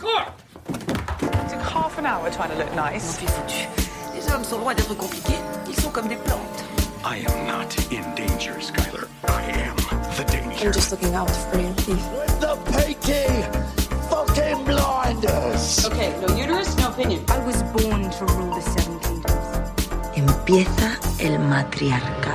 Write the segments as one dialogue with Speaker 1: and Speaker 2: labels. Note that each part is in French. Speaker 1: court!
Speaker 2: Took half an hour trying to look nice.
Speaker 3: T'es foutu. Les hommes sont loin d'être compliqués. Ils sont comme des plantes.
Speaker 4: I am not in danger, Skylar. I am the danger.
Speaker 5: I'm just looking out for you.
Speaker 6: The peaky fucking blinders.
Speaker 7: Okay, no uterus, no opinion.
Speaker 8: I was born to rule the Seven Kingdoms.
Speaker 9: Empieza el matriarcado.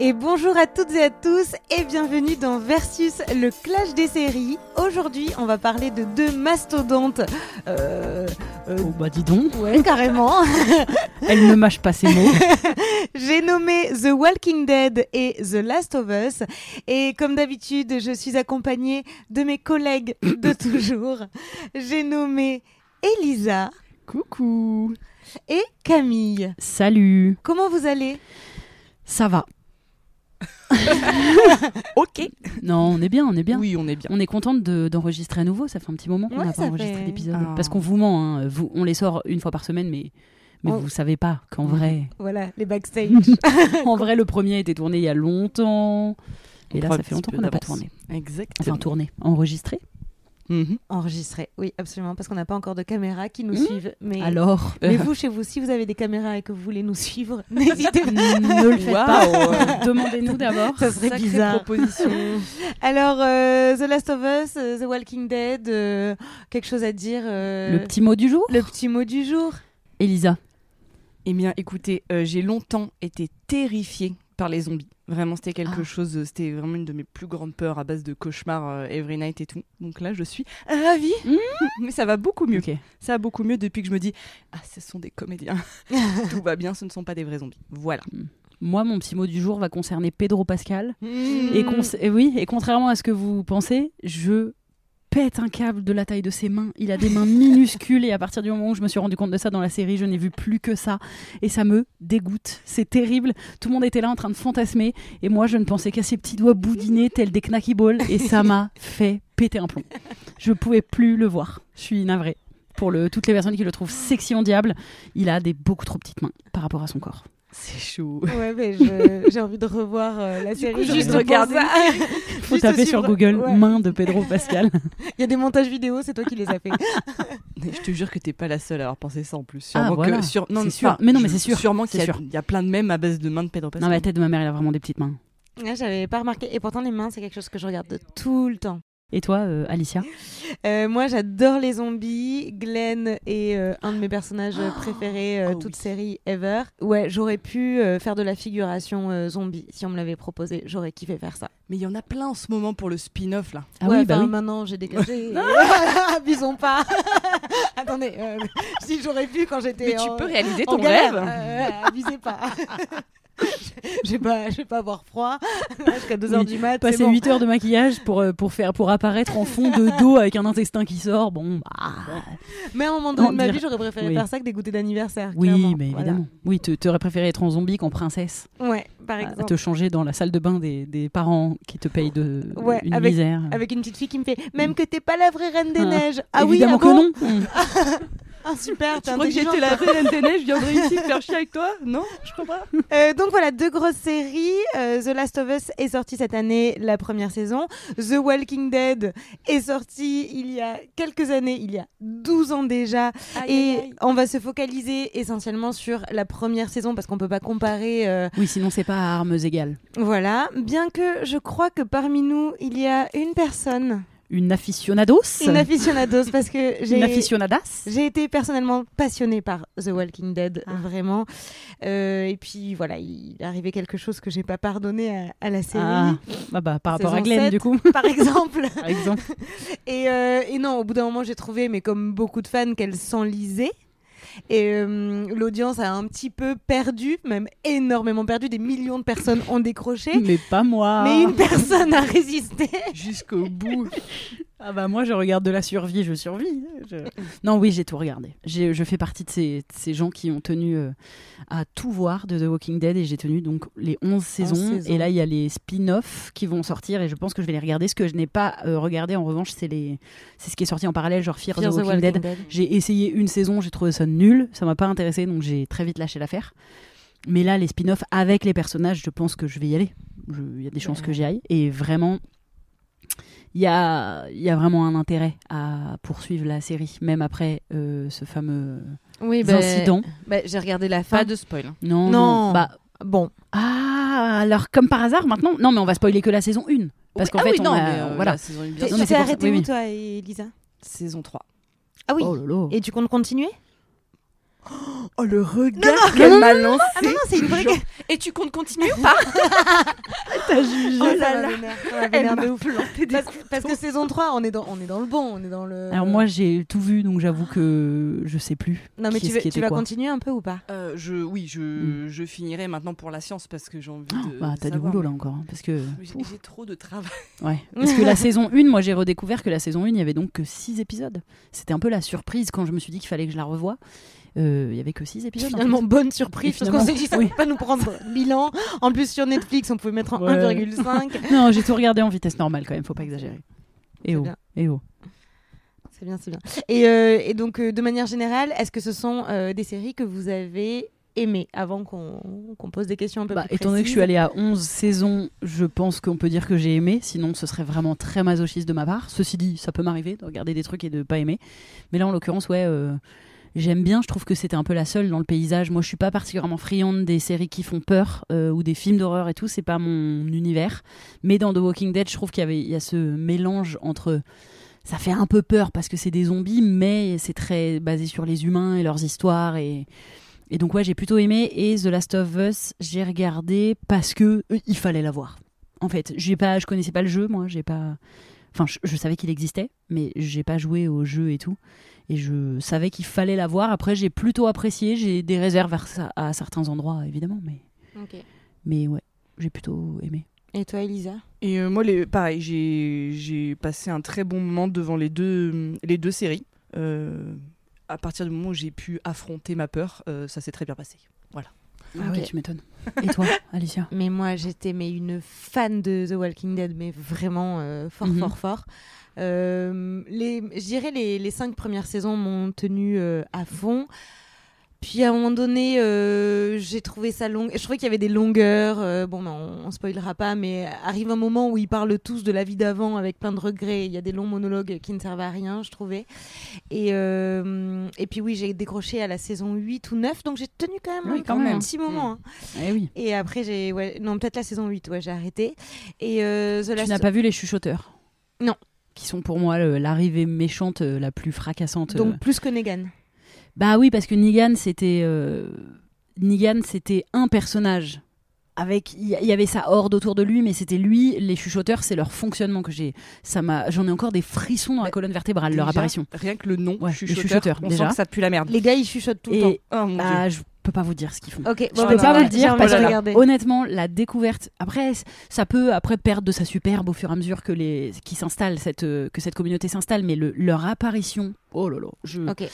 Speaker 10: Et bonjour à toutes et à tous et bienvenue dans Versus, le clash des séries. Aujourd'hui, on va parler de deux mastodontes. Euh, euh,
Speaker 11: Oh bah dis donc,
Speaker 10: ouais, carrément.
Speaker 11: elle ne mâche pas ses mots.
Speaker 10: J'ai nommé The Walking Dead et The Last of Us. Et comme d'habitude, je suis accompagnée de mes collègues de toujours. J'ai nommé Elisa
Speaker 11: Coucou.
Speaker 10: et Camille.
Speaker 11: Salut.
Speaker 10: Comment vous allez
Speaker 11: Ça va.
Speaker 3: Ok.
Speaker 11: Non, on est bien, on est bien.
Speaker 3: Oui, on est bien.
Speaker 11: On est contente de- d'enregistrer à nouveau. Ça fait un petit moment qu'on
Speaker 10: Ouais,
Speaker 11: n'a
Speaker 10: ça
Speaker 11: pas enregistré
Speaker 10: fait-
Speaker 11: d'épisode.
Speaker 3: Ah.
Speaker 11: Parce qu'on vous ment. hein. Vous, on les sort une fois par semaine, mais. Mais
Speaker 10: On-
Speaker 11: vous savez pas qu'en vrai,
Speaker 10: Voilà, les backstage.
Speaker 11: en vrai, le premier a été tourné il y a longtemps. Et là,
Speaker 3: prend
Speaker 11: ça
Speaker 3: un
Speaker 11: fait
Speaker 3: petit
Speaker 11: longtemps
Speaker 3: peu
Speaker 11: qu'on n'a pas
Speaker 3: d'avance.
Speaker 11: tourné.
Speaker 3: Exactement.
Speaker 11: Enfin, tourné, enregistré.
Speaker 3: Mhm.
Speaker 10: Enregistré, oui, absolument, parce qu'on n'a pas encore de caméras qui nous
Speaker 11: Mmh.
Speaker 10: suivent. Mais...
Speaker 11: Alors,
Speaker 10: Mais vous, chez vous, si vous avez des caméras et que vous voulez nous suivre, n'hésitez pas.
Speaker 11: ne le faites
Speaker 3: Waouh.
Speaker 11: pas. Demandez-nous d'abord.
Speaker 10: Ça serait
Speaker 3: Sacrée
Speaker 10: bizarre.
Speaker 3: proposition.
Speaker 10: Alors, euh, The Last of Us, euh, The Walking Dead, euh, quelque chose à dire euh,
Speaker 11: Le petit mot du jour,
Speaker 10: le petit mot du jour.
Speaker 11: Elisa.
Speaker 3: Eh bien, écoutez, euh, j'ai longtemps été terrifiée par les zombies. Vraiment, c'était quelque
Speaker 11: Ah.
Speaker 3: chose, euh, c'était vraiment une de mes plus grandes peurs à base de cauchemars euh, every night et tout. Donc là, je suis ravie. Mais ça va beaucoup mieux.
Speaker 11: Ok.
Speaker 3: Ça va beaucoup mieux depuis que je me dis Ah, ce sont des comédiens. tout va bien, ce ne sont pas des vrais zombies. Voilà.
Speaker 11: Moi, mon petit mot du jour va concerner Pedro Pascal. Et,
Speaker 10: Mm.
Speaker 3: Et qu'on
Speaker 11: cons- et oui, et contrairement à ce que vous pensez, je pète un câble de la taille de ses mains. Il a des mains minuscules et à partir du moment où je me suis rendu compte de ça dans la série, je n'ai vu plus que ça et ça me dégoûte. C'est terrible. Tout le monde était là en train de fantasmer et moi je ne pensais qu'à ses petits doigts boudinés tels des knacky balls et ça m'a fait péter un plomb. Je pouvais plus le voir. Je suis navrée. Pour le, toutes les personnes qui le trouvent sexy en diable, il a des beaucoup trop petites mains par rapport à son corps.
Speaker 3: C'est chaud.
Speaker 10: Ouais, mais je- j'ai envie de revoir euh, la série.
Speaker 3: coup,
Speaker 10: j'en
Speaker 3: juste
Speaker 10: ai pour
Speaker 3: regarder.
Speaker 10: ça.
Speaker 11: Faut
Speaker 10: Juste
Speaker 11: taper
Speaker 10: suivre-
Speaker 11: sur Google
Speaker 10: ouais.
Speaker 11: main de Pedro Pascal.
Speaker 10: Il y a des montages vidéo, c'est toi qui les as fait.
Speaker 3: Mais je te jure que t'es pas la seule à avoir pensé ça en plus.
Speaker 11: Ah,
Speaker 3: Sûrement que-
Speaker 11: voilà.
Speaker 3: sur-
Speaker 11: C'est sûr.
Speaker 3: enfin,
Speaker 11: Mais non, mais
Speaker 3: je-
Speaker 11: c'est sûr.
Speaker 3: Sûrement qu'il y,
Speaker 11: C'est
Speaker 3: a-
Speaker 11: sûr.
Speaker 3: il y a plein de mèmes à base de mains de Pedro
Speaker 11: Non,
Speaker 3: Pascal.
Speaker 11: mais la tête de ma mère, elle a vraiment des petites mains.
Speaker 10: Ouais, Ah, J'avais pas remarqué. Et pourtant, les mains, c'est quelque chose que je regarde de tout le temps.
Speaker 11: Et toi, euh, Alicia
Speaker 10: Euh, moi, j'adore les zombies. Glenn est euh, un de mes personnages euh, préférés, euh,
Speaker 11: Ah
Speaker 3: oh
Speaker 10: toute
Speaker 3: oui.
Speaker 10: série ever. Ouais, j'aurais pu euh, faire de la figuration euh, zombie si on me l'avait proposé. J'aurais kiffé faire ça.
Speaker 3: Mais il y en a plein en ce moment pour le spin-off là.
Speaker 11: Ah
Speaker 10: ouais,
Speaker 11: oui, bah
Speaker 10: enfin,
Speaker 11: oui.
Speaker 10: maintenant j'ai dégagé. Abusons pas. Attendez, euh, si j'aurais pu quand j'étais.
Speaker 3: Mais tu
Speaker 10: en-
Speaker 3: peux réaliser
Speaker 10: en
Speaker 3: ton
Speaker 10: galère.
Speaker 3: rêve.
Speaker 10: Euh, abusez pas. Je vais pas, je vais pas avoir froid jusqu'à 2h
Speaker 11: Oui,
Speaker 10: du mat. c'est
Speaker 11: Passer
Speaker 10: bon.
Speaker 11: 8 heures de maquillage pour, euh, pour, faire, pour apparaître en fond de dos avec un intestin qui sort, bon, bah.
Speaker 10: Mais à un moment donné
Speaker 11: Non,
Speaker 10: de ma
Speaker 11: dire-
Speaker 10: vie, j'aurais préféré
Speaker 11: oui.
Speaker 10: faire ça que des goûters d'anniversaire.
Speaker 11: Oui,
Speaker 10: clairement.
Speaker 11: mais
Speaker 10: Voilà.
Speaker 11: évidemment. Ah, Oui, te- t'aurais préféré être en zombie qu'en princesse.
Speaker 10: Ouais, par
Speaker 11: à
Speaker 10: exemple.
Speaker 11: te changer dans la salle de bain des, des parents qui te payent de,
Speaker 10: Ouais,
Speaker 11: une
Speaker 10: avec-
Speaker 11: misère.
Speaker 10: Avec une petite fille qui me fait Même que t'es pas la vraie reine des
Speaker 11: Ah.
Speaker 10: neiges. Ah
Speaker 11: Évidemment
Speaker 10: oui, ah bon
Speaker 11: que non.
Speaker 10: Ah super, t'es
Speaker 3: Tu crois que
Speaker 10: intelligente.
Speaker 3: j'étais la reine des neiges, je viendrais ici te faire chier avec toi Non, je crois pas.
Speaker 10: Euh, donc voilà, deux grosses séries. Euh, The Last of Us est sorti cette année, la première saison. The Walking Dead est sorti il y a quelques années, il y a 12 ans déjà.
Speaker 3: Ah,
Speaker 10: et on va se focaliser essentiellement sur la première saison parce qu'on peut pas comparer. euh,
Speaker 11: Oui, sinon c'est pas à armes égales.
Speaker 10: voilà, bien que je crois que parmi nous, il y a une personne,
Speaker 11: Une aficionados
Speaker 10: une aficionados, parce que
Speaker 11: Une
Speaker 10: j'ai...
Speaker 11: aficionadas
Speaker 10: J'ai été personnellement passionnée par The Walking Dead, vraiment. Euh, et puis voilà, il est arrivé quelque chose que j'ai pas pardonné à, à la série,
Speaker 11: Ah, bah, bah, par rapport à
Speaker 10: Saison
Speaker 11: Glenn,
Speaker 10: sept.
Speaker 11: du coup.
Speaker 10: par exemple.
Speaker 11: Par exemple.
Speaker 10: Et, euh, et non, au bout d'un moment, j'ai trouvé, mais comme beaucoup de fans, qu'elle s'enlisait. Et euh, l'audience a un petit peu perdu, même énormément perdu. Des millions de personnes ont décroché,
Speaker 11: Mais pas moi.
Speaker 10: mais une personne a résisté.
Speaker 11: jusqu'au bout. Ah bah moi je regarde de la survie, je survis. Je- Non oui j'ai tout regardé. J'ai- Je fais partie de ces, de ces gens qui ont tenu euh, à tout voir de The Walking Dead et j'ai tenu donc les 11 saisons.
Speaker 10: saisons.
Speaker 11: Et là il y a les spin-offs qui vont sortir et je pense que je vais les regarder. Ce que je n'ai pas euh, regardé en revanche c'est les... c'est ce qui est sorti en parallèle genre Fear, the, Walking Dead. J'ai essayé une saison, j'ai trouvé ça nul, ça m'a pas intéressé donc j'ai très vite lâché l'affaire. Mais là, les spin-offs avec les personnages, je pense que je vais y aller. Je- Il y a des chances que j'y aille. Et vraiment, il y a, il y a vraiment un intérêt à poursuivre la série, même après euh, ce fameux
Speaker 3: Eh
Speaker 12: Oui,
Speaker 3: ben,
Speaker 11: incident.
Speaker 12: bah, j'ai regardé la fin.
Speaker 3: Pas de spoil. hein.
Speaker 11: Non,
Speaker 10: Non.
Speaker 11: non, bah,
Speaker 10: Bon,
Speaker 11: ah, alors comme par hasard, maintenant, non, mais on va spoiler que la saison 1. Parce qu'en
Speaker 3: Ah
Speaker 11: fait,
Speaker 3: oui,
Speaker 11: on
Speaker 3: non,
Speaker 11: a-
Speaker 3: mais, euh,
Speaker 11: voilà.
Speaker 3: la saison une
Speaker 10: t'es
Speaker 3: bien-
Speaker 11: non, mais
Speaker 10: t'es
Speaker 11: c'est pour ça-
Speaker 10: arrêtée
Speaker 11: oui,
Speaker 10: où
Speaker 11: oui.
Speaker 10: toi, Elisa
Speaker 3: Saison 3.
Speaker 10: Ah oui.
Speaker 11: Oh là là.
Speaker 10: Et tu comptes continuer
Speaker 3: Oh le regard qu'elle m'a lancé
Speaker 10: Ah non, non, c'est une vraie.
Speaker 3: Genre- Et tu comptes continuer ou pas
Speaker 10: T'as jugé.
Speaker 3: Oh là
Speaker 10: ça
Speaker 3: là.
Speaker 10: m'a vénère, ça m'a
Speaker 3: Elle
Speaker 10: vénère
Speaker 3: m'a
Speaker 10: de ouf.
Speaker 3: planté des
Speaker 10: Parce,
Speaker 3: coups.
Speaker 10: parce que saison 3, on est, dans, on est dans le bon, on est dans
Speaker 3: euh,
Speaker 10: le.
Speaker 11: Alors moi, j'ai tout vu, donc j'avoue que je sais plus.
Speaker 10: Non, mais
Speaker 11: qui
Speaker 10: tu,
Speaker 11: est-ce
Speaker 10: veux-
Speaker 11: qui
Speaker 10: tu
Speaker 11: était
Speaker 10: vas
Speaker 11: quoi.
Speaker 10: continuer un peu ou pas
Speaker 3: Euh, je, oui, je, je finirai maintenant pour la science parce que j'ai envie de.
Speaker 11: Bah, t'as du
Speaker 3: savoir.
Speaker 11: boulot là encore, hein, parce que.
Speaker 3: Mais j'ai- J'ai trop de travail.
Speaker 11: Ouais. Parce que la saison 1, moi j'ai redécouvert que la saison 1, il y avait donc que 6 épisodes. C'était un peu la surprise quand je me suis dit qu'il fallait que je la revoie. Euh, il y avait que 6 épisodes. en
Speaker 10: Finalement,
Speaker 11: fait.
Speaker 10: bonne surprise,
Speaker 11: Et
Speaker 10: parce qu'on s'est
Speaker 11: finalement-
Speaker 10: dit ça ne
Speaker 11: oui.
Speaker 10: va pas nous prendre bilan. En plus, sur Netflix, on pouvait mettre en
Speaker 11: Ouais.
Speaker 10: 1,5.
Speaker 11: Non, j'ai tout regardé en vitesse normale quand même, faut pas exagérer. Et
Speaker 10: C'est
Speaker 11: oh,
Speaker 10: bien.
Speaker 11: et oh.
Speaker 10: C'est bien, c'est bien. Et, euh, et donc, euh, de manière générale, est-ce que ce sont euh, des séries que vous avez aimées avant qu'on qu'on pose des questions un peu
Speaker 11: Bah,
Speaker 10: plus
Speaker 11: étant donné que je suis
Speaker 10: précises
Speaker 11: allée à 11 saisons, je pense qu'on peut dire que j'ai aimé, sinon ce serait vraiment très masochiste de ma part. Ceci dit, ça peut m'arriver de regarder des trucs et de pas aimer. Mais là en l'occurrence, ouais, euh, j'aime bien, je trouve que c'était un peu la seule dans le paysage. Moi je suis pas particulièrement friande des séries qui font peur euh, ou des films d'horreur et tout, c'est pas mon univers. Mais dans The Walking Dead, je trouve qu'il y, avait, il y a ce mélange entre ça fait un peu peur parce que c'est des zombies, mais c'est très basé sur les humains et leurs histoires. Et, et donc, ouais, j'ai plutôt aimé. Et The Last of Us, j'ai regardé parce que euh, il fallait la voir. En fait, j'ai pas, je connaissais pas le jeu, moi, j'ai pas. Enfin, je, je savais qu'il existait, mais j'ai pas joué au jeu et tout. Et je savais qu'il fallait la voir. Après, j'ai plutôt apprécié. J'ai des réserves à, ça- à certains endroits, évidemment, mais, mais ouais, j'ai plutôt aimé.
Speaker 10: Et toi, Elisa
Speaker 3: Et euh, moi, les, pareil, j'ai, j'ai passé un très bon moment devant les deux, les deux séries. Euh, à partir du moment où j'ai pu affronter ma peur, euh, ça s'est très bien passé.
Speaker 11: Ah
Speaker 10: ouais,
Speaker 11: tu m'étonnes. Et toi, Alicia
Speaker 10: Mais moi, j'étais mais une fan de The Walking Dead, mais vraiment euh, fort,
Speaker 11: Mhm.
Speaker 10: fort, fort. Euh, les- Je dirais les, les cinq premières saisons m'ont tenu euh, à fond. Puis à un moment donné, euh, j'ai trouvé ça long. Je trouvais qu'il y avait des longueurs. euh, bon, ben, on, on spoilera pas, mais arrive un moment où ils parlent tous de la vie d'avant avec plein de regrets. Il y a des longs monologues qui ne servent à rien, je trouvais. Et, euh, et puis oui, j'ai décroché à la saison 8 ou 9, donc j'ai tenu quand même
Speaker 11: Oui,
Speaker 10: un-
Speaker 11: quand même.
Speaker 10: un petit moment. hein.
Speaker 11: Eh oui.
Speaker 10: Et après, j'ai. Ouais, non, peut-être la saison 8, ouais, j'ai arrêté. Et euh, The
Speaker 11: Tu
Speaker 10: Last-
Speaker 11: n'as pas vu les chuchoteurs
Speaker 10: Non.
Speaker 11: Qui sont pour moi le- l'arrivée méchante euh, la plus fracassante. euh.
Speaker 10: Donc plus que Negan.
Speaker 11: Bah oui, parce que Negan, c'était. euh, Negan, c'était un personnage. Avec, il y il y avait sa horde autour de lui, mais c'était lui. Les chuchoteurs, c'est leur fonctionnement que j'ai. Ça m'a, j'en ai encore des frissons dans la
Speaker 3: Bah,
Speaker 11: colonne vertébrale leur
Speaker 3: Déjà,
Speaker 11: apparition.
Speaker 3: Rien que le nom,
Speaker 11: Ouais, les
Speaker 3: chuchoteur,
Speaker 11: chuchoteurs,
Speaker 3: on
Speaker 11: déjà.
Speaker 3: sent que ça pue la merde.
Speaker 10: Les gars, ils chuchotent tout le temps.
Speaker 11: Et
Speaker 3: Oh mon
Speaker 11: bah,
Speaker 3: dieu.
Speaker 11: je peux pas vous dire ce qu'ils font.
Speaker 10: Ok,
Speaker 11: Je
Speaker 10: bon,
Speaker 11: peux
Speaker 10: bah,
Speaker 11: pas vous le
Speaker 10: j'ai
Speaker 11: dire
Speaker 10: envie
Speaker 11: parce
Speaker 10: de
Speaker 11: que
Speaker 10: regarder.
Speaker 11: honnêtement, la découverte. Après, c- ça peut après perdre de sa superbe au fur et à mesure que les qui s'installe cette euh, que cette communauté s'installe, mais le, leur apparition. Oh là là, je
Speaker 10: Ok.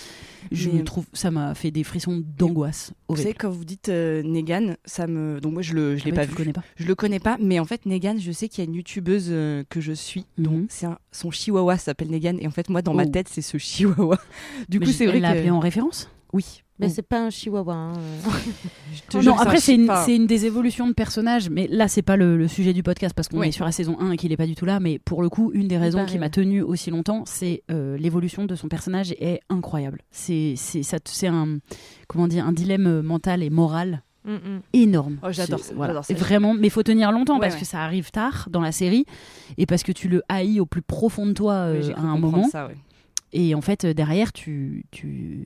Speaker 11: je
Speaker 3: Mais-
Speaker 11: trouve ça m'a fait des frissons d'angoisse.
Speaker 3: Vous savez,
Speaker 11: horrible.
Speaker 3: quand vous dites euh, Negan, ça me. Donc, moi, je le, je l'ai
Speaker 11: Ah oui,
Speaker 3: pas
Speaker 11: tu
Speaker 3: vu.
Speaker 11: le connais pas.
Speaker 3: Je le connais pas, mais en fait, Negan, je sais qu'il y a une youtubeuse euh, que je suis.
Speaker 11: Mhm.
Speaker 3: Donc, c'est un- son chihuahua s'appelle Negan. Et en fait, moi, dans ma
Speaker 11: Oh.
Speaker 3: tête, c'est ce chihuahua. Du
Speaker 11: Mais
Speaker 3: coup,
Speaker 11: je-
Speaker 3: c'est
Speaker 11: elle
Speaker 3: vrai
Speaker 11: l'a appelé
Speaker 3: que.
Speaker 11: en référence.
Speaker 3: Oui.
Speaker 10: Mais c'est pas un chihuahua. hein, euh.
Speaker 3: Je te jure,
Speaker 11: Non,
Speaker 3: un
Speaker 11: après c'est
Speaker 3: chi-
Speaker 11: une,
Speaker 3: enfin,
Speaker 11: c'est une des évolutions de personnages, mais là c'est pas le, le sujet du podcast parce qu'on
Speaker 3: Oui.
Speaker 11: est sur la saison 1 et qu'il est pas du tout là. Mais pour le coup, une des raisons qui
Speaker 10: paraît,
Speaker 11: m'a
Speaker 10: ouais.
Speaker 11: tenu aussi longtemps, c'est euh, l'évolution de son personnage est incroyable. C'est c'est ça, c'est un comment dire un dilemme mental et moral
Speaker 10: Mm, mm.
Speaker 11: énorme.
Speaker 3: Oh, j'adore
Speaker 11: C'est-
Speaker 3: ça,
Speaker 11: voilà.
Speaker 3: j'adore ça.
Speaker 11: Vraiment, mais faut tenir longtemps
Speaker 3: Ouais,
Speaker 11: parce
Speaker 3: ouais.
Speaker 11: que ça arrive tard dans la série et parce que tu le haïs au plus profond de toi
Speaker 3: oui,
Speaker 11: euh,
Speaker 3: j'ai
Speaker 11: à
Speaker 3: cru
Speaker 11: un
Speaker 3: comprendre
Speaker 11: moment.
Speaker 3: ça, ouais.
Speaker 11: Et en fait, euh, derrière, tu, tu,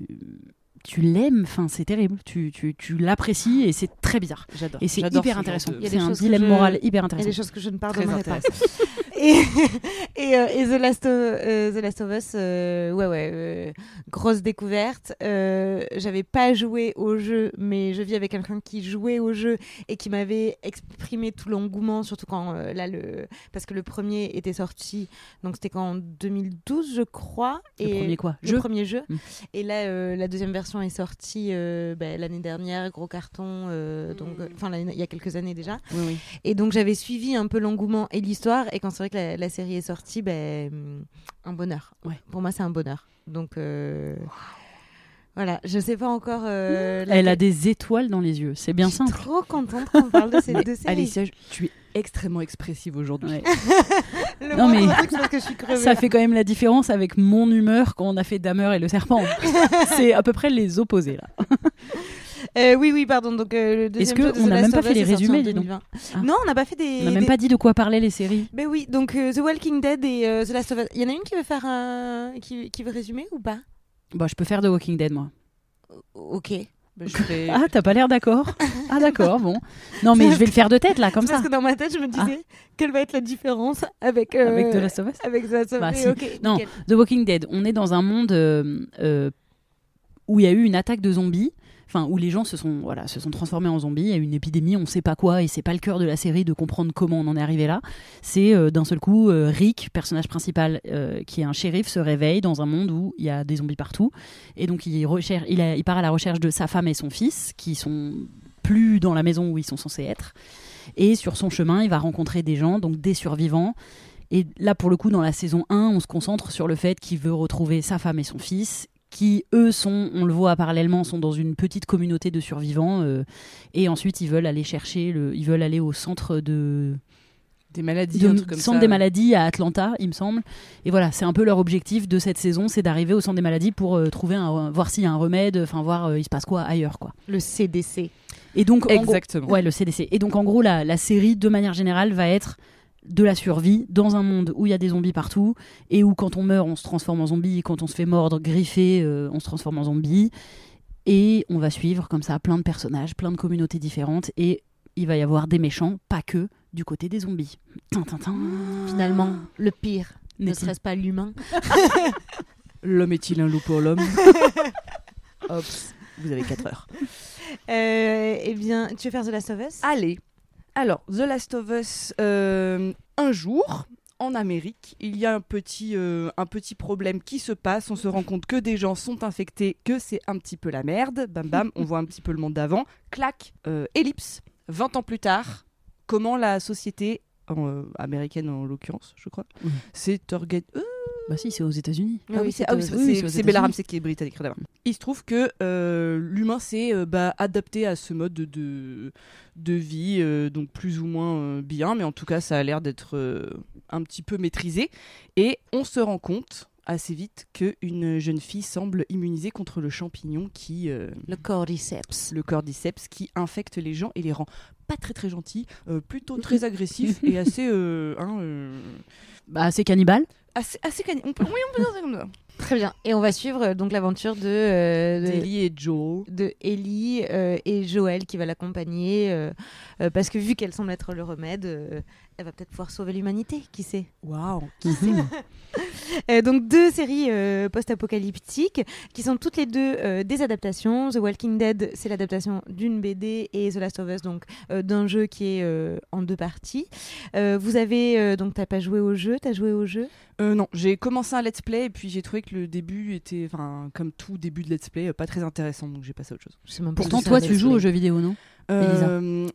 Speaker 11: tu l'aimes. Enfin, c'est terrible. Tu, tu, tu l'apprécies et c'est très bizarre.
Speaker 3: J'adore.
Speaker 11: Et c'est
Speaker 3: J'adore
Speaker 11: hyper
Speaker 3: ce genre
Speaker 11: intéressant.
Speaker 3: de-
Speaker 10: Il y a des
Speaker 11: C'est un
Speaker 10: choses que
Speaker 11: dilemme
Speaker 10: je-
Speaker 11: moral hyper
Speaker 10: Il y a
Speaker 11: intéressant.
Speaker 10: des choses que je ne
Speaker 3: Très
Speaker 10: pardonnerai pas.
Speaker 3: intéressant.
Speaker 10: Et, et, euh, et The, Last of, euh, The Last of Us, euh, ouais, ouais, euh, grosse découverte. Euh, J'avais pas joué au jeu, mais je vis avec quelqu'un qui jouait au jeu et qui m'avait exprimé tout l'engouement, surtout quand euh, là, le... parce que le premier était sorti, donc c'était quand en 2012, je crois.
Speaker 11: Le
Speaker 10: et
Speaker 11: premier quoi
Speaker 10: le
Speaker 11: Jeu
Speaker 10: premier jeu.
Speaker 11: Mm.
Speaker 10: Et là, euh, la deuxième version est sortie euh, bah, l'année dernière, gros carton, euh, donc euh, enfin l'année- il y a quelques années déjà.
Speaker 3: Oui, oui.
Speaker 10: Et donc j'avais suivi un peu l'engouement et l'histoire. Et quand c'est vrai que la, la série est sortie, ben, hum, un bonheur.
Speaker 11: Ouais.
Speaker 10: Pour moi, c'est un bonheur. Donc euh, voilà, je sais pas encore. euh,
Speaker 11: Mmh. Elle a
Speaker 10: laquelle-
Speaker 11: des étoiles dans les yeux. C'est bien
Speaker 10: Je suis
Speaker 11: simple.
Speaker 10: trop contente qu'on parle de ces deux séries.
Speaker 3: Alicia, je- tu es extrêmement expressive aujourd'hui.
Speaker 11: Ouais.
Speaker 10: Le
Speaker 11: Non,
Speaker 10: moindre
Speaker 11: mais-
Speaker 10: truc, c'est parce que je suis crevée.
Speaker 11: Ça fait quand même la différence avec mon humeur quand on a fait Damer et le serpent. c'est à peu près les opposés là.
Speaker 10: Euh, oui, oui, pardon. Donc, euh, le deuxième
Speaker 11: que
Speaker 10: jeu de
Speaker 11: on
Speaker 10: The
Speaker 11: a
Speaker 10: Last
Speaker 11: même pas
Speaker 10: of
Speaker 11: fait
Speaker 10: Us
Speaker 11: les
Speaker 10: est sorti en
Speaker 11: résumés, dis donc
Speaker 10: 2020.
Speaker 11: Ah.
Speaker 10: Non, on n'a pas fait des.
Speaker 11: On n'a même
Speaker 10: des-
Speaker 11: pas dit de quoi parler les séries.
Speaker 10: Ben oui, donc euh, The Walking Dead et euh, The Last of Us. Il y en a une qui veut faire un. qui, qui veut résumer ou pas
Speaker 11: Bon, je peux faire The Walking Dead moi.
Speaker 10: Ok.
Speaker 3: Bah, je fais-
Speaker 11: Ah, t'as pas l'air d'accord. Ah d'accord, bon. Non mais je vais le faire de tête là comme
Speaker 10: Parce
Speaker 11: ça. Ah.
Speaker 10: que dans ma tête, je me disais, quelle va être la différence avec. euh,
Speaker 11: Avec The Last of Us.
Speaker 10: Avec The Last of Us.
Speaker 11: Bah,
Speaker 10: Et
Speaker 11: si.
Speaker 10: ok,
Speaker 11: Non.
Speaker 10: nickel.
Speaker 11: The Walking Dead, on est dans un monde euh, euh, où il y a eu une attaque de zombies, enfin où les gens se sont, voilà, se sont transformés en zombies, il y a eu une épidémie, on sait pas quoi, et c'est pas le cœur de la série de comprendre comment on en est arrivé là. C'est euh, d'un seul coup, euh, Rick, personnage principal, euh, qui est un shérif, se réveille dans un monde où il y a des zombies partout, et donc il, recherche, il, a- il part à la recherche de sa femme et son fils, qui sont plus dans la maison où ils sont censés être. Et sur son chemin, il va rencontrer des gens, donc des survivants, et là, pour le coup, dans la saison 1, on se concentre sur le fait qu'il veut retrouver sa femme et son fils, qui, eux, sont, on le voit parallèlement, sont dans une petite communauté de survivants. euh, et ensuite, ils veulent aller chercher, le, ils veulent aller au centre de,
Speaker 3: Des maladies,
Speaker 11: de-
Speaker 3: un truc comme
Speaker 11: centre
Speaker 3: ça.
Speaker 11: des maladies à Atlanta, il me semble. Et voilà, c'est un peu leur objectif de cette saison, c'est d'arriver au centre des maladies pour euh, trouver un, voir s'il y a un remède, enfin voir euh, il se passe quoi ailleurs, quoi.
Speaker 10: Le CDC.
Speaker 11: Et donc, en gros-
Speaker 3: Exactement.
Speaker 11: Ouais, le CDC. Et donc, en gros, la, la série, de manière générale, va être de la survie dans un monde où il y a des zombies partout et où quand on meurt, on se transforme en zombie, et quand on se fait mordre, griffer, euh, on se transforme en zombie. Et on va suivre comme ça plein de personnages, plein de communautés différentes et il va y avoir des méchants, pas que du côté des zombies. Tin, tin, tin.
Speaker 13: Finalement,
Speaker 10: Ah.
Speaker 13: le pire ne
Speaker 11: N'est-il-
Speaker 13: serait-ce pas l'humain
Speaker 3: L'homme est-il un loup pour l'homme Ops, vous avez 4 heures.
Speaker 10: Euh, eh bien, tu veux faire The Last of Us Ah
Speaker 3: Allez. Alors, The Last of Us, euh, un jour, en Amérique, il y a un petit, euh, un petit problème qui se passe. On se rend compte que des gens sont infectés, que c'est un petit peu la merde. Bam bam, on voit un petit peu le monde d'avant. Clac, euh, ellipse. 20 ans plus tard, comment la société, en, euh, américaine en l'occurrence, je crois,
Speaker 11: Oui.
Speaker 3: s'est organ- euh,
Speaker 11: Bah si, c'est aux États-Unis.
Speaker 3: Ah oui, c'est ah oui, c'est- c'est- c'est Bella Ramsey qui est britannique. rien à voir. Il se trouve que euh, l'humain s'est euh, bah, adapté à ce mode de- de, de vie, euh, donc plus ou moins euh, bien, mais en tout cas, ça a l'air d'être euh, un petit peu maîtrisé. Et on se rend compte assez vite qu'une jeune fille semble immunisée contre le champignon qui. euh,
Speaker 13: Le cordyceps.
Speaker 3: le cordyceps qui infecte les gens et les rend pas très très gentils, euh, plutôt très agressifs et assez. euh, hein, euh,
Speaker 11: Bah c'est cannibale.
Speaker 10: Ah,
Speaker 3: assez, assez cani- on peut- oui, on peut dire ça comme ça.
Speaker 10: Très bien. Et on va suivre euh, donc l'aventure de, euh, de-
Speaker 3: Ellie et Joel.
Speaker 10: de Ellie euh, et Joël qui va l'accompagner euh, euh, parce que vu qu'elle semble être le remède, euh, elle va peut-être pouvoir sauver l'humanité, qui sait.
Speaker 3: Waouh!
Speaker 10: Euh, donc deux séries euh, post-apocalyptiques qui sont toutes les deux euh, des adaptations. The Walking Dead, c'est l'adaptation d'une BD et The Last of Us, donc euh, d'un jeu qui est euh, en deux parties. Euh, vous avez euh, donc t'as pas joué au jeu, t'as joué au jeu.
Speaker 3: Euh, non, j'ai commencé un let's play et puis j'ai trouvé que le début était, enfin, comme tout début de let's play, euh, pas très intéressant, donc j'ai passé à autre chose.
Speaker 10: Je sais même pas
Speaker 11: Pourtant
Speaker 10: si ça
Speaker 11: toi
Speaker 10: va
Speaker 11: tu
Speaker 10: être
Speaker 11: joues aux
Speaker 10: joué.
Speaker 11: jeux vidéo, non Elisa.
Speaker 3: Euh,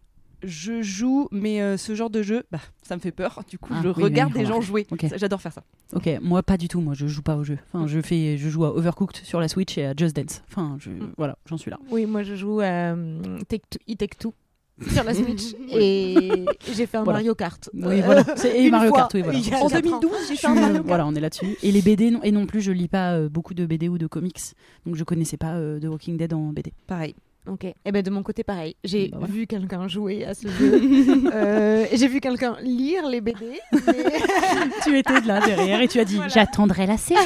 Speaker 3: je joue, mais euh, ce genre de jeu, bah, ça me fait peur. Du coup,
Speaker 11: Ah,
Speaker 3: je
Speaker 11: oui, oui,
Speaker 3: regarde
Speaker 11: je
Speaker 3: des gens
Speaker 11: remarque.
Speaker 3: jouer.
Speaker 11: Ok.
Speaker 3: Ça, J'adore faire ça.
Speaker 11: Ok, moi pas du tout, moi je joue pas au jeu. Enfin, je fais je joue à Overcooked sur la Switch et à Just Dance. Enfin, je, voilà, j'en suis là.
Speaker 10: Oui, moi je joue à euh, Take Two, It Take Two sur la Switch et j'ai fait un
Speaker 11: Voilà.
Speaker 10: Mario Kart.
Speaker 11: Oui, voilà, c'est et
Speaker 10: Euh, Une
Speaker 11: Mario
Speaker 10: fois,
Speaker 11: Kart, oui, voilà.
Speaker 10: il y a
Speaker 3: En
Speaker 10: quatre ans.
Speaker 3: 2012, j'ai
Speaker 11: Je
Speaker 3: fait un
Speaker 11: suis-
Speaker 3: Mario Kart.
Speaker 11: voilà, on est là-dessus. Et les BD non, et non plus, je lis pas euh, beaucoup de BD ou de comics, donc je connaissais pas euh, The Walking Dead en BD.
Speaker 3: Pareil.
Speaker 10: Ok. Et ben de mon côté pareil. J'ai
Speaker 11: Bah voilà.
Speaker 10: vu quelqu'un jouer à ce jeu. Euh, j'ai vu quelqu'un lire les BD. mais-
Speaker 11: tu étais de là derrière et tu as dit j'attendrai la série.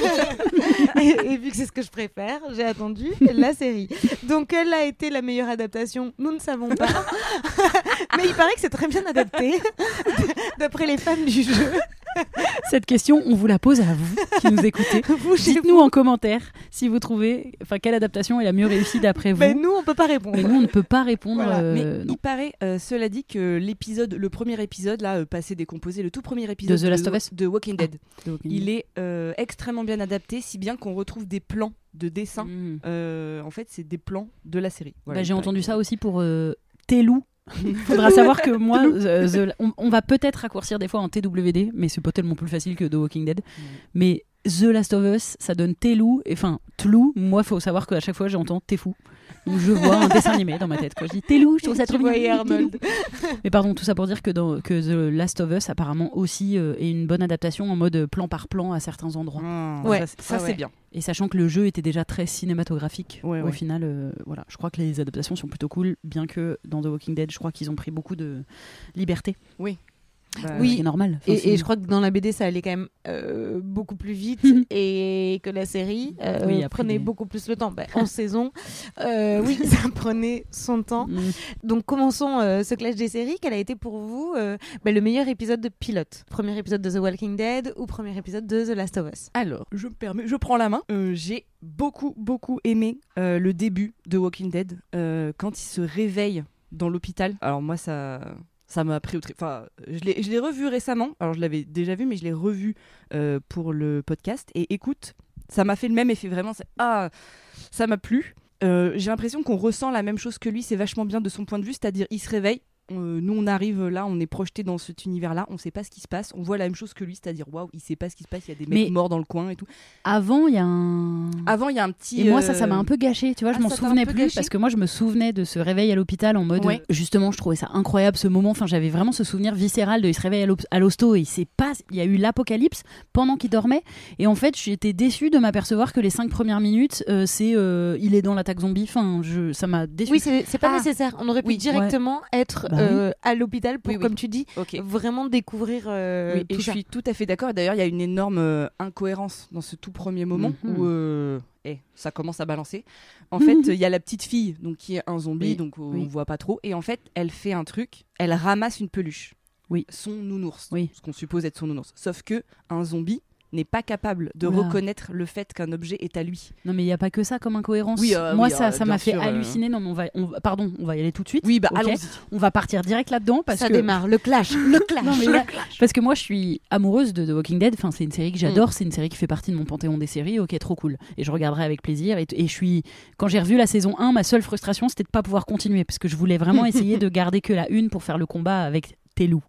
Speaker 10: et, et vu que c'est ce que je préfère, j'ai attendu la série. Donc quelle a été la meilleure adaptation Nous ne savons pas. mais il paraît que c'est très bien adapté d'après les fans du jeu.
Speaker 11: Cette question, on vous la pose à vous qui nous écoutez.
Speaker 10: Vous, chez
Speaker 11: Dites-nous en commentaire si vous trouvez, enfin quelle adaptation est la mieux réussie d'après vous.
Speaker 10: Ben, nous on peut pas répondre.
Speaker 11: Mais nous, on ne peut pas répondre.
Speaker 10: Voilà,
Speaker 11: euh,
Speaker 3: Mais
Speaker 11: non.
Speaker 3: il paraît, euh, cela dit, que l'épisode, le premier épisode, là, euh, passé décomposé, le tout premier épisode
Speaker 11: The Last of Us Ah,
Speaker 3: de Walking Dead,
Speaker 11: The Walking
Speaker 3: il est euh, extrêmement bien adapté, si bien qu'on retrouve des plans de dessin.
Speaker 11: Mm.
Speaker 3: Euh, en fait, c'est des plans de la série. Voilà,
Speaker 11: Bah,
Speaker 3: il
Speaker 11: j'ai
Speaker 3: paraît.
Speaker 11: entendu ça aussi pour euh, Télou. Faudra savoir que moi, euh, The- on, on va peut-être raccourcir des fois en TWD, mais c'est pas tellement plus facile que The Walking Dead. Mais The Last of Us, ça donne Télou, et enfin Tlou. Moi, faut savoir qu'à chaque fois, j'entends T'es fou. Donc, je vois un dessin animé dans ma tête. Quoi. Je dis, t'es louche, je trouve ça
Speaker 14: Tu
Speaker 11: trop mignon,
Speaker 14: voyais
Speaker 11: t'es
Speaker 14: Arnold.
Speaker 11: louche. Mais pardon, tout ça pour dire que, dans, que The Last of Us, apparemment, aussi euh, est une bonne adaptation en mode plan par plan à certains endroits.
Speaker 3: Ouais.
Speaker 11: Ça, c'est-
Speaker 3: Ah, Ça, c'est- ça,
Speaker 11: ouais,
Speaker 3: c'est
Speaker 11: ouais.
Speaker 3: bien.
Speaker 11: Et sachant que le jeu était déjà très cinématographique,
Speaker 3: Ouais,
Speaker 11: au
Speaker 3: ouais.
Speaker 11: final, euh, voilà, je crois que les adaptations sont plutôt cool, bien que dans The Walking Dead, je crois qu'ils ont pris beaucoup de liberté.
Speaker 14: Oui.
Speaker 11: ce qui est normal. Enfin,
Speaker 14: Et, et
Speaker 11: c'est-
Speaker 14: je crois que dans la BD, ça allait quand même euh, beaucoup plus vite et que la série euh,
Speaker 11: Oui, après
Speaker 14: prenait
Speaker 11: les-
Speaker 14: beaucoup plus le temps. Bah, en saison, euh, oui, ça prenait son temps.
Speaker 11: Mm.
Speaker 14: Donc commençons euh, ce clash des séries. Quel a été pour vous euh, bah, le meilleur épisode de pilote Premier épisode de The Walking Dead ou premier épisode de The Last of Us
Speaker 3: Alors, je me permets, je prends la main. Euh, J'ai beaucoup, beaucoup aimé euh, le début de Walking Dead euh, quand il se réveille dans l'hôpital. Alors moi, ça, ça m'a pris au trip. Enfin, je l'ai je l'ai revu récemment. Alors je l'avais déjà vu, mais je l'ai revu euh, pour le podcast. Et écoute, ça m'a fait le même effet. Vraiment, c'est- ah, ça m'a plu. Euh, J'ai l'impression qu'on ressent la même chose que lui. C'est vachement bien de son point de vue, c'est-à-dire il se réveille. Euh, nous, on arrive là, on est projeté dans cet univers-là, on sait pas ce qui se passe, on voit la même chose que lui, c'est-à-dire waouh, il sait pas ce qui se passe, il y a des mecs
Speaker 11: Mais-
Speaker 3: morts dans le coin et tout.
Speaker 11: Avant, il y a un.
Speaker 3: Avant, il y a un petit.
Speaker 11: Et moi, ça, ça
Speaker 3: euh,
Speaker 11: m'a un peu gâché. Tu vois,
Speaker 3: Ah,
Speaker 11: je m'en
Speaker 3: ça t'a un
Speaker 11: souvenais
Speaker 3: peu
Speaker 11: plus
Speaker 3: gâché
Speaker 11: parce que moi, je me souvenais de ce réveil à l'hôpital en mode.
Speaker 3: Ouais.
Speaker 11: euh, Justement, je trouvais ça incroyable ce moment. Enfin, j'avais vraiment ce souvenir viscéral de il se réveille à l'hôp- à l'hosto et il s'est pas. Il y a eu l'apocalypse pendant qu'il dormait. Et en fait, j'étais déçue de m'apercevoir que les cinq premières minutes, euh, c'est euh, il est dans l'attaque zombie. Enfin, je, ça m'a déçue.
Speaker 14: Oui, c'est c'est pas
Speaker 11: Ah.
Speaker 14: nécessaire. On aurait pu
Speaker 11: Oui,
Speaker 14: directement être
Speaker 11: Bah
Speaker 14: euh, à l'hôpital pour,
Speaker 3: Oui, oui.
Speaker 14: comme tu dis,
Speaker 3: Ok.
Speaker 14: vraiment découvrir euh,
Speaker 3: Oui, et
Speaker 14: tout
Speaker 3: je
Speaker 14: ça.
Speaker 3: suis tout à fait d'accord. Et D'ailleurs, il y a une énorme euh, incohérence dans ce tout premier moment
Speaker 11: Mhm.
Speaker 3: où euh, eh, ça commence à balancer. En fait, il y a la petite fille donc, qui est un zombie,
Speaker 11: Oui,
Speaker 3: donc on
Speaker 11: oui.
Speaker 3: voit pas trop. Et en fait, elle fait un truc elle ramasse une peluche.
Speaker 11: Oui.
Speaker 3: Son nounours.
Speaker 11: Oui.
Speaker 3: Ce qu'on suppose être son nounours. Sauf que un zombie n'est pas capable de
Speaker 11: Oula.
Speaker 3: reconnaître le fait qu'un objet est à lui.
Speaker 11: Non, mais il y a pas que ça comme incohérence.
Speaker 3: Oui, euh,
Speaker 11: moi,
Speaker 3: oui,
Speaker 11: ça,
Speaker 3: euh,
Speaker 11: ça
Speaker 3: bien
Speaker 11: m'a fait
Speaker 3: sûr, euh.
Speaker 11: halluciner. Non, mais on va, on va- pardon, on va y aller tout de suite.
Speaker 3: Oui, bah
Speaker 11: Ok. On va partir direct là-dedans parce
Speaker 14: ça
Speaker 11: que
Speaker 14: démarre, le clash, le clash.
Speaker 11: Non, mais
Speaker 14: le
Speaker 11: là-
Speaker 14: clash. Mm.
Speaker 11: Parce que moi, je suis amoureuse de The Walking Dead. Enfin, c'est une série que j'adore. C'est une série qui fait partie de mon panthéon des séries. Ok, trop cool. Et je regarderai avec plaisir. Et, et je suis. Quand j'ai revu la saison 1, ma seule frustration, c'était de pas pouvoir continuer. Parce que je voulais vraiment essayer de garder que la une pour faire le combat avec tes loups.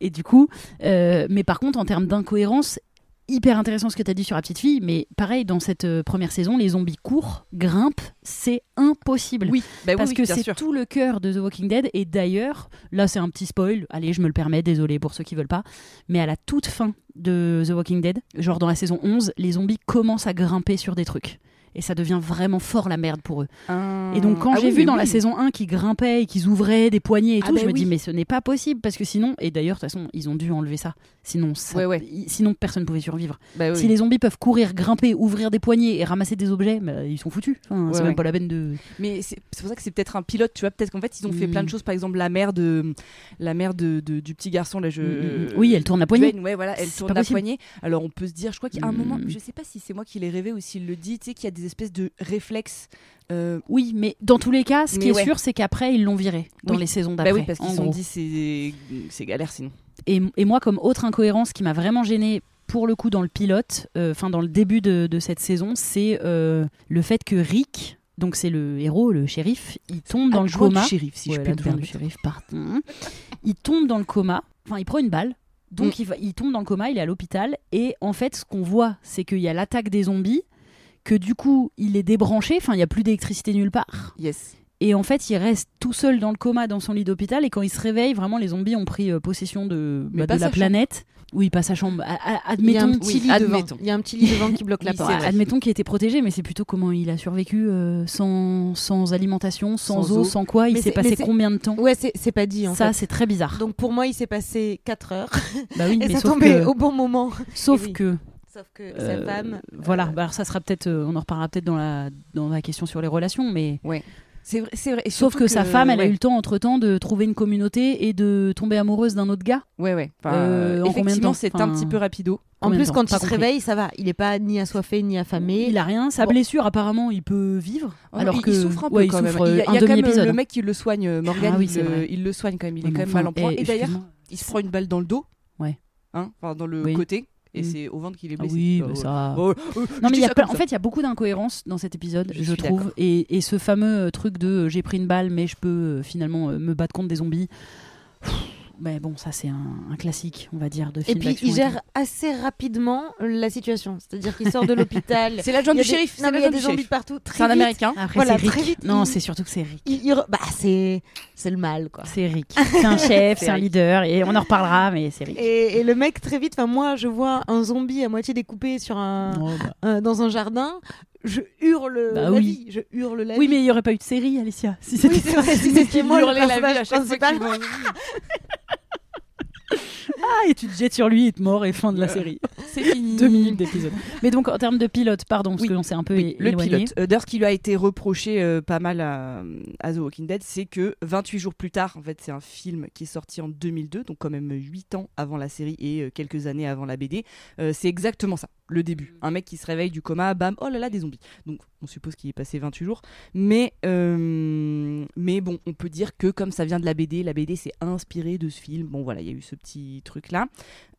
Speaker 11: Et du coup. euh, mais par contre, en termes d'incohérence. Hyper intéressant ce que tu as dit sur la petite fille, mais pareil, dans cette euh, première saison, les zombies courent, grimpent, c'est impossible
Speaker 3: Oui, bah oui,
Speaker 11: parce
Speaker 3: oui,
Speaker 11: que
Speaker 3: bien
Speaker 11: c'est
Speaker 3: sûr.
Speaker 11: tout le cœur de The Walking Dead et d'ailleurs là c'est un petit spoil allez je me le permets désolé pour ceux qui veulent pas mais à la toute fin de The Walking Dead genre dans la saison 11 les zombies commencent à grimper sur des trucs et ça devient vraiment fort la merde pour eux. Et donc quand
Speaker 3: Ah
Speaker 11: j'ai
Speaker 3: oui,
Speaker 11: vu
Speaker 3: mais
Speaker 11: dans la
Speaker 3: oui.
Speaker 11: saison 1 qu'ils grimpaient et qu'ils ouvraient des poignées et
Speaker 3: Ah
Speaker 11: tout,
Speaker 3: bah
Speaker 11: je me
Speaker 3: oui.
Speaker 11: dis mais ce n'est pas possible parce que sinon et d'ailleurs de toute façon ils ont dû enlever ça. Sinon ça-
Speaker 3: Ouais, ouais.
Speaker 11: i- sinon personne pouvait survivre.
Speaker 3: Bah oui.
Speaker 11: Si les zombies peuvent courir, grimper, ouvrir des poignées et ramasser des objets, bah, ils sont foutus. Enfin,
Speaker 3: Ouais,
Speaker 11: c'est même
Speaker 3: ouais.
Speaker 11: pas la peine de.
Speaker 3: Mais c'est c'est pour ça que c'est peut-être un pilote, tu vois. Peut-être qu'en fait, ils ont fait
Speaker 11: Mm.
Speaker 3: plein de choses. Par exemple, la mère, de, la mère de, de- du petit garçon, là, je.
Speaker 11: Mm, mm, mm. Oui, elle tourne la poignée.
Speaker 3: Dwayne, ouais, voilà, elle
Speaker 11: C'est
Speaker 3: tourne
Speaker 11: pas
Speaker 3: la
Speaker 11: possible.
Speaker 3: poignée. Alors, on peut se dire, je crois qu'il y a un
Speaker 11: Mm.
Speaker 3: moment, je sais pas si c'est moi qui l'ai rêvé ou s'il le dit, tu sais, qu'il y a des espèces de réflexes. euh,
Speaker 11: Oui, mais dans tous les cas, ce qui
Speaker 3: Mais
Speaker 11: est
Speaker 3: ouais.
Speaker 11: sûr, c'est qu'après, ils l'ont viré dans
Speaker 3: Oui.
Speaker 11: les saisons
Speaker 3: bah
Speaker 11: d'après.
Speaker 3: oui, parce
Speaker 11: en
Speaker 3: qu'ils ont
Speaker 11: gros.
Speaker 3: dit, c'est c'est galère sinon.
Speaker 11: Et, et moi, comme autre incohérence qui m'a vraiment gênée pour le coup dans le pilote, euh, enfin dans le début de, de cette saison, c'est euh, le fait que Rick, donc c'est le héros, le shérif, il tombe dans le
Speaker 3: Adjoint du
Speaker 11: coma.
Speaker 3: shérif, si
Speaker 11: Ouais,
Speaker 3: je peux
Speaker 11: l'adjoint du shérif, pardon. il tombe dans le coma, enfin il prend une balle, donc
Speaker 3: Mm.
Speaker 11: il, va- il tombe dans le coma, il est à l'hôpital, et en fait ce qu'on voit c'est qu'il y a l'attaque des zombies, que du coup il est débranché, enfin il n'y a plus d'électricité nulle part,
Speaker 3: Yes.
Speaker 11: et en fait il reste tout seul dans le coma dans son lit d'hôpital, et quand il se réveille vraiment les zombies ont pris euh, possession de,
Speaker 3: Mais
Speaker 11: bah,
Speaker 3: pas
Speaker 11: de la
Speaker 3: sa
Speaker 11: planète. Oui, pas sa chambre. A- a-
Speaker 14: Il y a
Speaker 11: Admettons,
Speaker 14: un petit
Speaker 3: oui,
Speaker 14: lit devant.
Speaker 3: admettons.
Speaker 14: Il y a un petit lit devant qui bloque la
Speaker 11: Oui,
Speaker 14: porte.
Speaker 11: c'est vrai. admettons qu'il était protégé, mais c'est plutôt comment il a survécu euh, sans, sans alimentation, sans,
Speaker 3: Sans
Speaker 11: eau,
Speaker 3: eau.
Speaker 11: sans quoi. Il
Speaker 14: Mais
Speaker 11: s'est
Speaker 14: c'est- mais
Speaker 11: passé
Speaker 14: c'est-
Speaker 11: combien de temps
Speaker 14: Ouais, c'est c'est pas dit en
Speaker 11: Ça,
Speaker 14: fait.
Speaker 11: c'est très bizarre.
Speaker 14: Donc pour moi, il s'est passé 4 heures
Speaker 11: Bah oui,
Speaker 14: et
Speaker 11: mais
Speaker 14: ça
Speaker 11: sauf
Speaker 14: tombait
Speaker 11: que-
Speaker 14: au bon moment.
Speaker 11: Sauf
Speaker 14: Et oui.
Speaker 11: que
Speaker 14: Sauf que
Speaker 11: euh,
Speaker 14: sa femme.
Speaker 11: Voilà, Bah, alors ça sera peut-être, euh, on en reparlera peut-être dans la dans la question sur les relations, mais
Speaker 3: C'est vrai, c'est vrai. Et
Speaker 11: sauf
Speaker 3: surtout
Speaker 11: que, sa femme, elle a
Speaker 3: ouais.
Speaker 11: eu le temps entre temps de trouver une communauté et de tomber amoureuse d'un autre gars.
Speaker 3: Ouais, ouais. Enfin,
Speaker 11: Euh, en combien de temps
Speaker 3: effectivement, c'est un
Speaker 11: Enfin,
Speaker 3: petit peu rapido.
Speaker 14: En
Speaker 11: combien de
Speaker 14: plus,
Speaker 11: temps
Speaker 14: quand
Speaker 11: Pas
Speaker 14: il se
Speaker 11: compris.
Speaker 14: réveille, ça va. Il est pas ni assoiffé ni affamé.
Speaker 11: Il a rien, sa
Speaker 3: Bon.
Speaker 11: blessure apparemment, il peut vivre. alors
Speaker 3: Oh, il,
Speaker 11: que
Speaker 3: il souffre un peu
Speaker 11: ouais, il
Speaker 3: quand même.
Speaker 11: souffre, euh,
Speaker 3: Il y a, il y
Speaker 11: un
Speaker 3: a quand même
Speaker 11: demi-épisode.
Speaker 3: le mec qui le soigne, euh, Morgan.
Speaker 11: Ah oui,
Speaker 3: il,
Speaker 11: c'est
Speaker 3: le-
Speaker 11: vrai.
Speaker 3: il le soigne quand même. Il
Speaker 11: Ouais,
Speaker 3: est quand
Speaker 11: mais
Speaker 3: même
Speaker 11: enfin,
Speaker 3: mal en point.
Speaker 11: eh,
Speaker 3: Et d'ailleurs,
Speaker 11: excuse-moi.
Speaker 3: il se prend une balle dans le dos.
Speaker 11: Ouais.
Speaker 3: Hein enfin, dans le
Speaker 11: Oui.
Speaker 3: côté. Et
Speaker 11: Mm.
Speaker 3: c'est au ventre qu'il est
Speaker 11: Ah
Speaker 3: blessé.
Speaker 11: oui,
Speaker 3: Oh,
Speaker 11: bah
Speaker 3: ouais.
Speaker 11: ça.
Speaker 3: Oh, oh,
Speaker 11: Non
Speaker 3: je
Speaker 11: mais
Speaker 3: dis
Speaker 11: il y a
Speaker 3: ça
Speaker 11: plein-
Speaker 3: comme
Speaker 11: en fait il y a beaucoup d'incohérences dans cet épisode,
Speaker 3: Je
Speaker 11: je,
Speaker 3: suis
Speaker 11: trouve,
Speaker 3: d'accord.
Speaker 11: et, et ce fameux euh, truc de euh, j'ai pris une balle mais je peux euh, finalement euh, me battre contre des zombies. Pff, Mais bon, ça c'est un, un classique, on va dire, de
Speaker 10: Et
Speaker 11: film
Speaker 10: puis
Speaker 11: d'action
Speaker 10: il
Speaker 11: tout.
Speaker 10: gère assez rapidement la situation, c'est-à-dire qu'il sort de l'hôpital.
Speaker 3: C'est l'adjoint
Speaker 10: Il y a
Speaker 3: du
Speaker 10: des-
Speaker 3: shérif.
Speaker 10: Non, mais il y a
Speaker 3: l'adjoint
Speaker 10: des
Speaker 3: du
Speaker 10: zombies de
Speaker 3: shérif.
Speaker 10: partout. Très
Speaker 3: C'est un
Speaker 10: vite,
Speaker 3: américain.
Speaker 11: Après,
Speaker 10: Voilà,
Speaker 11: c'est Rick.
Speaker 10: très vite,
Speaker 11: non,
Speaker 10: il-
Speaker 11: c'est surtout que c'est Rick.
Speaker 10: il- il re- Bah, c'est c'est le mal, quoi.
Speaker 11: C'est Rick. C'est un chef,
Speaker 3: C'est
Speaker 11: c'est un
Speaker 3: Rick.
Speaker 11: leader, et on en reparlera, mais c'est Rick.
Speaker 14: Et, et le mec, très vite, enfin, moi, je vois un zombie à moitié découpé sur un,
Speaker 11: Oh, bah.
Speaker 14: un- dans un jardin. Je hurle
Speaker 11: Bah
Speaker 14: la
Speaker 11: oui.
Speaker 14: vie. Je hurle la
Speaker 11: Oui,
Speaker 14: vie.
Speaker 11: mais il n'y aurait pas eu de série, Alicia, si c'était
Speaker 14: Oui, c'est vrai, si c'était moi le
Speaker 3: hurlait la vie à
Speaker 14: personnage
Speaker 3: chaque fois
Speaker 14: principal.
Speaker 11: Ah, et tu te jettes sur lui, il te mord et fin de la série.
Speaker 3: C'est fini.
Speaker 11: Deux minutes d'épisode. Mais donc en termes de pilote, pardon, parce
Speaker 3: Oui.
Speaker 11: que l'on s'est un peu
Speaker 3: Oui, le
Speaker 11: éloigné.
Speaker 3: pilote. Euh, D'ailleurs, ce qui lui a été reproché euh, pas mal à, à The Walking Dead, c'est que 28 jours plus tard, en fait, c'est un film qui est sorti en 2002, donc quand même 8 ans avant la série et euh, quelques années avant la BD. Euh, c'est exactement ça, le début.
Speaker 11: Mm.
Speaker 3: Un mec qui se réveille du coma, bam, oh là là, des zombies. Donc, on suppose qu'il est passé 28 jours. Mais, euh, mais bon, on peut dire que comme ça vient de la BD, la BD s'est inspirée de ce film. Bon, voilà, il y a eu ce petit truc-là.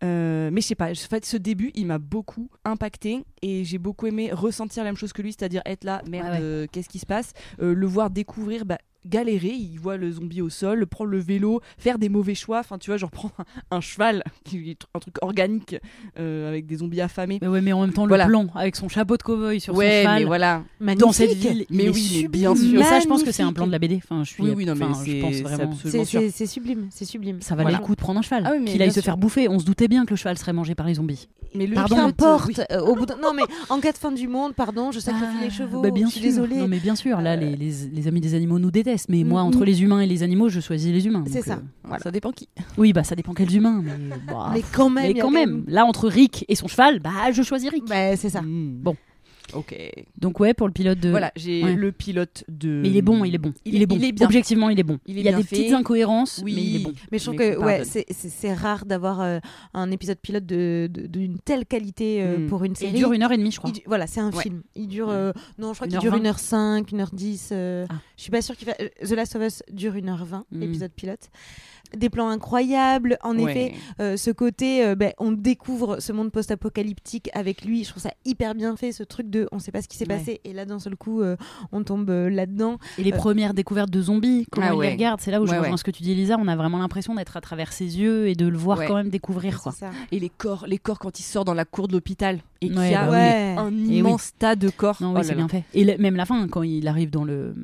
Speaker 3: Euh, mais je sais pas, en fait, ce début, il m'a beaucoup impacté et j'ai beaucoup aimé ressentir la même chose que lui, c'est-à-dire être là, merde,
Speaker 11: Ouais, ouais.
Speaker 3: euh, qu'est-ce qui se passe Euh, Le voir découvrir, bah, galérer, il voit le zombie au sol, prendre le vélo, faire des mauvais choix, enfin, tu vois, genre prendre un, un cheval, qui est un truc organique, euh, avec des zombies affamés.
Speaker 11: Mais ouais, mais en même temps, le
Speaker 3: Voilà.
Speaker 11: plan avec son chapeau de cow-boy sur
Speaker 3: ouais,
Speaker 11: son cheval
Speaker 3: mais voilà.
Speaker 11: dans
Speaker 10: Magnifique.
Speaker 11: cette ville.
Speaker 3: Mais
Speaker 11: il est
Speaker 3: oui, mais
Speaker 11: sublime.
Speaker 3: bien sûr.
Speaker 11: Et ça, je pense que c'est un
Speaker 10: Magnifique.
Speaker 11: plan de la BD. Enfin, je suis.
Speaker 3: Oui, oui, non, mais
Speaker 11: enfin, je
Speaker 3: c'est-
Speaker 11: pense
Speaker 3: c'est
Speaker 11: vraiment.
Speaker 3: absolument-
Speaker 10: C'est-
Speaker 3: sûr.
Speaker 10: C'est c'est sublime, c'est sublime.
Speaker 11: Ça valait
Speaker 3: Voilà.
Speaker 11: le coup de prendre un cheval.
Speaker 3: Ah oui, mais
Speaker 11: Qu'il aille
Speaker 3: bien
Speaker 11: se
Speaker 3: sûr.
Speaker 11: faire bouffer. On se doutait bien que le cheval serait mangé par les zombies.
Speaker 3: Mais le
Speaker 10: Pardon,
Speaker 3: pilote,
Speaker 10: importe.
Speaker 3: oui.
Speaker 10: euh, au bout d'un- non mais en cas de fin du monde, pardon, je sacrifie
Speaker 11: Ah,
Speaker 10: les chevaux.
Speaker 11: bah, bien
Speaker 10: je suis
Speaker 11: sûr.
Speaker 10: désolée.
Speaker 11: Non, mais bien sûr. Là,
Speaker 10: Euh,
Speaker 11: les, les- les amis des animaux nous détestent. Mais moi,
Speaker 10: Mm,
Speaker 11: entre
Speaker 10: mm.
Speaker 11: les humains et les animaux, je choisis les humains.
Speaker 10: C'est
Speaker 11: donc,
Speaker 10: ça.
Speaker 11: euh,
Speaker 3: Ça dépend qui.
Speaker 11: Oui, bah ça dépend quels humains. Mais, bah,
Speaker 10: Mais quand même.
Speaker 11: mais
Speaker 10: il y a
Speaker 11: quand même. Là, entre Rick et son cheval, bah je choisis Rick.
Speaker 10: Bah, c'est ça.
Speaker 3: Mm.
Speaker 11: Bon.
Speaker 3: Ok.
Speaker 11: Donc ouais, pour le pilote de.
Speaker 3: Voilà, j'ai
Speaker 11: ouais.
Speaker 3: le pilote de.
Speaker 11: Mais il est bon, il est bon.
Speaker 3: Il
Speaker 11: Il,
Speaker 3: est-
Speaker 11: est bon.
Speaker 3: il est bien.
Speaker 11: Objectivement, il est bon.
Speaker 3: Il
Speaker 11: Il,
Speaker 3: est
Speaker 11: y a
Speaker 3: bien
Speaker 11: des
Speaker 3: fait.
Speaker 11: petites incohérences,
Speaker 3: Oui,
Speaker 11: mais il est bon.
Speaker 10: Mais je trouve
Speaker 3: Mais
Speaker 10: que
Speaker 3: qu'on
Speaker 10: ouais,
Speaker 3: pardonne.
Speaker 10: c'est- c'est c'est rare d'avoir euh, un épisode pilote de- de- d'une telle qualité euh,
Speaker 3: Mm.
Speaker 10: pour une
Speaker 11: Il
Speaker 10: série.
Speaker 11: dure une heure et demie, je crois.
Speaker 10: Il du- voilà, c'est un
Speaker 3: Ouais.
Speaker 10: film. Il dure. euh, non, je crois
Speaker 11: Une
Speaker 10: qu'il
Speaker 11: heure
Speaker 10: dure
Speaker 11: vingt.
Speaker 10: 1h05, 1h10. euh,
Speaker 11: Ah.
Speaker 10: Je suis pas sûre qu'il va. euh, The Last of Us dure 1h20,
Speaker 11: Mm.
Speaker 10: l'épisode pilote. Des plans incroyables. En
Speaker 3: Ouais.
Speaker 10: effet, euh, ce côté, euh, ben, on découvre ce monde post-apocalyptique avec lui. Je trouve ça hyper bien fait, ce truc de on sait pas ce qui s'est
Speaker 11: Ouais.
Speaker 10: passé. Et là, d'un seul coup, euh, on tombe euh, là-dedans.
Speaker 11: Et les
Speaker 10: Euh,
Speaker 11: premières découvertes de zombies, comment
Speaker 3: Ah
Speaker 11: il
Speaker 3: ouais.
Speaker 11: les regarde, c'est là où je
Speaker 3: Ouais,
Speaker 11: rejoins
Speaker 3: ouais.
Speaker 11: ce que tu dis, Elisa. On a vraiment l'impression d'être à travers ses yeux et de le voir
Speaker 3: Ouais.
Speaker 11: quand même découvrir, quoi.
Speaker 10: C'est ça.
Speaker 3: Et les corps, les corps quand il sort dans la cour de l'hôpital et qu'il
Speaker 11: Ouais,
Speaker 3: y a
Speaker 11: bah
Speaker 10: Ouais.
Speaker 3: un
Speaker 11: oui.
Speaker 3: immense tas de corps.
Speaker 11: Non,
Speaker 3: Oh
Speaker 11: oui,
Speaker 3: là
Speaker 11: c'est
Speaker 3: là.
Speaker 11: bien fait. Et la- même la fin, quand il arrive dans le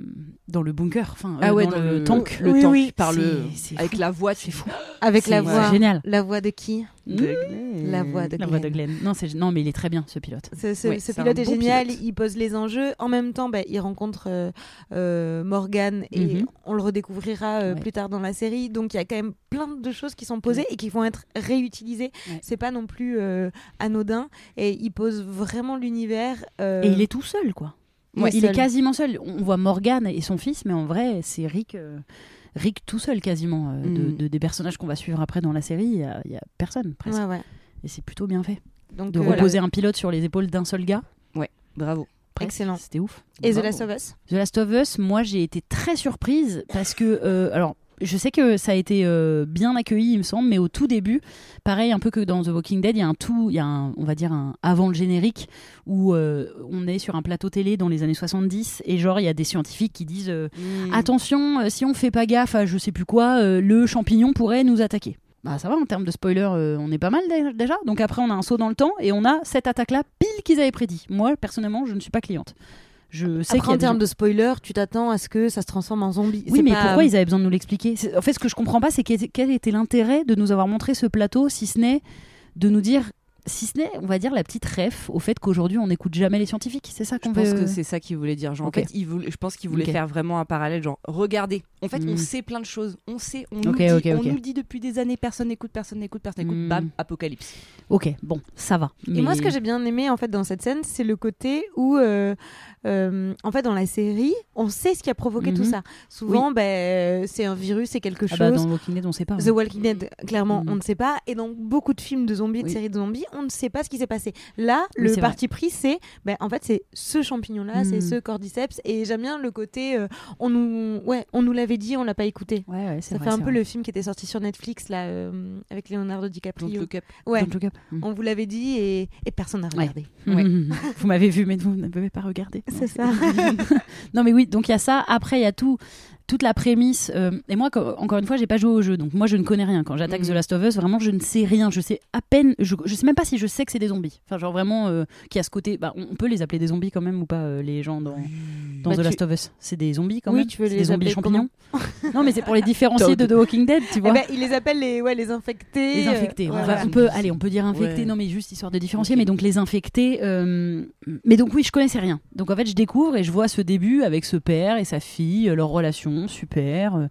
Speaker 11: dans le bunker, enfin,
Speaker 3: Ah
Speaker 11: euh,
Speaker 3: ouais,
Speaker 11: dans,
Speaker 3: dans
Speaker 11: le,
Speaker 3: le-
Speaker 11: tank,
Speaker 3: le
Speaker 10: Oui,
Speaker 3: tank
Speaker 10: oui.
Speaker 3: par le
Speaker 11: C'est- c'est
Speaker 3: avec
Speaker 11: fou.
Speaker 3: la voix, tu "Ah,
Speaker 11: c'est fou.
Speaker 10: Avec la
Speaker 11: C'est-
Speaker 10: voix.
Speaker 11: C'est génial.
Speaker 10: La voix de qui La voix de
Speaker 11: La voix de
Speaker 10: Glenn.
Speaker 11: Glenn. Non, c'est non, mais il est très bien ce pilote.
Speaker 10: Ce, ce-
Speaker 3: Ouais,
Speaker 10: ce
Speaker 3: c'est un
Speaker 10: pilote est
Speaker 3: bon
Speaker 10: génial,
Speaker 3: pilote.
Speaker 10: il pose les enjeux. En même temps, bah, il rencontre euh, euh, Morgan et
Speaker 11: Mhm.
Speaker 10: on le redécouvrira euh,
Speaker 11: Ouais.
Speaker 10: plus tard dans la série. Donc il y a quand même plein de choses qui sont posées et qui vont être réutilisées.
Speaker 11: Ouais.
Speaker 10: C'est pas non plus euh, anodin et il pose vraiment l'univers. euh,
Speaker 11: Et il est tout seul, quoi.
Speaker 10: Ouais,
Speaker 11: il
Speaker 10: seul.
Speaker 11: est quasiment seul. On voit Morgan et son fils, mais en vrai, c'est Rick, euh, Rick tout seul quasiment euh, de,
Speaker 3: Mm.
Speaker 11: de- des personnages qu'on va suivre après dans la série. Il y a, il y a personne presque,
Speaker 10: Ouais, ouais.
Speaker 11: et c'est plutôt bien fait.
Speaker 10: Donc,
Speaker 11: De
Speaker 10: euh, voilà.
Speaker 11: reposer un pilote sur les épaules d'un seul gars,
Speaker 3: Bravo.
Speaker 11: presque,
Speaker 10: Excellent.
Speaker 11: C'était ouf.
Speaker 10: Et The
Speaker 3: Bravo.
Speaker 10: Last of Us
Speaker 11: The Last of Us, moi j'ai été très surprise parce que, euh, alors je sais que ça a été euh, bien accueilli, il me semble, mais au tout début, pareil un peu que dans The Walking Dead, il y a un tout, il y a un, on va dire un avant le générique où euh, on est sur un plateau télé dans les années 70 et genre il y a des scientifiques qui disent euh,
Speaker 10: Mm.
Speaker 11: attention, euh, si on fait pas gaffe à je sais plus quoi, euh, le champignon pourrait nous attaquer. Bah ça va, en termes de spoiler, euh, on est pas mal dé- déjà. Donc après, on a un saut dans le temps et on a cette attaque-là pile qu'ils avaient prédit. Moi, personnellement, je ne suis pas cliente. Je sais
Speaker 10: Après,
Speaker 11: qu'en
Speaker 10: en termes de spoiler, tu t'attends à ce que ça se transforme en zombie.
Speaker 11: Oui,
Speaker 10: C'est
Speaker 11: mais
Speaker 10: pas- euh,
Speaker 11: pourquoi ils avaient besoin de nous l'expliquer C'est- En fait, ce que je comprends pas, c'est quel quel était l'intérêt de nous avoir montré ce plateau, si ce n'est de nous dire, si ce n'est, on va dire, la petite ref au fait qu'aujourd'hui, on n'écoute jamais les scientifiques. C'est ça
Speaker 3: Je
Speaker 11: qu'on veut.
Speaker 3: pense que c'est ça qu'il voulait dire. Genre,
Speaker 11: Ok.
Speaker 3: en fait, il voulait- je pense qu'il voulait
Speaker 11: Ok.
Speaker 3: faire vraiment un parallèle. Genre, regardez, en fait,
Speaker 11: Mm.
Speaker 3: on sait plein de choses. On sait, on, nous,
Speaker 11: Ok,
Speaker 3: dit,
Speaker 11: ok,
Speaker 3: on
Speaker 11: ok.
Speaker 3: nous le dit depuis des années. Personne n'écoute, personne n'écoute, personne n'écoute.
Speaker 11: Mm.
Speaker 3: Bam, apocalypse.
Speaker 11: Ok, bon, ça va.
Speaker 10: Et
Speaker 11: mais-
Speaker 10: moi, ce que j'ai bien aimé en fait dans cette scène, c'est le côté où, euh, euh, en fait, dans la série, on sait ce qui a provoqué
Speaker 11: Mhm.
Speaker 10: tout ça. Souvent, ben, euh, c'est un virus, c'est quelque
Speaker 11: Ah
Speaker 10: chose.
Speaker 11: bah, dans Walking Dead, on sait pas.
Speaker 10: The Walking Dead, clairement,
Speaker 11: Mhm.
Speaker 10: on ne sait pas. Et dans beaucoup de films de zombies, de
Speaker 11: Oui.
Speaker 10: séries de zombies, on ne sait pas ce qui s'est passé. Là,
Speaker 11: Oui,
Speaker 10: le
Speaker 11: c'est
Speaker 10: parti pris, c'est, ben, en fait, c'est ce champignon-là, c'est
Speaker 11: Mhm.
Speaker 10: ce cordyceps. Et j'aime bien le côté, euh, on nous, ouais, on nous l'avait dit, on l'a pas écouté.
Speaker 11: Ouais, ouais, c'est
Speaker 10: Ça
Speaker 11: vrai,
Speaker 10: fait un
Speaker 11: c'est
Speaker 10: peu
Speaker 11: vrai.
Speaker 10: le film qui était sorti sur Netflix là, euh, avec Leonardo
Speaker 3: Don't
Speaker 10: DiCaprio.
Speaker 3: look up.
Speaker 10: Ouais,
Speaker 11: Don't look up. Mm.
Speaker 10: on vous l'avait dit et, et personne n'a
Speaker 11: Ouais.
Speaker 10: regardé.
Speaker 3: Ouais.
Speaker 11: Mm. vous
Speaker 10: Eh
Speaker 11: m'avez vu, mais vous ne m'avez pas regardé.
Speaker 10: C'est ça.
Speaker 11: Non, mais oui, donc il y a ça. Après, il y a tout. toute la prémisse. euh, et moi, co- encore une fois, j'ai pas joué au jeu, donc moi je ne connais rien. Quand j'attaque
Speaker 3: Mhm.
Speaker 11: The Last of Us, vraiment, je ne sais rien. Je sais à peine. Je, je sais même pas si je sais que c'est des zombies. Enfin, genre vraiment, euh, qui a ce côté. Bah, on on peut les appeler des zombies quand même ou pas euh, les gens dans, dans
Speaker 10: Bah,
Speaker 11: The
Speaker 10: tu-
Speaker 11: Last of Us C'est des zombies quand
Speaker 10: Oui,
Speaker 11: même.
Speaker 10: tu veux
Speaker 11: C'est
Speaker 10: les
Speaker 11: des zombies
Speaker 10: appeler
Speaker 11: champignons. non, mais c'est pour les différencier de The Walking Dead, tu vois.
Speaker 10: Eh ben, ils les appellent les, ouais, les infectés.
Speaker 11: Les
Speaker 10: euh,
Speaker 11: infectés. on, va-
Speaker 10: voilà.
Speaker 11: on peut, allez, on peut dire infectés.
Speaker 3: Ouais.
Speaker 11: Non, mais juste histoire de différencier.
Speaker 3: Ok.
Speaker 11: Mais donc les infectés. euh, Mais donc oui, je connaissais rien. Donc en fait, je découvre et je vois ce début avec ce père et sa fille, euh, leur relation, super. euh,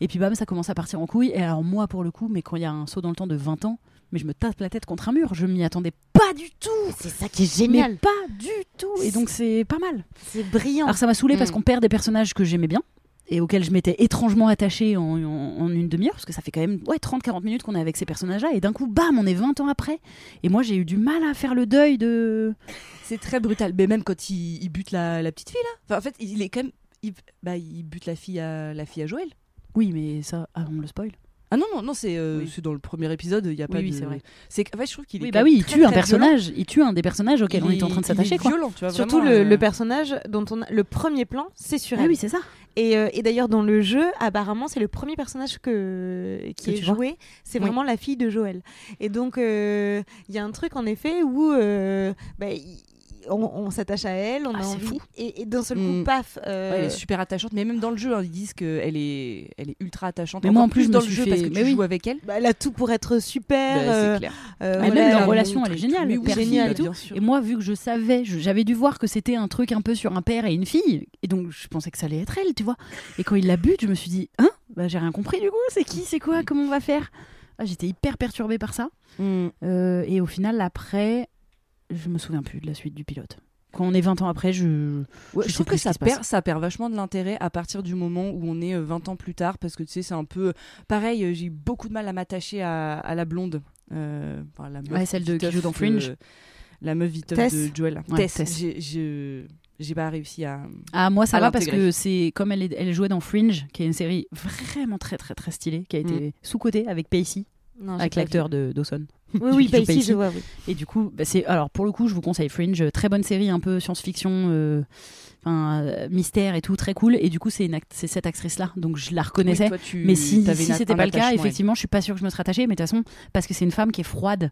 Speaker 11: Et puis bam, ça commence à partir en couille. Et alors moi, pour le coup, mais quand il y a un saut dans le temps de 20 ans, mais je me tape la tête contre un mur. Je m'y attendais pas du tout.
Speaker 10: C'est ça qui est
Speaker 11: Mais
Speaker 10: génial.
Speaker 11: pas du tout. Et donc c'est pas mal.
Speaker 10: C'est brillant.
Speaker 11: Alors ça m'a saoulé parce
Speaker 3: Mm.
Speaker 11: qu'on perd des personnages que j'aimais bien et auxquels je m'étais étrangement attachée en, en- en une demi-heure, parce que ça fait quand même ouais, 30-40 minutes qu'on est avec ces personnages-là, et d'un coup, bam, on est 20 ans après. Et moi, j'ai eu du mal à faire le deuil de...
Speaker 3: C'est très brutal. Mais même quand il, il bute la, la petite fille, là. Enfin, en fait, il est quand même. Il, bah, il bute la fille à, la fille à Joël.
Speaker 11: Oui, mais ça, ah, on le spoil.
Speaker 3: Ah non, non, non, c'est euh,
Speaker 11: Oui.
Speaker 3: c'est dans le premier épisode, il y a pas
Speaker 11: Oui, oui,
Speaker 3: de-
Speaker 11: c'est vrai.
Speaker 3: C'est que- en fait, je trouve qu'il est.
Speaker 11: Oui,
Speaker 3: quand
Speaker 11: bah
Speaker 3: même
Speaker 11: oui, il
Speaker 3: très,
Speaker 11: tue un
Speaker 3: très
Speaker 11: personnage, il tue un des personnages
Speaker 3: violent.
Speaker 11: auxquels on
Speaker 3: Il
Speaker 11: était en train de
Speaker 3: il est
Speaker 11: s'attacher, quoi.
Speaker 3: violent, tu vois,
Speaker 10: Surtout
Speaker 3: vraiment,
Speaker 10: le,
Speaker 3: euh,
Speaker 10: le personnage dont on a le premier plan, c'est sur
Speaker 11: Ah
Speaker 10: elle.
Speaker 11: oui, c'est ça.
Speaker 10: Et, euh, et d'ailleurs, dans le jeu, apparemment, c'est le premier personnage que, qui
Speaker 11: Que
Speaker 10: est
Speaker 11: tu vois.
Speaker 10: joué. C'est
Speaker 11: Oui.
Speaker 10: vraiment la fille de Joël. Et donc, euh, il y a un truc, en effet, où euh, bah, il- on, on s'attache à elle, on
Speaker 11: Ah,
Speaker 10: a
Speaker 11: c'est
Speaker 10: envie.
Speaker 11: fou.
Speaker 10: Et, et d'un seul coup,
Speaker 3: Mm.
Speaker 10: paf. euh,
Speaker 3: Ouais, elle est super attachante, mais même dans le jeu, hein, ils disent qu'elle est, elle est ultra attachante.
Speaker 11: Mais moi,
Speaker 3: Encore
Speaker 11: en plus, je me
Speaker 3: dans le
Speaker 11: suis
Speaker 3: jeu,
Speaker 11: fait-
Speaker 3: parce que tu
Speaker 11: mais oui.
Speaker 3: joues avec elle.
Speaker 10: bah, elle a tout pour être super.
Speaker 3: Bah,
Speaker 10: euh,
Speaker 3: c'est clair.
Speaker 10: euh,
Speaker 11: Mais
Speaker 10: voilà,
Speaker 11: même leur
Speaker 10: elle-
Speaker 11: relation, elle est géniale.
Speaker 3: Mais
Speaker 11: le
Speaker 3: oui,
Speaker 11: père-fille
Speaker 10: génial.
Speaker 11: et tout.
Speaker 3: bien sûr.
Speaker 11: Et moi, vu que je savais, je- j'avais dû voir que c'était un truc un peu sur un père et une fille, et donc je pensais que ça allait être elle, tu vois. Et quand il la bute, je me suis dit, hein Bah j'ai rien compris du coup, c'est qui, c'est quoi, comment on va faire Ah, J'étais hyper perturbée par ça.
Speaker 3: Mm.
Speaker 11: Euh, et au final, après, je me souviens plus de la suite du pilote. Quand on est 20 ans après, je. Je
Speaker 3: Ouais, je
Speaker 11: sais
Speaker 3: trouve
Speaker 11: plus
Speaker 3: que
Speaker 11: ce qui
Speaker 3: ça
Speaker 11: se
Speaker 3: perd, ça perd vachement de l'intérêt à partir du moment où on est euh, 20 ans plus tard, parce que tu sais, c'est un peu pareil. euh, J'ai eu beaucoup de mal à m'attacher à, à la blonde, euh, enfin, la meuf
Speaker 11: Ouais, celle de- qui
Speaker 3: viteuf euh,
Speaker 11: joue dans Fringe.
Speaker 3: la meuf viteuf
Speaker 10: Tess.
Speaker 3: de Joel.
Speaker 11: Ouais,
Speaker 3: Tess.
Speaker 11: Tess.
Speaker 3: J'ai- je- J'ai pas réussi à.
Speaker 11: Ah, moi, ça
Speaker 3: À
Speaker 11: va parce
Speaker 3: l'intégrer.
Speaker 11: que c'est comme elle, est- elle jouait dans Fringe, qui est une série vraiment très, très, très stylée, qui a été
Speaker 3: Mm.
Speaker 11: sous-cotée avec Pacey,
Speaker 3: Ah,
Speaker 10: Non, j'ai
Speaker 11: avec
Speaker 10: pas vu.
Speaker 11: l'acteur de Dawson.
Speaker 10: Oui, oui,
Speaker 11: qui
Speaker 10: pas
Speaker 11: joue
Speaker 10: ici,
Speaker 11: Pacey.
Speaker 10: je vois. oui.
Speaker 11: Et du coup, bah, c'est alors pour le coup, je vous conseille Fringe, euh, très bonne série, un peu science-fiction, euh, enfin, euh, mystère et tout, très cool. Et du coup, c'est une act- c'est cette actrice-là, donc je la reconnaissais.
Speaker 3: Oui, toi, tu-
Speaker 11: mais si,
Speaker 3: t'avais
Speaker 11: si
Speaker 3: une-
Speaker 11: c'était
Speaker 3: un
Speaker 11: pas le cas,
Speaker 3: attachement,
Speaker 11: effectivement, je suis pas sûre que je me serais attachée. Mais de toute façon, parce que c'est une femme qui est froide.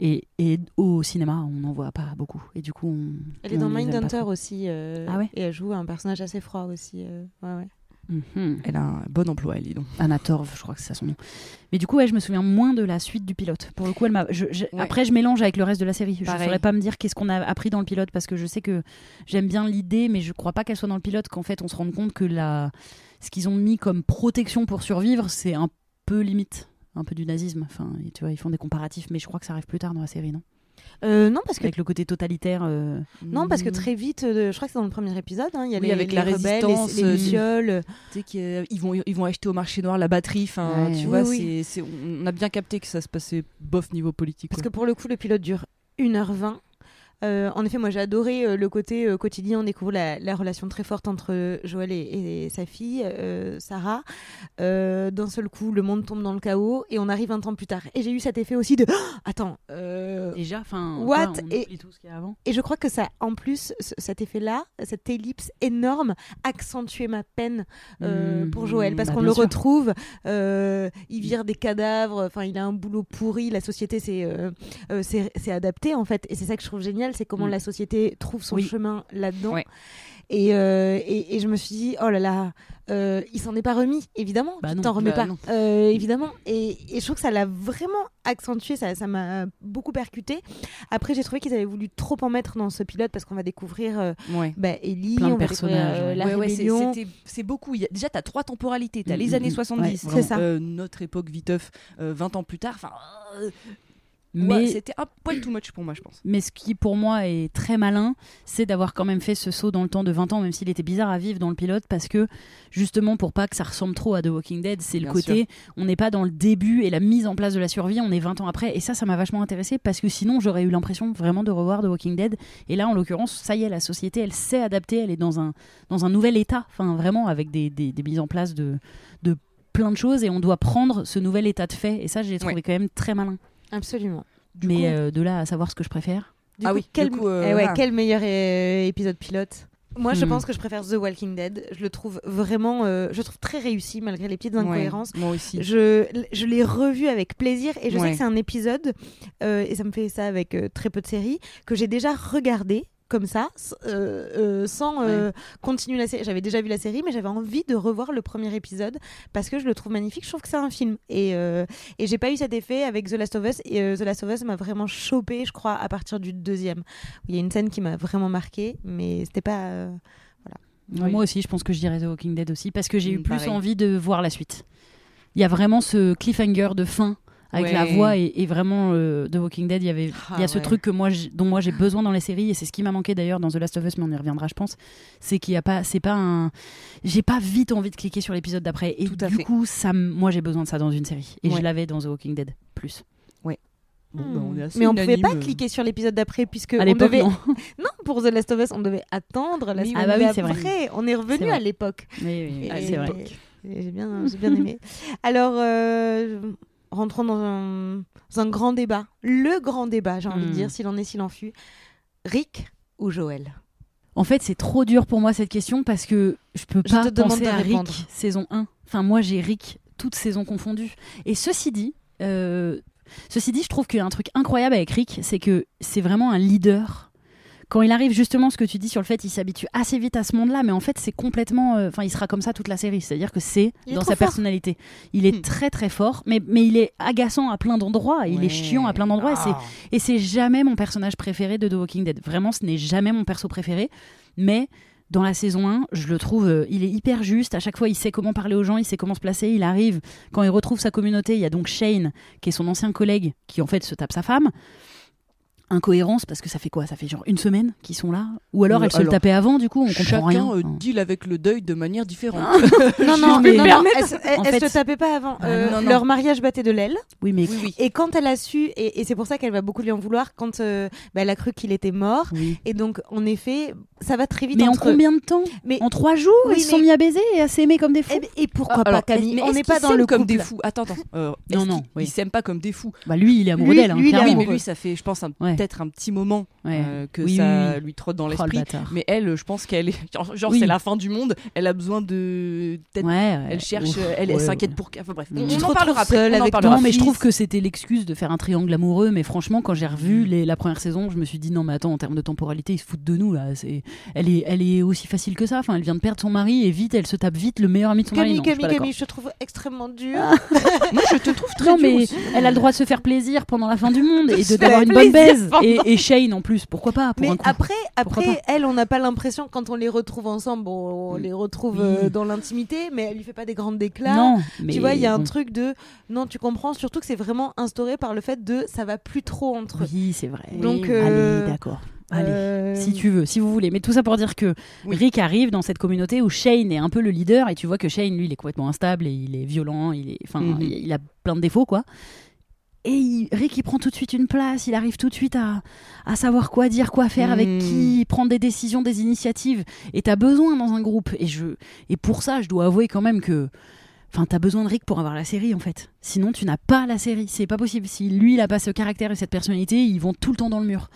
Speaker 11: Et, et au cinéma, on n'en voit pas beaucoup. Et du coup, on,
Speaker 10: Elle est dans
Speaker 11: on les aime pas
Speaker 10: Mindhunter
Speaker 11: trop.
Speaker 10: aussi. euh,
Speaker 11: Ah ouais
Speaker 10: Et elle joue un personnage assez froid aussi. euh, ouais, ouais.
Speaker 11: Mhm.
Speaker 3: Elle Elle a un bon emploi, elle, dis donc.
Speaker 11: Anna Torv, je crois que c'est ça son nom. Mais du coup, ouais, je me souviens moins de la suite du pilote. Pour le coup, elle m'a. je- je-
Speaker 3: Ouais.
Speaker 11: Après, je mélange avec le reste de la série. Je ne
Speaker 3: Pareil.
Speaker 11: saurais pas me dire qu'est-ce qu'on a appris dans le pilote parce que je sais que j'aime bien l'idée, mais je crois pas qu'elle soit dans le pilote. Qu'en fait, on se rende compte que la... ce qu'ils ont mis comme protection pour survivre, c'est un peu limite, un peu du nazisme. Enfin, et tu vois, ils font des comparatifs, mais je crois que ça arrive plus tard dans la série, non
Speaker 10: Euh, non, parce que
Speaker 11: Avec le côté totalitaire. euh,
Speaker 10: Non, parce que
Speaker 3: Mm.
Speaker 10: très vite, euh, je crois que c'est dans le premier épisode, hein, il y a
Speaker 3: Oui,
Speaker 10: les,
Speaker 3: avec
Speaker 10: les
Speaker 3: la
Speaker 10: rebelles, les-
Speaker 3: résistance,
Speaker 10: les,
Speaker 3: euh,
Speaker 10: lucioles.
Speaker 3: Tu sais qu'ils vont, ils vont acheter au marché noir la batterie. Enfin,
Speaker 11: Ouais.
Speaker 3: tu vois,
Speaker 10: Oui,
Speaker 3: c'est- c'est- on a bien capté que ça se passait bof niveau politique.
Speaker 10: Parce que
Speaker 3: quoi.
Speaker 10: pour le coup, le pilote dure 1h20. Euh, en effet, moi j'ai adoré euh, le côté euh, quotidien. On découvre la, la relation très forte entre euh, Joël et, et sa fille, euh, Sarah. Euh, D'un seul coup, le monde tombe dans le chaos et on arrive un temps plus tard. Et j'ai eu cet effet aussi de Ah, Attends, euh,
Speaker 11: Déjà, enfin.
Speaker 10: What
Speaker 11: voilà, on
Speaker 10: Et-
Speaker 11: oublie tout ce qu'il y a avant.
Speaker 10: Et je crois que ça, en plus, ce- cet effet-là, cette ellipse énorme, accentuait ma peine euh,
Speaker 11: Mmh,
Speaker 10: pour Joël. Parce
Speaker 11: bah,
Speaker 10: qu'on
Speaker 11: bien
Speaker 10: le
Speaker 11: sûr.
Speaker 10: retrouve, euh, il vire des cadavres, enfin, il a un boulot pourri, la société s'est euh, euh, s'est- s'est adaptée, en fait. Et c'est ça que je trouve génial, c'est comment
Speaker 11: Mmh.
Speaker 10: la société trouve son
Speaker 11: Oui.
Speaker 10: chemin là-dedans.
Speaker 3: Ouais.
Speaker 10: Et, euh, et, et je me suis dit, oh là là, euh, il s'en est pas remis, évidemment.
Speaker 11: Bah
Speaker 10: tu
Speaker 11: non,
Speaker 10: t'en remets
Speaker 3: bah
Speaker 10: pas,
Speaker 3: non.
Speaker 10: euh, évidemment. Et, et je trouve que ça l'a vraiment accentué, ça ça m'a beaucoup percuté. Après, j'ai trouvé qu'ils avaient voulu trop en mettre dans ce pilote parce qu'on va découvrir euh,
Speaker 3: Ouais.
Speaker 10: bah, Ellie,
Speaker 11: Plein de
Speaker 10: on va découvrir,
Speaker 11: personnages,
Speaker 10: euh,
Speaker 11: ouais.
Speaker 10: la
Speaker 3: Ouais, ouais, c'est-
Speaker 10: rébellion.
Speaker 3: c'était- c'est beaucoup. Il y a- déjà, tu as trois temporalités. Tu as
Speaker 11: Mm, mm,
Speaker 3: les années
Speaker 11: mm.
Speaker 3: 70,
Speaker 11: Ouais,
Speaker 10: c'est ça.
Speaker 3: euh, notre époque viteuf, euh, 20 ans plus tard. Enfin, euh,
Speaker 11: Mais.
Speaker 3: ouais, c'était un poil too much pour moi, je pense.
Speaker 11: Mais ce qui, pour moi, est très malin, c'est d'avoir quand même fait ce saut dans le temps de 20 ans, même s'il était bizarre à vivre dans le pilote, parce que, justement, pour pas que ça ressemble trop à The Walking Dead, c'est le
Speaker 3: Bien
Speaker 11: côté, on n'est pas dans le début et la mise en place de la survie, on est 20 ans après. Et ça, ça m'a vachement intéressé, parce que sinon, j'aurais eu l'impression vraiment de revoir The Walking Dead. Et là, en l'occurrence, ça y est, la société, elle s'est adaptée, elle est dans un, dans un nouvel état, enfin, vraiment, avec des, des- des mises en place de, de plein de choses, et on doit prendre ce nouvel état de fait. Et ça, je l'ai trouvé
Speaker 3: Ouais.
Speaker 11: quand même très malin.
Speaker 10: Absolument.
Speaker 3: Du
Speaker 11: Mais
Speaker 3: coup-
Speaker 11: euh, de là à savoir ce que je préfère.
Speaker 10: Du
Speaker 3: Ah
Speaker 10: coup,
Speaker 3: oui,
Speaker 10: quel,
Speaker 3: du coup, euh,
Speaker 10: eh ouais,
Speaker 3: voilà.
Speaker 10: quel meilleur euh, épisode pilote Moi, je
Speaker 11: Hmm.
Speaker 10: pense que je préfère The Walking Dead. Je le trouve vraiment, euh, je le trouve très réussi malgré les petites incohérences.
Speaker 3: Ouais, moi aussi.
Speaker 10: Je, je l'ai revu avec plaisir et je sais
Speaker 3: Ouais.
Speaker 10: que c'est un épisode, euh, et ça me fait ça avec euh, très peu de séries, que j'ai déjà regardé comme ça, s- euh, euh, sans euh, continuer la série. J'avais déjà vu la série, mais j'avais envie de revoir le premier épisode parce que je le trouve magnifique. Je trouve que c'est un film. Et, euh, et j'ai pas eu cet effet avec The Last of Us. Et euh, The Last of Us m'a vraiment chopé, je crois, à partir du deuxième. Il y a une scène qui m'a vraiment marqué, mais c'était pas. euh,
Speaker 11: Non,
Speaker 3: Oui.
Speaker 11: Moi aussi, je pense que je dirais The Walking Dead aussi, parce que j'ai eu
Speaker 3: Mm,
Speaker 11: plus
Speaker 3: pareil.
Speaker 11: envie de voir la suite. Il y a vraiment ce cliffhanger de fin avec
Speaker 3: Ouais.
Speaker 11: la voix et, et vraiment euh, The Walking Dead, il y avait, il y
Speaker 3: Ah
Speaker 11: a ce
Speaker 3: ouais.
Speaker 11: truc que moi, j'ai- dont moi j'ai besoin dans les séries et c'est ce qui m'a manqué d'ailleurs dans The Last of Us, mais on y reviendra, je pense. C'est qu'il y a pas, c'est pas un, j'ai pas vite envie de cliquer sur l'épisode d'après et
Speaker 3: Tout à
Speaker 11: du
Speaker 3: fait.
Speaker 11: coup, ça, m- moi j'ai besoin de ça dans une série et
Speaker 3: Ouais.
Speaker 11: je l'avais dans The Walking Dead plus.
Speaker 3: Bon, bah, on est
Speaker 10: hmm.
Speaker 3: assez
Speaker 10: mais on pouvait pas
Speaker 3: unanime.
Speaker 10: cliquer sur l'épisode d'après
Speaker 3: Euh,
Speaker 10: puisque
Speaker 11: à
Speaker 10: on
Speaker 11: l'époque,
Speaker 10: devait
Speaker 11: non.
Speaker 10: Non, pour The Last of Us, on devait attendre la
Speaker 11: Oui,
Speaker 10: semaine
Speaker 11: ah bah oui, c'est vrai.
Speaker 10: d'après. On est
Speaker 11: C'est
Speaker 10: revenu
Speaker 11: vrai.
Speaker 10: à l'époque.
Speaker 11: Mais oui, oui,
Speaker 10: Et-
Speaker 11: c'est vrai.
Speaker 10: et J'ai bien, j'ai bien aimé. Alors, euh, rentrons dans un, dans un grand débat. Le grand débat, j'ai envie de
Speaker 11: Hmm.
Speaker 10: dire, s'il en est, s'il en fut. Rick ou Joël
Speaker 11: En fait, c'est trop dur pour moi cette question parce que je peux
Speaker 10: Je
Speaker 11: pas
Speaker 10: te demande
Speaker 11: penser
Speaker 10: de
Speaker 11: à
Speaker 10: répondre.
Speaker 11: Rick saison 1. Enfin, moi j'ai Rick toutes saisons confondues. Et ceci dit, euh, ceci dit, je trouve qu'il y a un truc incroyable avec Rick, c'est que c'est vraiment un leader. Quand il arrive justement ce que tu dis sur le fait, il s'habitue assez vite à ce monde-là, mais en fait c'est complètement, euh, enfin il sera comme ça toute la série, c'est-à-dire que c'est
Speaker 10: Il est
Speaker 11: dans
Speaker 10: trop
Speaker 11: sa
Speaker 10: fort.
Speaker 11: personnalité. Il est
Speaker 3: Hmm.
Speaker 11: très très fort, mais, mais il est agaçant à plein d'endroits, il
Speaker 3: Ouais.
Speaker 11: est chiant à plein d'endroits, et c'est
Speaker 3: Ah.
Speaker 11: et c'est jamais mon personnage préféré de The Walking Dead. Vraiment, ce n'est jamais mon perso préféré. Mais dans la saison 1, je le trouve, euh, il est hyper juste. À chaque fois, il sait comment parler aux gens, il sait comment se placer. Il arrive. Quand il retrouve sa communauté, il y a donc Shane, qui est son ancien collègue, qui en fait se tape sa femme. Incohérence, parce que ça fait quoi Ça fait genre une semaine qu'ils sont là Ou alors
Speaker 3: Euh,
Speaker 11: elle se le
Speaker 3: alors,
Speaker 11: tapait avant, du coup, on comprend
Speaker 3: Chacun
Speaker 11: rien.
Speaker 3: euh,
Speaker 11: Enfin,
Speaker 3: deal avec le deuil de manière différente.
Speaker 10: Non,
Speaker 11: non,
Speaker 10: non,
Speaker 11: mais
Speaker 10: non,
Speaker 11: non,
Speaker 10: non,
Speaker 11: mais
Speaker 10: Elle, se- elle-
Speaker 11: en
Speaker 10: elle
Speaker 11: fait-
Speaker 10: se tapait pas avant.
Speaker 11: Ah,
Speaker 10: Euh,
Speaker 3: non, non.
Speaker 10: Leur mariage battait de l'aile.
Speaker 11: Oui, mais.
Speaker 3: oui, oui.
Speaker 10: Et quand elle a su, et, et c'est pour ça qu'elle va beaucoup lui en vouloir, quand euh, bah, elle a cru qu'il était mort.
Speaker 11: Oui.
Speaker 10: Et donc, en effet, ça va très vite
Speaker 11: Mais en
Speaker 10: entre eux.
Speaker 11: combien de temps
Speaker 10: Mais-
Speaker 11: En trois jours,
Speaker 10: Oui,
Speaker 11: ils se sont
Speaker 10: mais-
Speaker 11: mis à baiser et à s'aimer comme des fous.
Speaker 10: Eh ben, Et, pourquoi
Speaker 11: Ah,
Speaker 3: Alors,
Speaker 10: pas, Camille
Speaker 3: est-ce- mais
Speaker 10: On
Speaker 3: est-ce
Speaker 10: n'est pas
Speaker 3: qu'ils
Speaker 10: dans
Speaker 3: s'aiment
Speaker 10: le
Speaker 3: comme
Speaker 10: couple.
Speaker 3: des fous. Attends, attends. Euh,
Speaker 11: Non,
Speaker 3: est-ce
Speaker 11: non,
Speaker 3: qu'ils-
Speaker 11: oui.
Speaker 3: Ils s'aiment pas comme des fous.
Speaker 11: Bah, lui, il est amoureux
Speaker 10: Lui-
Speaker 11: d'elle. hein,
Speaker 10: lui, il est
Speaker 11: clairement.
Speaker 3: Ah Oui, mais
Speaker 10: amoureux.
Speaker 3: lui, ça fait, je pense, un-
Speaker 11: Ouais.
Speaker 3: peut-être un petit moment
Speaker 11: Ouais.
Speaker 3: euh, que
Speaker 11: Oui,
Speaker 3: ça
Speaker 11: oui, oui.
Speaker 3: lui trotte dans
Speaker 11: Oh, le
Speaker 3: l'esprit.
Speaker 11: bâtard.
Speaker 3: Mais elle, je pense qu'elle est. Genre, genre,
Speaker 11: Oui.
Speaker 3: c'est la fin du monde. Elle a besoin de. peut-être-
Speaker 11: Ouais, ouais.
Speaker 3: Elle cherche,
Speaker 11: Ouf,
Speaker 3: elle
Speaker 11: ouais,
Speaker 3: elle s'inquiète
Speaker 11: ouais.
Speaker 3: pour. Enfin bref,
Speaker 11: Mm.
Speaker 3: on,
Speaker 11: Tu
Speaker 3: on
Speaker 10: te
Speaker 3: en parlera
Speaker 10: retrouves
Speaker 3: après.
Speaker 10: seule
Speaker 3: on en
Speaker 10: euh, avec
Speaker 3: parlera
Speaker 11: Non, mais je
Speaker 3: après.
Speaker 11: trouve que c'était l'excuse de faire un triangle amoureux. Mais franchement, quand j'ai
Speaker 10: Mm.
Speaker 11: revu les- la première saison, je me suis dit non, mais attends, en termes de temporalité, ils se foutent de nous là. C'est, elle est, elle est aussi facile que ça. Enfin, elle vient de perdre son mari et vite, elle se tape vite le meilleur ami de son mari.
Speaker 10: Camille,
Speaker 11: Non, je suis
Speaker 10: Camille,
Speaker 11: pas
Speaker 10: Camille, je te trouve extrêmement dure.
Speaker 11: Ah,
Speaker 3: Moi, je te trouve très
Speaker 11: d'accord. Non,
Speaker 3: dure
Speaker 11: mais
Speaker 3: aussi.
Speaker 11: elle a le droit de se faire plaisir pendant la fin du monde et de
Speaker 10: se
Speaker 11: d'avoir
Speaker 10: faire
Speaker 11: une bonne baise
Speaker 10: plaisir pendant-
Speaker 11: et, et Shane en plus. Pourquoi pas pour
Speaker 10: Mais
Speaker 11: un coup.
Speaker 10: après,
Speaker 11: Pourquoi
Speaker 10: après elle, on n'a pas l'impression, quand on les retrouve ensemble, bon, on les retrouve euh,
Speaker 11: Oui.
Speaker 10: dans l'intimité, mais elle lui fait pas des grandes déclats.
Speaker 11: non, mais
Speaker 10: tu vois, il y a un
Speaker 11: bon.
Speaker 10: truc de. Non, tu comprends, surtout que c'est vraiment instauré par le fait de ça va plus trop entre eux.
Speaker 11: Oui, c'est vrai.
Speaker 10: Donc,
Speaker 11: Allez,
Speaker 10: euh,
Speaker 11: d'accord. Allez.
Speaker 10: Euh,
Speaker 11: si tu veux, si vous voulez. Mais tout ça pour dire que
Speaker 3: Oui.
Speaker 11: Rick arrive dans cette communauté où Shane est un peu le leader et tu vois que Shane, lui, il est complètement instable et il est violent, il, est, enfin,
Speaker 3: Mhm.
Speaker 11: il, il a plein de défauts, quoi. Et il- Rick, il prend tout de suite une place, il arrive tout de suite à, à savoir quoi dire, quoi faire, avec
Speaker 3: Mhm.
Speaker 11: qui, il prend des décisions, des initiatives. Et t'as besoin dans un groupe. Et, je, et pour ça, je dois avouer quand même que. Enfin, t'as besoin de Rick pour avoir la série en fait. Sinon, tu n'as pas la série. C'est pas possible. Si lui, il a pas ce caractère et cette personnalité, ils vont tout le temps dans le mur.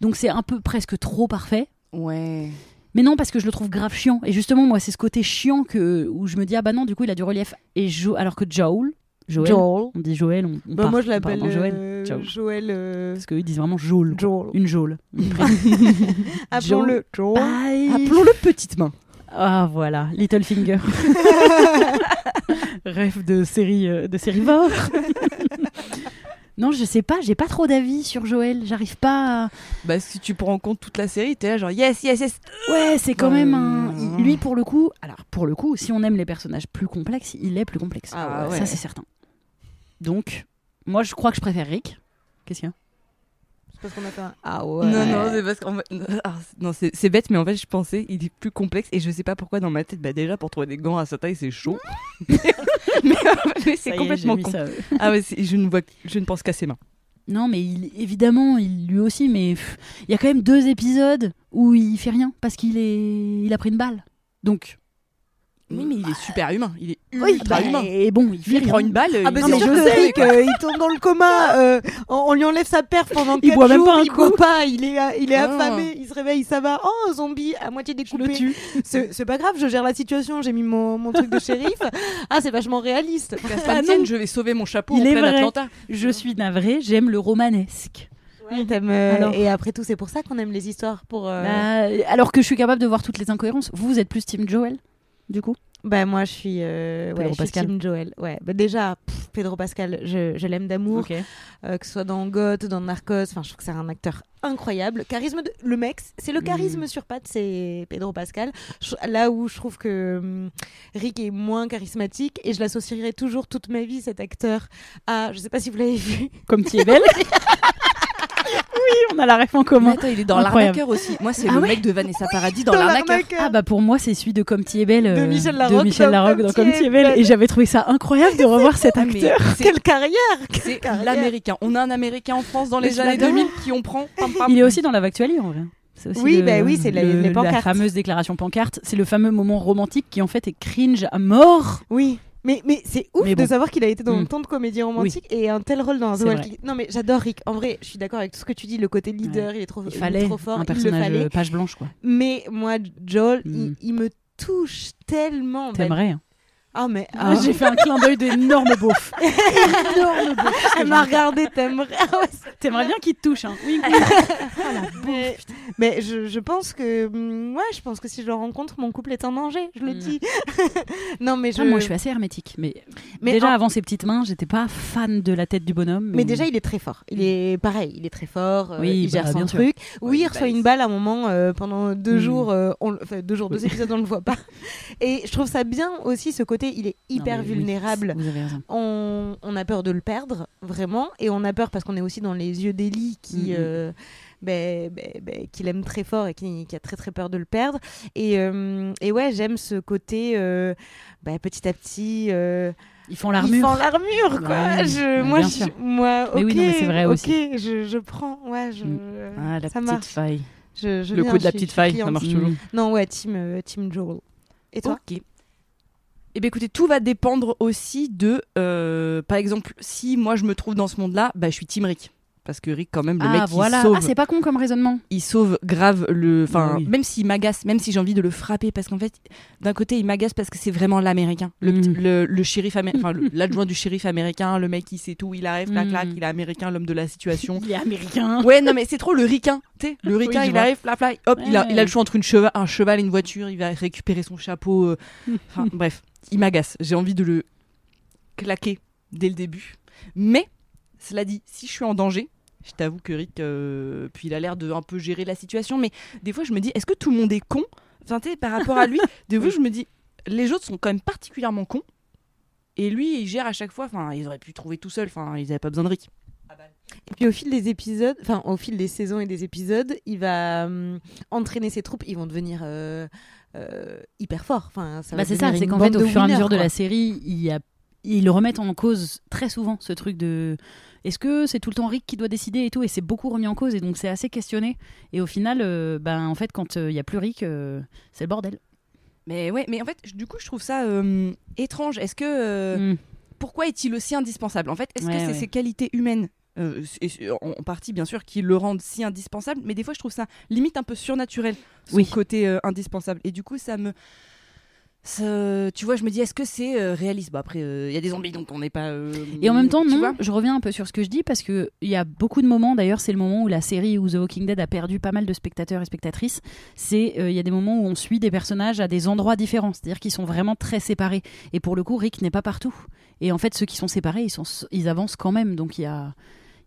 Speaker 11: Donc c'est un peu presque trop parfait.
Speaker 3: Ouais.
Speaker 11: Mais non, parce que je le trouve grave chiant. Et justement, moi, c'est ce côté chiant que, où je me dis, ah bah non, du coup, il a du relief. Et Jo- alors que Joel, Joel,
Speaker 10: Joel.
Speaker 11: on dit Joel, on, on
Speaker 10: Bah,
Speaker 11: part-
Speaker 10: moi, je
Speaker 11: on part
Speaker 10: l'appelle
Speaker 11: dans Joel.
Speaker 10: euh,
Speaker 11: Joel.
Speaker 10: Joël. euh,
Speaker 11: Parce qu'ils disent vraiment Joel. quoi.
Speaker 10: Joel.
Speaker 11: Une Joel.
Speaker 10: Ah, Appelons-le
Speaker 11: Bah.
Speaker 10: Joel.
Speaker 11: Bye.
Speaker 3: Appelons-le petite main.
Speaker 11: Ah voilà, Littlefinger. Rêve de série euh, de série mort. non, je sais pas, j'ai pas trop d'avis sur Joël. J'arrive pas. à-
Speaker 3: Bah, si tu prends en compte toute la série, t'es là genre yes, yes, yes.
Speaker 11: Ouais, c'est quand même un.
Speaker 3: Euh.
Speaker 11: il- Lui, pour le coup, alors pour le coup, si on aime les personnages plus complexes, il est plus complexe.
Speaker 3: Ah ouais.
Speaker 11: Ça, c'est certain. Donc, moi, je crois que je préfère Rick. Qu'est-ce qu'il y a
Speaker 10: C'est parce qu'on a fait un- Ah ouais.
Speaker 3: Non, non, c'est parce qu'en fait- Ah, c'est- non, c'est c'est bête, mais en fait, je pensais, il est plus complexe et je sais pas pourquoi dans ma tête, bah déjà pour trouver des gants à sa taille, c'est chaud. mais mais
Speaker 11: Ça y
Speaker 3: c'est
Speaker 11: est,
Speaker 3: complètement
Speaker 11: j'ai mis
Speaker 3: con.
Speaker 11: ça.
Speaker 3: Ah ouais, c'est- je ne vois, je ne pense qu'à ses mains.
Speaker 11: Non, mais il, évidemment, il, lui aussi, mais pff, il y a quand même deux épisodes où il fait rien parce qu'il est, il a pris une balle. Donc,
Speaker 3: Oui, mais il est super humain. Il est
Speaker 11: Oui,
Speaker 3: ultra
Speaker 11: bah,
Speaker 3: humain.
Speaker 11: Et bon, Mm. Bah, il fait
Speaker 3: Il
Speaker 11: rien.
Speaker 3: prend une balle. euh,
Speaker 10: Ah bah
Speaker 11: Non,
Speaker 3: il
Speaker 10: c'est
Speaker 11: mais
Speaker 10: sûr
Speaker 11: je
Speaker 10: que
Speaker 11: sais,
Speaker 10: Rick, euh, il tombe dans le coma, euh, on, on lui enlève sa perf pendant
Speaker 11: Il
Speaker 10: 4
Speaker 11: boit même
Speaker 10: jours,
Speaker 11: pas un
Speaker 10: il
Speaker 11: coup.
Speaker 10: boit pas, il est, euh, il est
Speaker 3: Ah.
Speaker 10: affamé, il se réveille, ça va, oh un zombie à moitié
Speaker 11: le
Speaker 10: découpé,
Speaker 11: tue.
Speaker 10: c'est c'est pas grave, je gère la situation, j'ai mis mon, mon truc de shérif, ah c'est vachement réaliste.
Speaker 3: Casse
Speaker 11: Ah
Speaker 3: pas
Speaker 11: non.
Speaker 3: le tien, je vais sauver mon chapeau
Speaker 11: Il
Speaker 3: en
Speaker 11: est
Speaker 3: plein
Speaker 11: vrai.
Speaker 3: Atlanta.
Speaker 11: Je suis navrée, j'aime le romanesque.
Speaker 10: On t'aime, euh,
Speaker 11: Alors.
Speaker 10: et après tout c'est pour ça qu'on aime les histoires, pour... euh,
Speaker 11: Bah, alors que je suis capable de voir toutes les incohérences. Vous, vous êtes plus Team Joel, du coup
Speaker 10: Bah moi je suis, euh,
Speaker 11: Pedro
Speaker 10: ouais, je suis
Speaker 11: Pascal.
Speaker 10: Team Joel. Ouais. Bah, déjà, pff, Pedro Pascal, je, je l'aime d'amour, euh, que ce soit dans Goth, dans Narcos, enfin je trouve que c'est un acteur incroyable. Charisme de- Le mec, c'est
Speaker 11: Mm.
Speaker 10: le charisme sur pattes, c'est Pedro Pascal. Je- là où je trouve que hum, Rick est moins charismatique, et je l'associerai toujours toute ma vie, cet acteur, à, je sais pas si vous l'avez vu,
Speaker 11: Comme tu es belle. oui, on a la ref en
Speaker 3: Mais
Speaker 11: commun.
Speaker 3: attends, il est dans
Speaker 11: Incroyable.
Speaker 3: l'arnaqueur aussi. Moi, c'est
Speaker 11: Ah
Speaker 3: le
Speaker 11: ouais
Speaker 3: mec de Vanessa Paradis dans l'arnaqueur.
Speaker 11: Ah bah pour moi c'est celui de Comme tu es belle
Speaker 10: De
Speaker 11: euh,
Speaker 10: Michel Larocque
Speaker 11: Michel
Speaker 10: dans
Speaker 11: Larocque
Speaker 10: Comme
Speaker 11: dans
Speaker 10: tu
Speaker 11: Comme
Speaker 10: es
Speaker 11: tu es belle
Speaker 10: belle.
Speaker 11: et j'avais trouvé ça incroyable de revoir cet
Speaker 3: Ah, mais
Speaker 11: acteur.
Speaker 3: c'est-
Speaker 10: quelle carrière
Speaker 3: C'est
Speaker 10: carrière.
Speaker 3: l'américain. On a un américain en France dans
Speaker 11: Mais
Speaker 3: les
Speaker 11: je
Speaker 3: années
Speaker 11: l'adore.
Speaker 3: 2000 qui on prend. Pam, pam.
Speaker 11: Il est aussi dans la Vactualie en vrai. C'est aussi
Speaker 10: Oui,
Speaker 11: le-
Speaker 10: bah oui, c'est la-
Speaker 11: le-
Speaker 10: les pancartes.
Speaker 11: La fameuse déclaration pancarte, c'est le fameux moment romantique qui en fait est cringe à mort.
Speaker 10: Oui. Mais, mais c'est ouf
Speaker 11: Mais
Speaker 10: de
Speaker 11: bon.
Speaker 10: savoir qu'il a été dans
Speaker 11: Mm.
Speaker 10: tant de comédies romantiques et un tel rôle dans The
Speaker 11: C'est
Speaker 10: Wild
Speaker 11: vrai.
Speaker 10: King. Non mais j'adore Rick. En vrai, je suis d'accord avec tout ce que tu dis. Le côté leader, il est trop,
Speaker 11: Il
Speaker 10: est
Speaker 11: fallait
Speaker 10: trop fort.
Speaker 11: un
Speaker 10: il le
Speaker 11: personnage
Speaker 10: fallait.
Speaker 11: euh, page blanche quoi.
Speaker 10: Mais moi, Joel,
Speaker 11: Mm.
Speaker 10: il, il me touche tellement. Ben-
Speaker 11: T'aimerais. hein.
Speaker 10: Ah mais ah.
Speaker 11: J'ai fait un clin d'œil d'énorme beauf. énorme beauf. parce que
Speaker 10: elle m'a regardé. T'aimerais. Ah ouais, c'est-
Speaker 11: T'aimerais bien qu'il te touche. Hein. Oui,
Speaker 10: mais mais je, je pense que mm, ouais, je pense que si je le rencontre, mon couple est en danger. Je le
Speaker 11: Mm.
Speaker 10: dis. non mais je.
Speaker 11: Ah, moi, je suis assez hermétique. Mais,
Speaker 10: mais
Speaker 11: déjà,
Speaker 10: en-
Speaker 11: avant ses petites mains, j'étais pas fan de la tête du bonhomme.
Speaker 10: Mais déjà, il est très fort. Il est pareil, il est très fort. euh,
Speaker 11: Mm. Oui,
Speaker 10: il
Speaker 11: bah,
Speaker 10: gère son
Speaker 11: bien sûr. bah,
Speaker 10: truc. Oui,
Speaker 3: Ouais,
Speaker 10: il
Speaker 3: il
Speaker 10: reçoit
Speaker 3: balise.
Speaker 10: une balle à un moment euh, pendant deux
Speaker 11: Mm.
Speaker 10: jours. euh, on le- enfin, deux jours, deux épisodes, on le voit pas. Et je trouve ça bien aussi ce côté. Il est
Speaker 11: Non,
Speaker 10: hyper
Speaker 11: mais oui,
Speaker 10: vulnérable.
Speaker 11: Vous avez raison.
Speaker 10: On, on a peur de le perdre, vraiment. Et on a peur parce qu'on est aussi dans les yeux d'Eli qui.
Speaker 11: Mm.
Speaker 10: euh, ben, ben, ben, qui l'aime très fort et qui, qui a très très peur de le perdre. Et, euh, et ouais, j'aime ce côté euh, ben, petit à petit. euh,
Speaker 11: Ils font
Speaker 10: ils font
Speaker 11: l'armure.
Speaker 10: l'armure, quoi.
Speaker 11: Ouais,
Speaker 10: je,
Speaker 11: ouais,
Speaker 10: moi,
Speaker 11: bien
Speaker 10: je-
Speaker 11: sûr.
Speaker 10: moi,
Speaker 11: Mais
Speaker 10: ok,
Speaker 11: oui, non, mais c'est vrai
Speaker 10: ok,
Speaker 11: aussi.
Speaker 10: Je, je prends, ouais, je,
Speaker 11: Ah, la
Speaker 10: ça
Speaker 11: petite
Speaker 10: marche.
Speaker 11: faille. Hmm.
Speaker 10: Je- je
Speaker 3: Le
Speaker 10: viens,
Speaker 3: coup de la
Speaker 10: je suis-
Speaker 3: petite
Speaker 10: je suis
Speaker 3: faille,
Speaker 10: cliente.
Speaker 3: ça marche toujours.
Speaker 10: Non, ouais, team, euh, team Joel. Et toi
Speaker 3: Ok. Eh bien écoutez, tout va dépendre aussi de, euh, par exemple, si moi je me trouve dans ce monde-là, bah, je suis Team Rick. Parce que Rick, quand même, le
Speaker 11: ah,
Speaker 3: mec,
Speaker 11: voilà.
Speaker 3: il sauve,
Speaker 11: Ah, c'est pas con comme raisonnement.
Speaker 3: il sauve grave le... Enfin,
Speaker 11: Oui.
Speaker 3: même s'il m'agace, même si j'ai envie de le frapper, parce qu'en fait, d'un côté, il m'agace parce que c'est vraiment l'américain. Le,
Speaker 11: Mhm.
Speaker 3: petit- le, le shérif amé- enfin, le- l'adjoint du shérif américain, le mec, il sait tout, il arrive, clac,
Speaker 11: Mhm.
Speaker 3: clac, il est américain, l'homme de la situation.
Speaker 11: Il est américain.
Speaker 3: Ouais, non, mais c'est trop le ricain. Tu sais, le ricain,
Speaker 11: Hein. je
Speaker 3: il
Speaker 11: vois.
Speaker 3: arrive, fla, fla, hop, il, a,
Speaker 11: Ouais.
Speaker 3: il a le choix entre une cheva- un cheval et une voiture, il va récupérer son chapeau. euh, enfin, bref, il m'agace. J'ai envie de le claquer dès le début. Mais, cela dit, si je suis en danger, je t'avoue que Rick, euh, puis il a l'air de un peu gérer la situation, mais des fois, je me dis, est-ce que tout le monde est con Enfin, tu sais, par rapport à lui, des fois, je me dis, les autres sont quand même particulièrement cons. Et lui, il gère à chaque fois. Enfin, ils auraient pu trouver tout seul. Enfin, ils n'avaient pas besoin de Rick.
Speaker 10: Et puis au fil des épisodes, enfin au fil des saisons et des épisodes, il va euh, entraîner ses troupes. Ils vont devenir euh, euh, hyper forts. Enfin, ça va
Speaker 11: Bah, c'est
Speaker 10: devenir
Speaker 11: ça, c'est
Speaker 10: une
Speaker 11: qu'en fait,
Speaker 10: bande
Speaker 11: au fur et à
Speaker 10: winners,
Speaker 11: mesure de
Speaker 10: quoi.
Speaker 11: la série, il y a- ils remettent en cause très souvent ce truc de est-ce que c'est tout le temps Rick qui doit décider et tout et c'est beaucoup remis en cause et donc c'est assez questionné et au final euh, ben en fait quand euh, il y a plus Rick euh, c'est le bordel
Speaker 3: Mais ouais, mais en fait, je- du coup, je trouve ça euh, étrange. Est-ce que euh,
Speaker 11: Mm.
Speaker 3: pourquoi est-il aussi indispensable En fait, est-ce
Speaker 11: Ouais,
Speaker 3: que c'est
Speaker 11: ouais.
Speaker 3: ses qualités humaines euh, et su- en en partie, bien sûr, qui le rendent si indispensable, mais des fois, je trouve ça limite un peu surnaturel, son
Speaker 11: Oui.
Speaker 3: côté euh, indispensable. Et du coup, ça me. ça- tu vois, je me dis, est-ce que c'est euh, réaliste Bah, après, euh, il y a des zombies, donc on n'est pas. euh,
Speaker 11: Et en même temps,
Speaker 3: tu
Speaker 11: non,
Speaker 3: vois
Speaker 11: je reviens un peu sur ce que je dis parce qu'il y a beaucoup de moments, d'ailleurs, c'est le moment où la série ou The Walking Dead a perdu pas mal de spectateurs et spectatrices. C'est euh, il y a des moments où on suit des personnages à des endroits différents, c'est-à-dire qu'ils sont vraiment très séparés. Et pour le coup, Rick n'est pas partout. Et en fait, ceux qui sont séparés, ils, sont, ils avancent quand même. Donc il y a.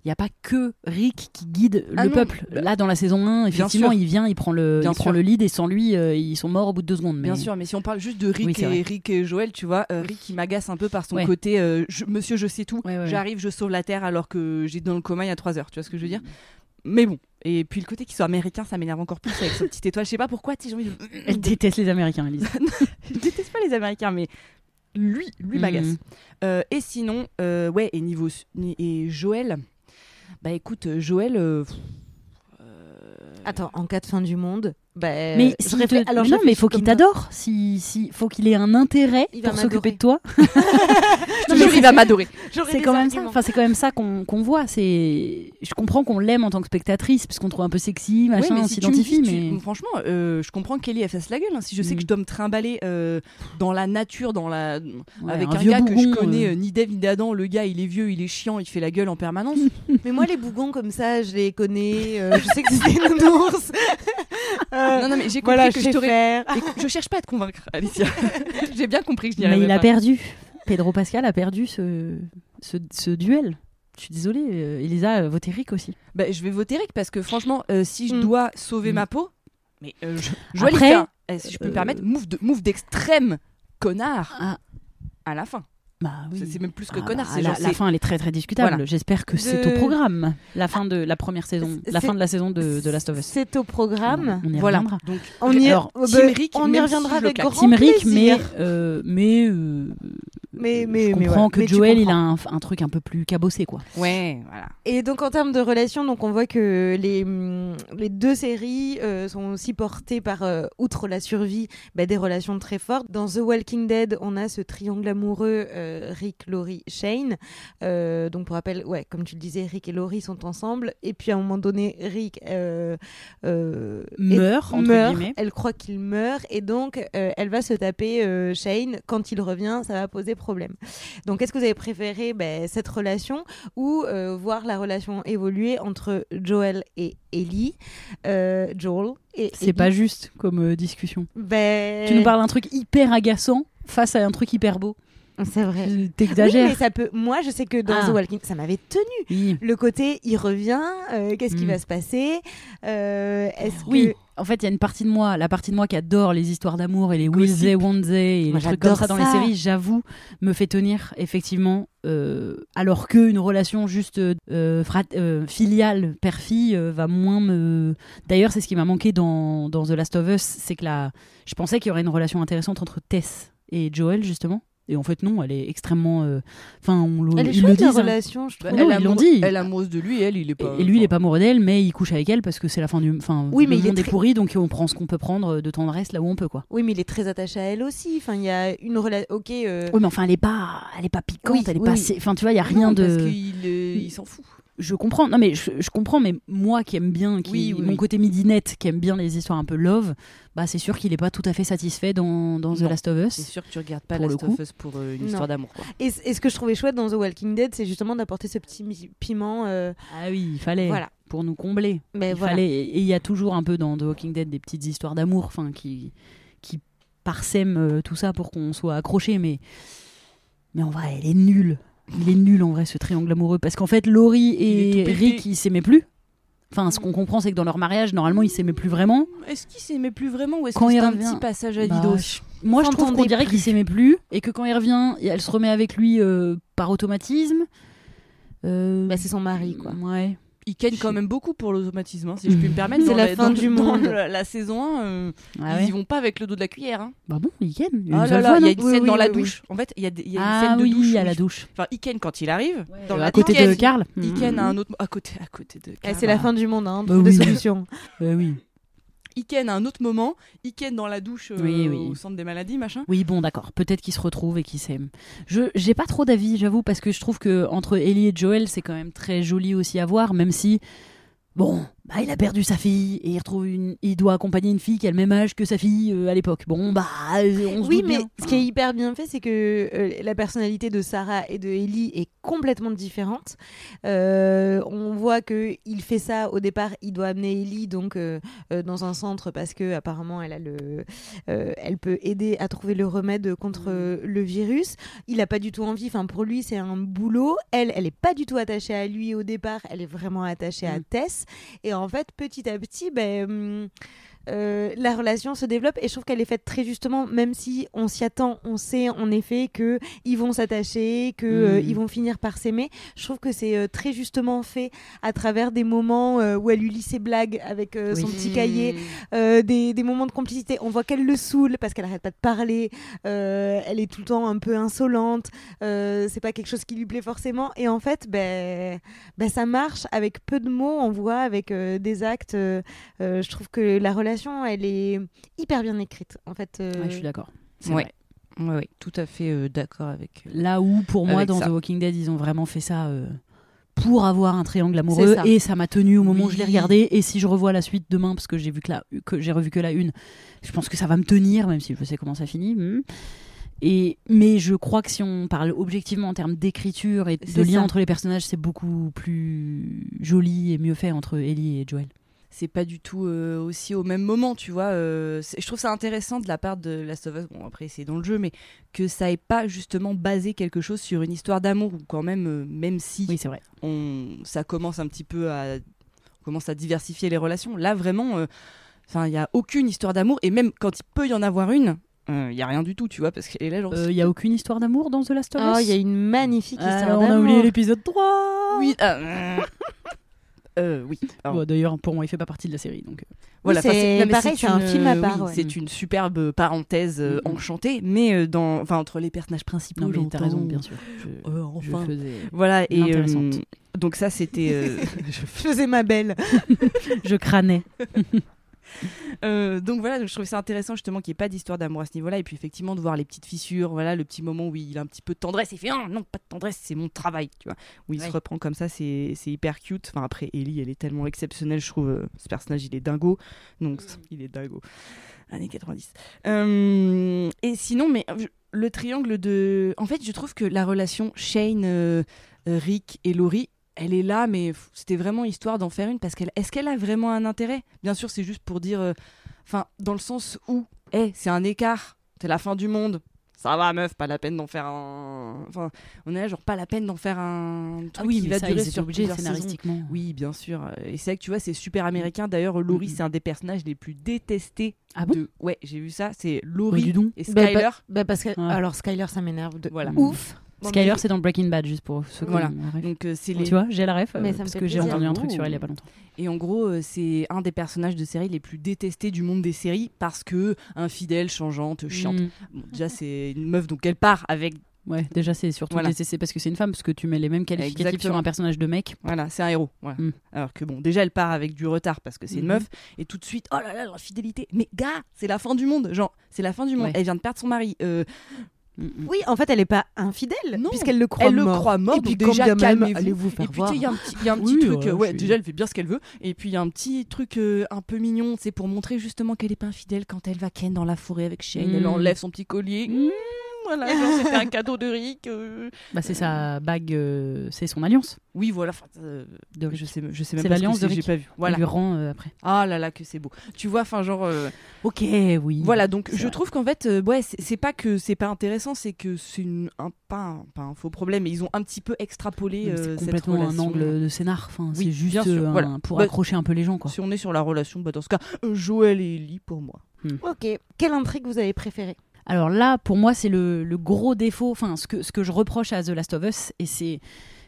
Speaker 11: Il n'y a pas que Rick qui guide
Speaker 3: Ah
Speaker 11: le
Speaker 3: non.
Speaker 11: peuple. Là, dans la saison 1, effectivement,
Speaker 3: sûr.
Speaker 11: il vient, il prend le,
Speaker 3: Bien
Speaker 11: il prend
Speaker 3: sûr.
Speaker 11: le lead et sans lui, euh, ils sont morts au bout de deux secondes. mais-
Speaker 3: Bien sûr, mais si on parle juste de Rick,
Speaker 11: Oui, c'est vrai.
Speaker 3: et, Rick et Joël, tu vois, euh, Rick il m'agace un peu par son
Speaker 11: Ouais.
Speaker 3: côté euh, je- monsieur, je sais tout,
Speaker 11: Ouais, ouais, ouais.
Speaker 3: j'arrive, je sauve la Terre alors que j'ai dans le coma il y a 3 heures, tu vois ce que je veux dire Mais bon, et puis le côté qu'il soit américain, ça m'énerve encore plus avec sa petite étoile, je sais pas pourquoi, tu sais, j'ai envie de-
Speaker 11: Elle déteste les Américains, Elise.
Speaker 3: Je déteste pas les Américains, mais lui, lui
Speaker 11: Mhm.
Speaker 3: m'agace. Euh, et sinon, euh, ouais, et niveau. s- ni- Et Joël, bah écoute, Joël. euh, pff, euh,
Speaker 10: Attends, en cas de fin du monde,
Speaker 3: Euh,
Speaker 10: Ben,
Speaker 11: mais
Speaker 10: je
Speaker 11: s'il te-
Speaker 10: réfléchis- alors, je
Speaker 11: non, mais
Speaker 10: réfléchis
Speaker 11: faut qu'il
Speaker 10: comme toi.
Speaker 11: t'adore. Si, si, faut qu'il ait un intérêt
Speaker 10: Il va
Speaker 11: pour s'occuper
Speaker 10: m'adorer.
Speaker 11: de toi.
Speaker 3: Je te jure, il va m'adorer.
Speaker 10: J'aurais
Speaker 11: C'est
Speaker 10: des
Speaker 11: quand même ça.
Speaker 10: arguments.
Speaker 11: Enfin, c'est quand même ça qu'on qu'on voit. C'est, je comprends qu'on l'aime en tant que spectatrice parce qu'on trouve un peu sexy, machin,
Speaker 3: Ouais, mais
Speaker 11: on
Speaker 3: si tu me
Speaker 11: s'identifie,
Speaker 3: dis, tu-
Speaker 11: mais.
Speaker 3: franchement, euh, je comprends qu'Ellie elle fasse la gueule. hein. Si je sais
Speaker 11: Mm.
Speaker 3: que je dois me trimballer euh, dans la nature, dans la
Speaker 11: Ouais,
Speaker 3: avec
Speaker 11: un
Speaker 3: un,
Speaker 11: vieux
Speaker 3: gars que je
Speaker 11: bougon,
Speaker 3: connais
Speaker 11: euh.
Speaker 3: euh, ni Dave ni d'Adam, le gars il est vieux, il est chiant, il fait la gueule en permanence.
Speaker 10: Mais moi, les bougons comme ça, je les connais. euh, je sais que c'est des nounours. Euh,
Speaker 3: non non mais j'ai compris
Speaker 10: voilà,
Speaker 3: que
Speaker 10: je
Speaker 3: je
Speaker 10: sais
Speaker 3: t'aurais.
Speaker 10: faire.
Speaker 3: Écoute, Je cherche pas à te convaincre, Alicia. j'ai bien compris que je n'y
Speaker 11: Mais
Speaker 3: arrivais
Speaker 11: il a
Speaker 3: pas.
Speaker 11: perdu. Pedro Pascal a perdu ce, ce, ce duel. Je suis désolée, euh, Elisa euh, Votéric aussi.
Speaker 3: Bah, je vais voter Eric parce que franchement, euh, si je
Speaker 10: Mm.
Speaker 3: dois sauver
Speaker 11: Mm.
Speaker 3: ma peau, mais euh, je, je dois lui
Speaker 11: Après,
Speaker 3: faire, euh, si je peux me
Speaker 11: euh,
Speaker 3: permettre, move de move d'extrême connard
Speaker 11: Ah.
Speaker 3: à la fin.
Speaker 11: Bah
Speaker 3: C'est- C'est même plus que
Speaker 11: Ah
Speaker 3: connard,
Speaker 11: bah,
Speaker 3: c'est
Speaker 11: la,
Speaker 3: genre,
Speaker 11: la
Speaker 3: c'est-
Speaker 11: fin, elle est très très discutable.
Speaker 3: Voilà.
Speaker 11: J'espère que c'est
Speaker 10: De-
Speaker 11: au programme. La fin de la première saison, la
Speaker 10: C'est-
Speaker 11: fin de la saison de, de Last of Us.
Speaker 10: C'est au programme.
Speaker 11: On y
Speaker 3: voilà.
Speaker 11: reviendra.
Speaker 3: Donc
Speaker 10: On y, est-
Speaker 11: Alors,
Speaker 10: oh, ben,
Speaker 3: Team Eric,
Speaker 10: on y
Speaker 3: même
Speaker 10: reviendra
Speaker 3: si je le
Speaker 10: avec
Speaker 3: claque.
Speaker 10: grand
Speaker 11: Tim Rick, mais,
Speaker 10: plaisir.
Speaker 11: euh, mais, euh,
Speaker 10: Mais- mais-
Speaker 11: euh, je
Speaker 10: mais
Speaker 11: comprends
Speaker 10: voilà.
Speaker 11: que
Speaker 10: Mais tu
Speaker 11: Joel, il a
Speaker 10: comprends.
Speaker 11: un, un truc un peu plus cabossé, quoi.
Speaker 3: ouais, voilà.
Speaker 10: Et donc en termes de relations, donc on voit que les, hum, les deux séries euh, sont aussi portées par, euh, outre la survie, bah, des relations très fortes. Dans The Walking Dead, on a ce triangle amoureux euh, Rick, Laurie, Shane. Euh, donc pour rappel, ouais, comme tu le disais, Rick et Laurie sont ensemble. Et puis à un moment donné, Rick euh, euh, est-
Speaker 11: Meurt, entre
Speaker 10: meurt,
Speaker 11: guillemets.
Speaker 10: elle croit qu'il meurt et donc euh, elle va se taper euh, Shane. Quand il revient, ça va poser problème. Donc, est-ce que vous avez préféré ben, cette relation ou euh, voir la relation évoluer entre Joel et Ellie euh, Joel et
Speaker 11: C'est pas juste comme euh, discussion.
Speaker 10: Ben,
Speaker 11: Tu nous parles d'un truc hyper agaçant face à un truc hyper beau.
Speaker 10: C'est vrai.
Speaker 11: Euh,
Speaker 10: Oui, mais
Speaker 11: T'exagères.
Speaker 10: ça peut. Moi, je sais que dans
Speaker 11: Ah.
Speaker 10: The Walking, ça m'avait tenu.
Speaker 11: Oui.
Speaker 10: Le côté, il revient. euh, Qu'est-ce qui
Speaker 11: Mm.
Speaker 10: va se passer Euh, Est-ce
Speaker 11: Oui,
Speaker 10: que
Speaker 11: en fait, il y a une partie de moi, la partie de moi qui adore les histoires d'amour et les Will
Speaker 10: Gossip.
Speaker 11: they, won't they, et
Speaker 10: Moi,
Speaker 11: les trucs comme
Speaker 10: j'adore
Speaker 11: ça dans les
Speaker 10: ça.
Speaker 11: séries, j'avoue, me fait tenir, effectivement, euh, alors qu'une relation juste euh, frat- euh, filiale, père-fille, euh, va moins me. D'ailleurs, c'est ce qui m'a manqué dans, dans The Last of Us, c'est que là, je pensais qu'il y aurait une relation intéressante entre Tess et Joel, justement. Et en fait, non, elle est extrêmement. euh, Enfin, on le,
Speaker 10: elle est
Speaker 11: ils le
Speaker 10: chouette la
Speaker 11: disent. hein.
Speaker 10: relation Je trouve.
Speaker 11: non, ils l'ont dit.
Speaker 3: Bah, Elle amoureuse de lui, elle, il est pas.
Speaker 11: Et, et lui, il est pas amoureux d'elle, mais il couche avec elle parce que c'est la fin du. Enfin,
Speaker 10: Oui,
Speaker 11: le
Speaker 10: mais il est
Speaker 11: monde est,
Speaker 10: très-
Speaker 11: pourri, donc euh, on prend ce qu'on peut prendre euh, de tendresse là où on peut, quoi.
Speaker 10: Oui, mais il est très attaché à elle aussi. Enfin, il y a une relation. Ok. euh,
Speaker 11: Oui, mais enfin, elle est pas, elle est pas piquante,
Speaker 10: Oui,
Speaker 11: elle est
Speaker 10: oui,
Speaker 11: pas.
Speaker 10: oui.
Speaker 11: sé- Enfin, tu vois, il y a rien
Speaker 3: Non,
Speaker 11: de.
Speaker 3: parce qu'il est- il s'en fout.
Speaker 11: Je comprends. Non, mais je, je comprends. Mais moi, qui aime bien, qui
Speaker 3: Oui, oui,
Speaker 11: mon
Speaker 3: oui.
Speaker 11: côté midinette, qui aime bien les histoires un peu love, bah c'est sûr qu'il est pas tout à fait satisfait dans, dans The
Speaker 3: Non,
Speaker 11: Last of
Speaker 3: C'est
Speaker 11: Us.
Speaker 3: sûr que tu regardes pas
Speaker 11: Pour
Speaker 3: Last
Speaker 11: le coup.
Speaker 3: of Us pour euh, une
Speaker 10: Non.
Speaker 3: histoire d'amour. quoi.
Speaker 10: Et, c- et ce que je trouvais chouette dans The Walking Dead, c'est justement d'apporter ce petit mi- piment. euh,
Speaker 11: Ah oui, il fallait
Speaker 10: Voilà.
Speaker 11: pour nous combler.
Speaker 10: Mais
Speaker 11: il
Speaker 10: voilà.
Speaker 11: fallait- et il y a toujours un peu dans The Walking Dead des petites histoires d'amour, enfin qui qui parsèment euh, tout ça pour qu'on soit accroché, mais mais en vrai, elle est nulle. Il est nul en vrai ce triangle amoureux parce qu'en fait, Laurie
Speaker 3: Il est
Speaker 11: et
Speaker 3: tout pété.
Speaker 11: Rick ils s'aimaient plus. Enfin, ce qu'on comprend c'est que dans leur mariage, normalement, ils s'aimaient plus vraiment.
Speaker 3: Est-ce qu'il s'aimait plus vraiment ou est-ce
Speaker 11: Quand
Speaker 3: que
Speaker 11: il
Speaker 3: c'est un
Speaker 11: revient-
Speaker 3: petit passage à
Speaker 11: Bah,
Speaker 3: Didos
Speaker 11: je- Moi, je trouve qu'on
Speaker 10: S'entendait
Speaker 11: dirait qu'ils s'aimaient plus et que quand il revient, elle se remet avec lui euh, par automatisme. Euh,
Speaker 10: bah, c'est son mari, quoi.
Speaker 11: Ouais.
Speaker 3: Il gagne quand même beaucoup pour l'automatisme, hein, si je puis me permettre.
Speaker 10: C'est
Speaker 3: Dans
Speaker 10: la fin
Speaker 3: dans-
Speaker 10: du
Speaker 3: dans
Speaker 10: monde.
Speaker 3: La, la saison 1, euh,
Speaker 11: Ah
Speaker 3: ils y
Speaker 11: ouais.
Speaker 3: vont pas avec le dos de la cuillère. hein.
Speaker 11: Bah bon, il gagne. Une
Speaker 3: Oh là
Speaker 11: seule
Speaker 3: là,
Speaker 11: fois,
Speaker 3: il y a
Speaker 11: non
Speaker 3: une
Speaker 10: Oui,
Speaker 3: scène
Speaker 10: oui,
Speaker 3: dans la
Speaker 10: oui, oui.
Speaker 3: douche. En fait, il y a, des- il y a une
Speaker 11: Ah
Speaker 3: scène de
Speaker 11: oui,
Speaker 3: douche. où
Speaker 11: à la
Speaker 3: il-
Speaker 11: douche. Euh, Mhm.
Speaker 3: Enfin, il ken quand il arrive. Dans la
Speaker 11: à côté
Speaker 3: douche,
Speaker 11: de
Speaker 3: il-
Speaker 11: Karl. Hmm.
Speaker 3: Il ken à un autre. À côté, à côté
Speaker 11: Ah,
Speaker 3: de
Speaker 10: Eh,
Speaker 3: Karl.
Speaker 10: c'est la fin du monde, hein.
Speaker 11: Bah
Speaker 10: trouve des
Speaker 11: oui.
Speaker 10: solutions.
Speaker 11: Euh, oui.
Speaker 3: Il ken à un autre moment. Il ken dans la douche euh,
Speaker 11: Oui, oui.
Speaker 3: au centre des maladies, machin.
Speaker 11: Oui, bon, d'accord. Peut-être qu'ils se retrouvent et qu'ils s'aiment. Je j'ai pas trop d'avis, j'avoue, parce que je trouve que entre Ellie et Joel, c'est quand même très joli aussi à voir, même si bon, bah, il a perdu sa fille et il retrouve une, il doit accompagner une fille qui a le même âge que sa fille euh, à l'époque. Bon, bah, euh, on se
Speaker 10: Oui,
Speaker 11: doute
Speaker 10: mais
Speaker 11: bien.
Speaker 10: ce qui est hyper bien fait, c'est que euh, la personnalité de Sarah et de Ellie est complètement différente. Euh, on voit que il fait ça au départ, il doit amener Ellie donc euh, euh, dans un centre parce que apparemment elle a le, euh, elle peut aider à trouver le remède contre euh, le virus. Il a pas du tout envie. Enfin, pour lui, c'est un boulot. Elle, elle est pas du tout attachée à lui au départ. Elle est vraiment attachée à
Speaker 11: Mm.
Speaker 10: Tess. Et en fait, petit à petit, ben. hum, euh, la relation se développe et je trouve qu'elle est faite très justement, même si on s'y attend, on sait en effet que ils vont s'attacher, que euh,
Speaker 11: Mm.
Speaker 10: ils vont finir par s'aimer. Je trouve que c'est euh, très justement fait à travers des moments euh, où elle lui lit ses blagues avec euh, son
Speaker 11: Oui. Mm.
Speaker 10: petit cahier, euh, des, des moments de complicité. On voit qu'elle le saoule parce qu'elle arrête pas de parler. euh, elle est tout le temps un peu insolente. euh, c'est pas quelque chose qui lui plaît forcément. Et en fait, ben, ben ça marche avec peu de mots. On voit avec euh, des actes. euh, euh, je trouve que la relation adaptation, elle est hyper bien écrite, en fait. euh,
Speaker 11: Ouais, je suis d'accord. C'est
Speaker 3: Ouais.
Speaker 11: vrai.
Speaker 3: Oui, oui, tout à fait euh, d'accord avec. euh,
Speaker 11: Là où, pour moi,
Speaker 3: Avec
Speaker 11: dans
Speaker 3: ça.
Speaker 11: The Walking Dead, ils ont vraiment fait ça euh, pour avoir un triangle amoureux.
Speaker 3: C'est ça.
Speaker 11: Et ça m'a tenu au moment où je l'ai
Speaker 3: Oui.
Speaker 11: regardé. Et si je revois la suite demain, parce que j'ai vu que la, que j'ai revu que la une, je pense que ça va me tenir, même si je sais comment ça finit. hmm. Et mais je crois que si on parle objectivement en termes d'écriture et de
Speaker 3: C'est
Speaker 11: lien
Speaker 3: ça.
Speaker 11: entre les personnages, c'est beaucoup plus joli et mieux fait entre Ellie et Joel.
Speaker 3: c'est pas du tout euh, aussi au même moment, tu vois. euh, c'est- je trouve ça intéressant de la part de Last of Us, bon après c'est dans le jeu, mais que ça ait pas justement basé quelque chose sur une histoire d'amour, ou quand même, euh, même si
Speaker 11: Oui, c'est vrai.
Speaker 3: on, ça commence un petit peu à, on commence à diversifier les relations, là vraiment, euh, enfin il y a aucune histoire d'amour, et même quand il peut y en avoir une, euh, il y a rien du tout, tu vois, parce qu'elle est là genre...
Speaker 11: Il Euh, y a aucune histoire d'amour dans The Last of Us. Ah,
Speaker 10: Oh, il y a une magnifique histoire
Speaker 11: on a
Speaker 10: d'amour.
Speaker 11: oublié l'épisode 3
Speaker 3: Oui, ah, euh, euh, oui. Alors,
Speaker 11: Bon, D'ailleurs, pour moi, il fait pas partie de la série. Donc...
Speaker 3: Voilà,
Speaker 10: c'est-
Speaker 3: enfin, non, mais
Speaker 10: pareil, c'est un
Speaker 3: une- euh,
Speaker 10: film à
Speaker 3: oui,
Speaker 10: part, ouais.
Speaker 3: C'est une superbe parenthèse euh,
Speaker 11: Mhm.
Speaker 3: enchantée, mais euh, dans, enfin entre les personnages principaux.
Speaker 11: Non, mais t'as
Speaker 3: j'entends.
Speaker 11: raison, bien sûr. Je,
Speaker 3: Euh,
Speaker 11: je
Speaker 3: enfin.
Speaker 11: faisais-
Speaker 3: Voilà et
Speaker 11: L'intéressante.
Speaker 3: euh, donc ça c'était. euh,
Speaker 10: Je faisais ma belle.
Speaker 11: je crânais.
Speaker 3: euh, donc voilà, donc je trouvais ça intéressant justement qu'il n'y ait pas d'histoire d'amour à ce niveau-là, et puis effectivement de voir les petites fissures, voilà le petit moment où il a un petit peu de tendresse, il fait Ah, non pas de tendresse, c'est mon travail, tu vois, où il
Speaker 11: Ouais.
Speaker 3: se reprend comme ça, c'est c'est hyper cute. Enfin après Ellie, elle est tellement exceptionnelle, je trouve. euh, ce personnage, il est dingo, donc il est dingo. Années 90. Euh, et sinon, mais euh, je- le triangle de. En fait, je trouve que la relation Shane, euh, euh, Rick et Laurie, elle est là, mais pff, c'était vraiment histoire d'en faire une parce qu'elle. Est-ce qu'elle a vraiment un intérêt Bien sûr, c'est juste pour dire. euh, Enfin, dans le sens où, hé, c'est un écart, c'est la fin du monde. Ça va, meuf, pas la peine d'en faire un. Enfin, on est là, genre, pas la peine d'en faire un
Speaker 11: Ah
Speaker 3: truc qui va durer sur plusieurs saisons.
Speaker 11: scénaristiquement.
Speaker 3: Oui, bien sûr. Et c'est vrai que tu vois, c'est super américain. D'ailleurs, Laurie,
Speaker 11: Mhm.
Speaker 3: c'est un des personnages les plus détestés
Speaker 11: Ah bon
Speaker 3: de- Ouais, j'ai vu ça. C'est
Speaker 11: Oui,
Speaker 3: Laurie
Speaker 11: dis donc.
Speaker 3: et
Speaker 10: Bah,
Speaker 3: Skyler.
Speaker 10: bah- bah parce que,
Speaker 11: Ouais.
Speaker 10: Alors, Skyler, ça m'énerve de
Speaker 3: Voilà.
Speaker 10: ouf.
Speaker 11: Skyler, c'est dans Breaking Bad, juste pour ceux qui
Speaker 3: Voilà.
Speaker 11: ont la ref.
Speaker 3: euh, Donc euh, c'est
Speaker 11: Tu
Speaker 3: les...
Speaker 11: vois, j'ai la ref, euh,
Speaker 10: Mais ça me
Speaker 11: parce
Speaker 10: fait
Speaker 11: que j'ai
Speaker 10: plaisir.
Speaker 11: entendu un truc
Speaker 3: Oh.
Speaker 11: sur elle il y a pas longtemps.
Speaker 3: et en gros euh, c'est un des personnages de série les plus détestés du monde des séries parce que infidèle, changeante, chiante.
Speaker 11: Mm.
Speaker 3: Bon, déjà c'est une meuf donc elle part avec
Speaker 11: Ouais, déjà, c'est surtout
Speaker 3: Voilà.
Speaker 11: détesté parce que c'est une femme, parce que tu mets les mêmes qualificatifs
Speaker 3: Exactement.
Speaker 11: sur un personnage de mec.
Speaker 3: voilà, c'est un héros. voilà.
Speaker 11: Mm.
Speaker 3: Alors que bon, déjà elle part avec du retard parce que c'est une
Speaker 11: Mhm.
Speaker 3: meuf et tout de suite oh là là l'infidélité. Mais gars, c'est la fin du monde, genre, c'est la fin du monde.
Speaker 11: Ouais.
Speaker 3: Elle vient de perdre son mari. Euh,
Speaker 11: Mm, mm.
Speaker 10: Oui, en fait, elle est pas infidèle
Speaker 3: Non,
Speaker 10: puisqu'elle le croit
Speaker 3: elle
Speaker 10: mort.
Speaker 3: le croit mort,
Speaker 10: Et puis
Speaker 3: donc déjà
Speaker 10: quand bien même,
Speaker 3: calmez-vous.
Speaker 10: allez-vous
Speaker 3: Et
Speaker 10: faire
Speaker 3: puis tu sais,
Speaker 10: voir.
Speaker 3: il y a un petit, il y a un petit
Speaker 11: Oui,
Speaker 3: truc,
Speaker 11: ouais,
Speaker 3: euh, ouais,
Speaker 11: je suis-
Speaker 3: déjà elle fait bien ce qu'elle veut, et puis il y a un petit truc euh, un peu mignon, c'est pour montrer justement qu'elle est pas infidèle quand elle va ken dans la forêt avec Shane,
Speaker 11: Mm.
Speaker 3: elle enlève son petit collier,
Speaker 11: Hmm.
Speaker 3: Mm, voilà, genre, c'était un cadeau de Rick. euh.
Speaker 11: Bah, c'est sa bague, euh, c'est son alliance.
Speaker 3: Oui, voilà, enfin, euh,
Speaker 11: De Rick.
Speaker 3: je sais, je sais même
Speaker 11: C'est
Speaker 3: pas ce
Speaker 11: l'alliance
Speaker 3: que c'est,
Speaker 11: de
Speaker 3: j'ai
Speaker 11: Rick.
Speaker 3: pas vu. Voilà.
Speaker 11: Il lui rend euh, après.
Speaker 3: Ah là là que c'est beau. Tu vois, enfin genre. euh,
Speaker 11: Ok, oui.
Speaker 3: Voilà, donc
Speaker 11: C'est
Speaker 3: je
Speaker 11: vrai.
Speaker 3: trouve qu'en fait, euh, ouais, c'est c'est pas que c'est pas intéressant, c'est que c'est une- un, pas, un, pas un faux problème, mais ils ont un petit peu extrapolé
Speaker 11: Mais C'est
Speaker 3: euh, cette
Speaker 11: complètement un
Speaker 3: relation.
Speaker 11: angle de scénar. Enfin,
Speaker 3: Oui,
Speaker 11: c'est juste
Speaker 3: bien sûr,
Speaker 11: euh, un-
Speaker 3: voilà.
Speaker 11: pour
Speaker 3: Bah,
Speaker 11: accrocher un peu les gens, quoi.
Speaker 3: Si on est sur la relation, bah dans ce cas, euh, Joël et Ellie pour moi.
Speaker 10: Ok. Quelle intrigue vous avez préférée
Speaker 11: Alors là, pour moi, c'est le, le gros défaut. Enfin, ce que, ce que je reproche à The Last of Us, et c'est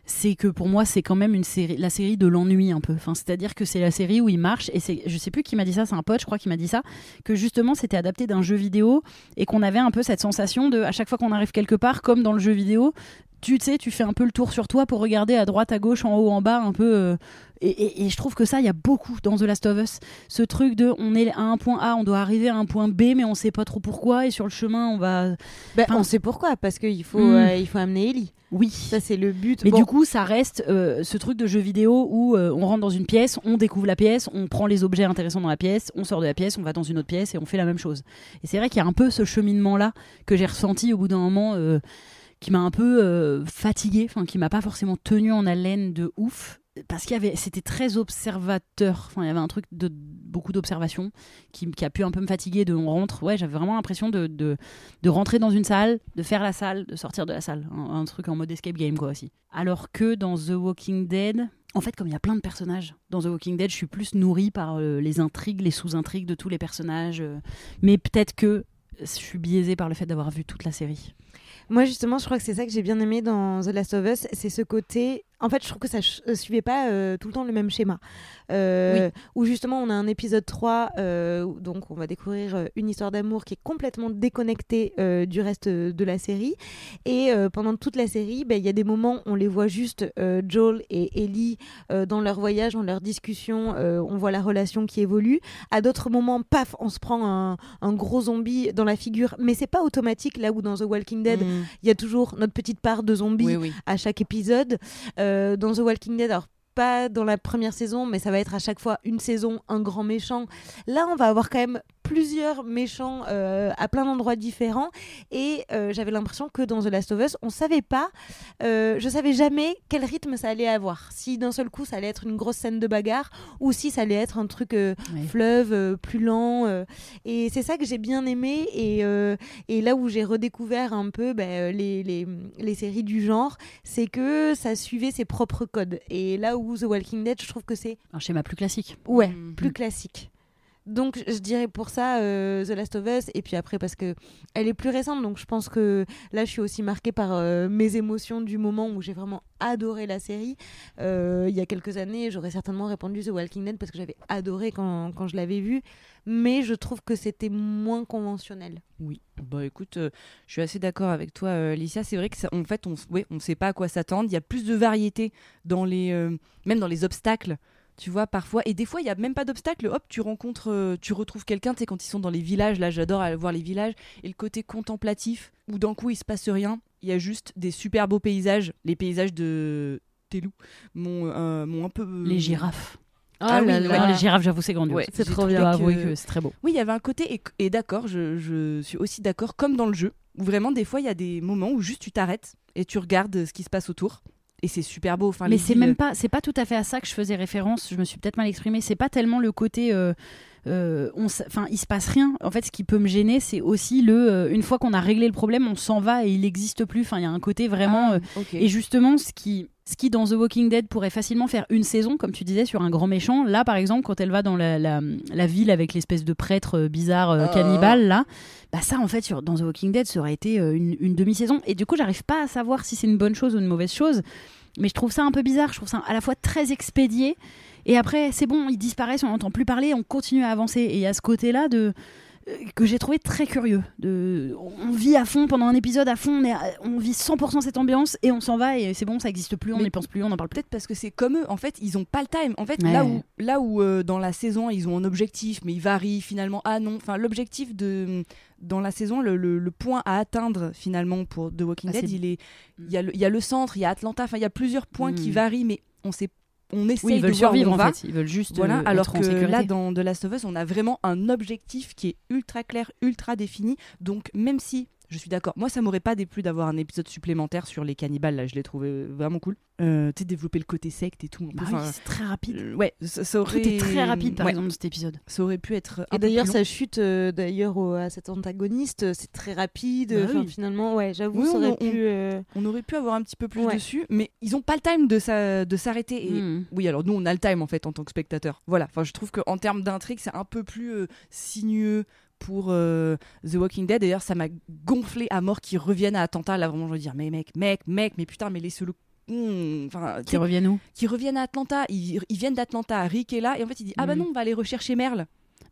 Speaker 11: c'est que pour moi, c'est quand même une série, la série de l'ennui un peu. Enfin, c'est-à-dire que c'est la série où il marche. Et c'est, je sais plus qui m'a dit ça, c'est un pote, je crois, qui m'a dit ça, que justement, c'était adapté d'un jeu vidéo et qu'on avait un peu cette sensation de, à chaque fois qu'on arrive quelque part, comme dans le jeu vidéo. Tu sais, tu fais un peu le tour sur toi pour regarder à droite, à gauche, en haut, en bas, un peu. euh, et, et- et je trouve que ça, il y a beaucoup dans The Last of Us ce truc de on est à un point A, on doit arriver à un point B, mais on sait pas trop pourquoi, et sur le chemin, on va.
Speaker 10: Ben,
Speaker 11: Enfin-
Speaker 10: on sait pourquoi parce qu'il faut
Speaker 11: Mm.
Speaker 10: euh, il faut amener Ellie.
Speaker 11: Oui.
Speaker 10: Ça c'est le but.
Speaker 11: Mais
Speaker 10: Bon,
Speaker 11: du coup, ça reste euh, ce truc de jeu vidéo où euh, on rentre dans une pièce, on découvre la pièce, on prend les objets intéressants dans la pièce, on sort de la pièce, on va dans une autre pièce et on fait la même chose. Et c'est vrai qu'il y a un peu ce cheminement-là que j'ai ressenti au bout d'un moment euh, qui m'a un peu euh, fatiguée, enfin qui m'a pas forcément tenu en haleine de ouf. Parce qu'il y avait, c'était très observateur. Enfin, il y avait un truc de beaucoup d'observation qui, qui a pu un peu me fatiguer. De on rentre, ouais, j'avais vraiment l'impression de, de de rentrer dans une salle, de faire la salle, de sortir de la salle. Un, un truc en mode escape game, quoi, aussi. Alors que dans The Walking Dead, en fait, comme il y a plein de personnages, dans The Walking Dead, je suis plus nourrie par euh, les intrigues, les sous-intrigues de tous les personnages. euh, mais peut-être que je suis biaisée par le fait d'avoir vu toute la série.
Speaker 10: moi justement, je crois que c'est ça que j'ai bien aimé dans The Last of Us, c'est ce côté en fait, je trouve que ça ch- euh, suivait pas euh, tout le temps le même schéma. Euh, Où justement, on a un épisode 3, euh, où donc on va découvrir euh, une histoire d'amour qui est complètement déconnectée euh, du reste euh, de la série. Et euh, pendant toute la série, ben, il y a des moments où on les voit juste, euh, Joel et Ellie, euh, dans leur voyage, dans leur discussion, euh, on voit la relation qui évolue. À d'autres moments, paf, on se prend un, un gros zombie dans la figure. Mais c'est pas automatique, là où dans The Walking Dead,
Speaker 3: Mm.
Speaker 10: il y a toujours notre petite part de zombie
Speaker 3: Oui, oui.
Speaker 10: à chaque épisode. Euh, dans The Walking Dead, alors pas dans la première saison, mais ça va être à chaque fois une saison, un grand méchant. Là, on va avoir quand même plusieurs méchants euh, à plein d'endroits différents. Et euh, j'avais l'impression que dans The Last of Us, on savait pas, euh, je savais jamais quel rythme ça allait avoir. Si d'un seul coup, ça allait être une grosse scène de bagarre, ou si ça allait être un truc euh,
Speaker 11: Ouais.
Speaker 10: fleuve, euh, plus lent. euh. et c'est ça que j'ai bien aimé. Et, euh, et là où j'ai redécouvert un peu bah, euh, les, les, les séries du genre, c'est que ça suivait ses propres codes. Et là où The Walking Dead, je trouve que c'est
Speaker 11: Un schéma plus classique.
Speaker 10: ouais,
Speaker 3: Mhm.
Speaker 10: plus classique. Donc je dirais pour ça euh, The Last of Us et puis après parce que elle est plus récente donc je pense que là je suis aussi marquée par euh, mes émotions du moment où j'ai vraiment adoré la série. Euh, il y a quelques années j'aurais certainement répondu The Walking Dead parce que j'avais adoré quand, quand je l'avais vue mais je trouve que c'était moins conventionnel.
Speaker 3: Oui, bah écoute, euh, je suis assez d'accord avec toi, euh, Alicia. C'est vrai que ça- en fait, on, s- ouais, on sait pas à quoi s'attendre. Il y a plus de variété dans les, euh, même dans les obstacles. Tu vois, parfois, et des fois, il y a même pas d'obstacle. Hop, tu rencontres, euh, tu retrouves quelqu'un. Tu sais, quand ils sont dans les villages, là, j'adore aller voir les villages et le côté contemplatif où d'un coup il se passe rien. Il y a juste des super beaux paysages. Les paysages de tes loups m'ont euh, m'ont un peu
Speaker 11: Les girafes.
Speaker 3: Ah oui,
Speaker 11: Non,
Speaker 3: ouais.
Speaker 11: les girafes, j'avoue, c'est grandiose.
Speaker 3: Ouais,
Speaker 11: c'est
Speaker 3: j'ai
Speaker 11: trop
Speaker 3: trouvé
Speaker 11: bien.
Speaker 3: que-
Speaker 11: avouer que c'est très beau.
Speaker 3: Oui, il y avait un côté, et, et d'accord, je, je suis aussi d'accord, comme dans le jeu, où vraiment, des fois, il y a des moments où juste tu t'arrêtes et tu regardes ce qui se passe autour. Et c'est super beau. Enfin,
Speaker 11: mais
Speaker 3: les
Speaker 11: c'est
Speaker 3: villes- euh,
Speaker 11: même pas, c'est pas tout à fait à ça que je faisais référence. Je me suis peut-être mal exprimée. C'est pas tellement le côté, euh, euh, on, s- enfin, il se passe rien. En fait, ce qui peut me gêner, c'est aussi le, euh, une fois qu'on a réglé le problème, on s'en va et il n'existe plus. Enfin, il y a un côté vraiment. euh,
Speaker 3: Ok.
Speaker 11: et justement, ce qui, ce qui dans The Walking Dead pourrait facilement faire une saison, comme tu disais, sur un grand méchant. Là, par exemple, quand elle va dans la, la- la ville avec l'espèce de prêtre euh, bizarre euh,
Speaker 3: Ah.
Speaker 11: cannibale, là, bah ça, en fait, sur, dans The Walking Dead, ça aurait été euh, une, une demi-saison. Et du coup, j'arrive pas à savoir si c'est une bonne chose ou une mauvaise chose. Mais je trouve ça un peu bizarre. Je trouve ça à la fois très expédié. Et après, c'est bon, ils disparaissent, on n'entend plus parler, on continue à avancer. Et il y a ce côté-là de euh, que j'ai trouvé très curieux. De, on on vit à fond pendant un épisode, à fond, on, est à- on vit 100% cette ambiance et on s'en va et c'est bon, ça n'existe plus, on
Speaker 3: Mais-
Speaker 11: n'y pense plus, on n'en parle plus.
Speaker 3: Peut-être parce que c'est comme eux. En fait, ils ont pas le time. En fait,
Speaker 11: Ouais.
Speaker 3: là où, là où euh, dans la saison, ils ont un objectif, mais ils varient finalement. Ah non, enfin, l'objectif de dans la saison, le, le- le point à atteindre finalement pour The Walking
Speaker 11: Ah,
Speaker 3: Dead,
Speaker 11: c'est-
Speaker 3: il est, il y a le, il y a le centre, il y a Atlanta. Enfin, il y a plusieurs points qui
Speaker 11: Mm.
Speaker 3: varient, mais on sait, on essaye
Speaker 11: Oui, ils veulent
Speaker 3: de voir où
Speaker 11: survivre
Speaker 3: on
Speaker 11: en
Speaker 3: va.
Speaker 11: fait, ils veulent juste
Speaker 3: Voilà,
Speaker 11: euh,
Speaker 3: alors
Speaker 11: être
Speaker 3: que
Speaker 11: en sécurité.
Speaker 3: là, dans The Last of Us, on a vraiment un objectif qui est ultra clair, ultra défini. Donc, même si je suis d'accord, moi, ça m'aurait pas déplu d'avoir un épisode supplémentaire sur les cannibales. Là, je l'ai trouvé euh, vraiment cool. Euh, tu sais, développer le côté secte et tout. un peu,
Speaker 11: Bah oui,
Speaker 3: enfin,
Speaker 11: c'est très rapide.
Speaker 3: euh, ouais, ça, ça
Speaker 11: Tout
Speaker 3: aurait.
Speaker 11: est très rapide par
Speaker 3: ouais,
Speaker 11: exemple cet épisode.
Speaker 3: Ça aurait pu être. un
Speaker 10: Et
Speaker 3: peu
Speaker 10: d'ailleurs
Speaker 3: plus
Speaker 10: ça chute euh, d'ailleurs au- à cet antagoniste, euh, c'est très rapide.
Speaker 11: Bah
Speaker 10: Enfin,
Speaker 11: oui.
Speaker 10: Finalement ouais j'avoue
Speaker 3: Oui,
Speaker 10: ça
Speaker 3: on-
Speaker 10: aurait
Speaker 3: on-
Speaker 10: pu. euh,
Speaker 3: long. On aurait pu avoir un petit peu plus
Speaker 10: Ouais.
Speaker 3: dessus, mais ils ont pas le time de sa- de s'arrêter. Et
Speaker 11: Mm.
Speaker 3: Oui, alors nous, on a le time en fait en tant que spectateur. Voilà, enfin, je trouve qu'en termes d'intrigue, c'est un peu plus euh, sinueux pour euh, The Walking Dead. D'ailleurs, ça m'a gonflé à mort qu'ils reviennent à Atlanta. Là, vraiment, je veux dire, mais mec, mec, mec, mais putain, mais laissez-le. Hmm, Enfin,
Speaker 11: Qui
Speaker 3: qui
Speaker 11: reviennent où
Speaker 3: reviennent à Atlanta, ils, ils viennent d'Atlanta, Rick est là, et en fait il dit Ah bah
Speaker 11: Mhm.
Speaker 3: non, on va aller rechercher Merle.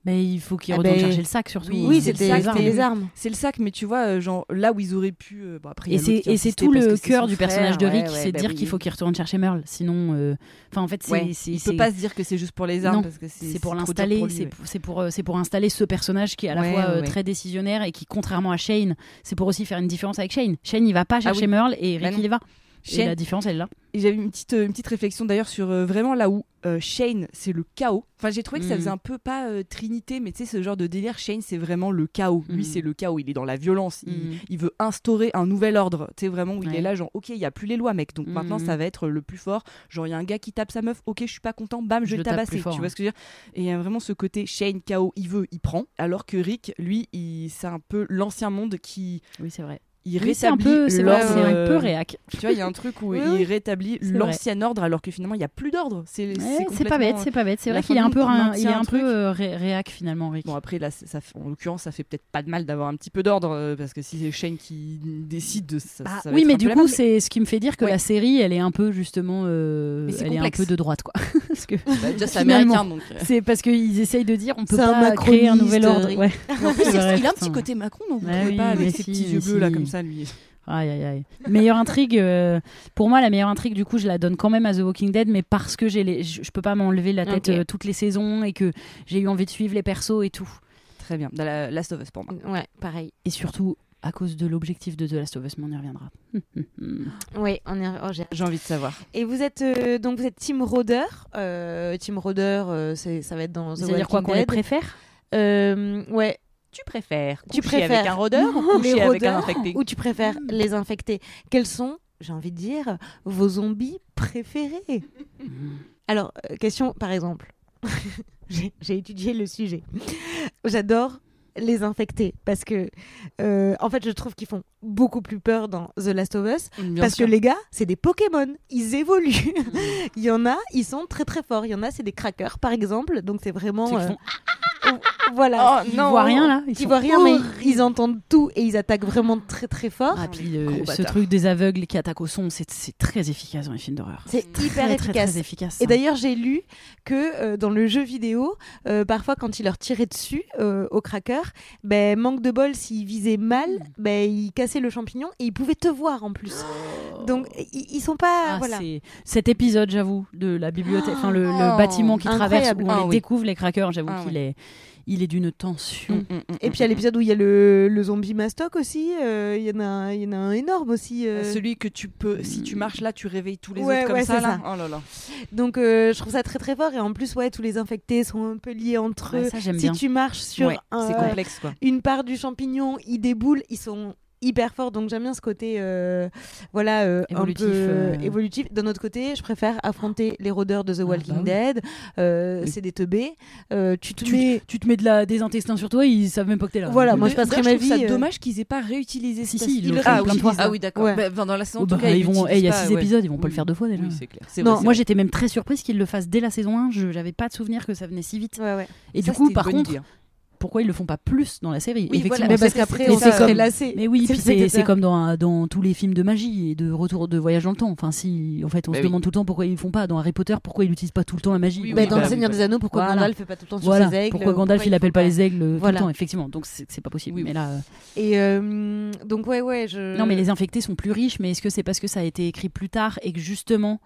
Speaker 11: Mais il faut qu'ils
Speaker 10: Ah
Speaker 11: retournent
Speaker 10: ben-
Speaker 11: chercher le sac surtout.
Speaker 3: Oui,
Speaker 10: Oui
Speaker 11: C'est
Speaker 10: c'était
Speaker 11: le sac,
Speaker 10: c'était
Speaker 11: mais-
Speaker 10: les armes.
Speaker 3: C'est le sac, mais tu vois, euh, genre là où ils auraient pu. euh, bon, après, il y
Speaker 11: Et
Speaker 3: a l'autre
Speaker 11: c'est
Speaker 3: qui a
Speaker 11: et c'est
Speaker 3: insisté
Speaker 11: tout
Speaker 3: parce
Speaker 11: le
Speaker 3: que c'est
Speaker 11: cœur
Speaker 3: son
Speaker 11: du
Speaker 3: frère,
Speaker 11: personnage de
Speaker 3: ouais,
Speaker 11: Rick,
Speaker 3: ouais,
Speaker 11: c'est de
Speaker 3: bah
Speaker 11: dire
Speaker 3: oui.
Speaker 11: qu'il faut qu'il retourne chercher Merle. Sinon, euh, enfin en fait, c'est
Speaker 3: Ouais,
Speaker 11: c'est-
Speaker 3: Il
Speaker 11: c'est-
Speaker 3: peut pas se dire que c'est juste pour les armes
Speaker 11: Non,
Speaker 3: parce que c'est
Speaker 11: c'est pour
Speaker 3: trop dur
Speaker 11: l'installer,
Speaker 3: lui,
Speaker 11: c'est
Speaker 3: ouais.
Speaker 11: pour, c'est pour, euh, c'est pour installer ce personnage qui est à la
Speaker 3: Ouais,
Speaker 11: fois euh,
Speaker 3: ouais.
Speaker 11: très décisionnaire et qui, contrairement à Shane, c'est pour aussi faire une différence avec Shane. Shane, il va pas chercher
Speaker 3: oui.
Speaker 11: Merle et
Speaker 3: Bah
Speaker 11: Rick,
Speaker 3: non.
Speaker 11: il y va. Et
Speaker 3: Shane-
Speaker 11: la différence, elle est là.
Speaker 3: Et j'avais une petite, euh, une petite réflexion d'ailleurs sur euh, vraiment là où euh, Shane, c'est le chaos. Enfin, j'ai trouvé que ça
Speaker 11: Mhm.
Speaker 3: faisait un peu pas euh, Trinité, mais tu sais, ce genre de délire. Shane, c'est vraiment le chaos. Lui,
Speaker 11: Mhm.
Speaker 3: c'est le chaos. Il est dans la violence. Il, il veut instaurer un nouvel ordre. Tu sais, vraiment, où il est
Speaker 11: Mm. Ouais.
Speaker 3: là, genre, ok, il n'y a plus les lois, mec. Donc maintenant,
Speaker 11: Mhm.
Speaker 3: ça va être le plus fort. Genre, il y a un gars qui tape sa meuf. Ok, je suis pas content. Bam,
Speaker 11: Je
Speaker 3: je vais le
Speaker 11: tape
Speaker 3: tabasser.
Speaker 11: plus fort,
Speaker 3: Tu vois
Speaker 11: hein.
Speaker 3: ce que je veux dire Et il y a vraiment ce côté Shane, chaos, il veut, il prend. Alors que Rick, lui, il- c'est un peu l'ancien monde qui
Speaker 11: Oui, c'est vrai.
Speaker 3: il il
Speaker 11: Oui, c'est un
Speaker 3: rétablit
Speaker 11: peu, c'est vrai,
Speaker 3: l'ordre,
Speaker 11: c'est un peu
Speaker 3: euh,
Speaker 11: réac.
Speaker 3: Tu vois, il y a un truc où
Speaker 11: Oui,
Speaker 3: il
Speaker 11: oui.
Speaker 3: rétablit
Speaker 11: C'est vrai.
Speaker 3: l'ancien ordre alors que finalement il n'y a plus d'ordre. C'est
Speaker 11: Ouais,
Speaker 3: c'est
Speaker 11: C'est pas
Speaker 3: complètement-
Speaker 11: bête, c'est pas bête. C'est
Speaker 3: la
Speaker 11: vrai qu'il est un
Speaker 3: famille
Speaker 11: peu,
Speaker 3: qui
Speaker 11: rein-
Speaker 3: maintient
Speaker 11: il est
Speaker 3: un
Speaker 11: un peu
Speaker 3: truc.
Speaker 11: euh, ré- réac finalement, Rick.
Speaker 3: Bon après là, c'est- ça, fait- en l'occurrence, ça fait peut-être pas de mal d'avoir un petit peu d'ordre euh, parce que si c'est Shane qui décide de ça,
Speaker 11: Bah,
Speaker 3: ça va
Speaker 11: oui,
Speaker 3: être
Speaker 11: mais
Speaker 3: un peu
Speaker 11: du
Speaker 3: la
Speaker 11: coup,
Speaker 3: merde.
Speaker 11: c'est ce qui me fait dire que
Speaker 3: Ouais.
Speaker 11: la série, elle est un peu justement, euh,
Speaker 3: Mais c'est
Speaker 11: elle est un
Speaker 3: complexe.
Speaker 11: peu de droite, quoi. Parce que
Speaker 3: Bah, déjà c'est
Speaker 11: Finalement.
Speaker 3: américain donc. euh.
Speaker 11: c'est parce qu'ils essayent de dire, on peut
Speaker 10: C'est un
Speaker 11: pas créer un
Speaker 10: macroniste,
Speaker 11: nouvel ordre.
Speaker 10: Rick.
Speaker 11: Ouais.
Speaker 3: Mais en plus,
Speaker 11: C'est
Speaker 3: il a
Speaker 11: vrai,
Speaker 3: il a un
Speaker 11: putain.
Speaker 3: petit côté Macron donc vous
Speaker 11: Ouais,
Speaker 3: pouvez
Speaker 11: oui,
Speaker 3: pas
Speaker 11: mais
Speaker 3: avec ses
Speaker 11: si,
Speaker 3: petits
Speaker 11: mais
Speaker 3: yeux bleus là
Speaker 11: si.
Speaker 3: comme ça lui.
Speaker 11: Aïe, aïe, aïe. Meilleure intrigue, euh, pour moi, la meilleure intrigue, du coup, je la donne quand même à The Walking Dead, mais parce que j'ai les, je, je peux pas m'enlever la
Speaker 10: Ok.
Speaker 11: tête euh, toutes les saisons et que j'ai eu envie de suivre les persos et tout.
Speaker 3: Très bien. Dans la Last of Us pour moi.
Speaker 10: Ouais, pareil.
Speaker 11: Et surtout, à cause de l'objectif de The Last of Us, mais on y reviendra.
Speaker 10: Ouais, on est. oh, j'ai-
Speaker 3: J'ai envie de savoir.
Speaker 10: Et vous êtes euh, donc vous êtes Team Roder. Euh, team Roder, euh, c'est- ça va être dans The
Speaker 11: C'est-à-dire
Speaker 10: Walking
Speaker 11: quoi qu'on les
Speaker 10: Dead.
Speaker 11: préfère
Speaker 10: Euh, ouais.
Speaker 3: Tu préfères
Speaker 10: Tu coucher préfères avec un rôdeur ou coucher les avec un rôdeurs
Speaker 3: infecté
Speaker 10: Ou tu préfères les infecter Quels sont, j'ai envie de dire, vos zombies préférés Alors, euh, question par exemple. J'ai j'ai étudié le sujet. J'adore les infecter parce que, euh, en fait, je trouve qu'ils font beaucoup plus peur dans The Last of Us. Parce que les gars, c'est des Pokémon, ils évoluent.
Speaker 11: Mm.
Speaker 10: Il y en a, ils sont très très forts. Il y en a, c'est des crackers par exemple. Donc c'est vraiment.
Speaker 11: Ceux qui
Speaker 10: euh, voilà.
Speaker 11: Oh, Ils voient rien là
Speaker 10: euh, Ils
Speaker 11: sont
Speaker 10: voient rien, mais
Speaker 11: horribles.
Speaker 10: ils entendent tout et ils attaquent vraiment très très fort.
Speaker 11: Ah, puis euh,
Speaker 3: gros
Speaker 11: ce
Speaker 3: bâtards.
Speaker 11: truc des aveugles qui attaquent au son, c'est c'est très efficace dans les films d'horreur.
Speaker 10: C'est hyper
Speaker 11: Très, très,
Speaker 10: efficace.
Speaker 11: très efficace.
Speaker 10: Et
Speaker 11: ça.
Speaker 10: d'ailleurs, j'ai lu que euh, dans le jeu vidéo, euh, parfois quand ils leur tiraient dessus euh, au cracker, ben, manque de bol, s'ils visaient mal,
Speaker 11: Mm.
Speaker 10: ben, ils cassaient le champignon et ils pouvaient te voir en plus. Donc, ils ils sont pas.
Speaker 11: Oh. Ah,
Speaker 10: voilà.
Speaker 11: c'est- Cet épisode, j'avoue, de la bibliothèque, enfin le, le
Speaker 3: Oh,
Speaker 11: bâtiment qui traverse
Speaker 10: incroyable.
Speaker 11: où on
Speaker 3: Ah,
Speaker 11: les
Speaker 3: oui.
Speaker 11: découvre les crackers, j'avoue
Speaker 3: Ah,
Speaker 11: qu'il
Speaker 3: oui. Mm.
Speaker 11: est, il est d'une tension.
Speaker 10: Et puis, il y a l'épisode où il y a le, le zombie mastoc aussi. euh, Il y, en a un- il y en a un énorme aussi.
Speaker 11: Ah,
Speaker 10: euh.
Speaker 3: Celui que tu peux, si tu marches là, tu réveilles tous les
Speaker 10: Ouais,
Speaker 3: autres comme
Speaker 10: ouais,
Speaker 3: ça,
Speaker 10: c'est
Speaker 3: là.
Speaker 10: ça.
Speaker 3: Oh là là.
Speaker 10: Donc, euh, je trouve ça très très fort. Et en plus, ouais, tous les infectés sont un peu liés entre
Speaker 11: Ouais,
Speaker 10: eux.
Speaker 11: ça, j'aime
Speaker 10: Si
Speaker 11: bien.
Speaker 10: tu marches sur
Speaker 3: Ouais,
Speaker 10: un-
Speaker 3: c'est
Speaker 10: Ah ouais,
Speaker 3: complexe quoi.
Speaker 10: une part du champignon, ils déboulent, ils sont hyper forts. Donc j'aime bien ce côté euh, voilà euh,
Speaker 11: Évolutif,
Speaker 10: un peu
Speaker 11: euh.
Speaker 10: évolutif. D'un autre côté, je préfère affronter les rôdeurs de The Walking
Speaker 11: bah oui.
Speaker 10: Dead. Euh,
Speaker 11: Mais-
Speaker 10: C'est des teubés. Euh, tu te
Speaker 11: Tu,
Speaker 10: mets-
Speaker 11: tu te mets de la, des intestins sur toi, ils savent même pas que t'es là.
Speaker 10: Voilà, moi,
Speaker 11: Le-
Speaker 10: je passerai ma
Speaker 3: D'ailleurs, trouve
Speaker 10: vie,
Speaker 3: ça
Speaker 10: euh,
Speaker 3: dommage qu'ils aient pas réutilisé
Speaker 11: Si,
Speaker 3: ça.
Speaker 11: si, ils le font
Speaker 3: ah,
Speaker 11: plein de
Speaker 3: oui,
Speaker 11: fois.
Speaker 3: Ah oui, d'accord.
Speaker 10: Ouais.
Speaker 3: Bah, enfin, dans la saison,
Speaker 11: Oh,
Speaker 3: en tout
Speaker 11: bah,
Speaker 3: cas,
Speaker 11: ils vont, eh, il y a
Speaker 3: l'utilisent
Speaker 11: six
Speaker 3: pas, ouais.
Speaker 11: épisodes, ils vont pas
Speaker 3: Oui.
Speaker 11: le faire deux fois déjà.
Speaker 3: Oui, c'est clair. C'est
Speaker 10: Non,
Speaker 3: vrai, c'est
Speaker 11: moi
Speaker 3: vrai.
Speaker 11: j'étais même très surprise qu'ils le fassent dès la saison 1, je j'avais pas de souvenir que ça venait si vite.
Speaker 10: Ouais, ouais.
Speaker 11: Et
Speaker 3: Ça,
Speaker 11: du coup
Speaker 3: c'était
Speaker 11: par
Speaker 3: une bonne
Speaker 11: contre,
Speaker 3: idée, hein.
Speaker 11: pourquoi ils le font pas plus dans la série
Speaker 3: Oui,
Speaker 11: Effectivement,
Speaker 3: voilà,
Speaker 10: Mais
Speaker 3: mais
Speaker 10: parce
Speaker 3: ça,
Speaker 10: qu'après,
Speaker 3: c'était
Speaker 10: on
Speaker 3: ça,
Speaker 10: s'est comme
Speaker 3: ouais.
Speaker 10: lassé.
Speaker 11: Mais oui,
Speaker 10: C'est-
Speaker 11: puis c'est
Speaker 10: ça.
Speaker 11: c'est comme dans, un- dans tous les films de magie et de retour de voyage dans le temps. Enfin, si, en fait, on
Speaker 3: Bah
Speaker 11: se
Speaker 3: oui.
Speaker 11: demande tout le temps pourquoi ils le font pas. Dans Harry Potter, pourquoi ils n'utilisent pas tout le temps la magie
Speaker 3: Oui,
Speaker 10: Bah,
Speaker 3: oui,
Speaker 10: dans
Speaker 3: bah
Speaker 10: le
Speaker 3: oui,
Speaker 10: Seigneur
Speaker 3: bah
Speaker 10: des Anneaux, pourquoi
Speaker 11: Voilà.
Speaker 10: Gandalf fait pas tout le temps
Speaker 11: Voilà.
Speaker 10: sur ses aigles euh,
Speaker 11: pourquoi Gandalf il
Speaker 10: faut
Speaker 11: appelle pas les aigles euh,
Speaker 10: Voilà.
Speaker 11: tout le temps Effectivement, donc c'est c'est pas possible.
Speaker 3: Oui, oui.
Speaker 11: Mais là, euh,
Speaker 10: Et euh, donc ouais, ouais. Je...
Speaker 11: non, mais les infectés sont plus riches. Mais est-ce que c'est parce que ça a été écrit plus tard et que justement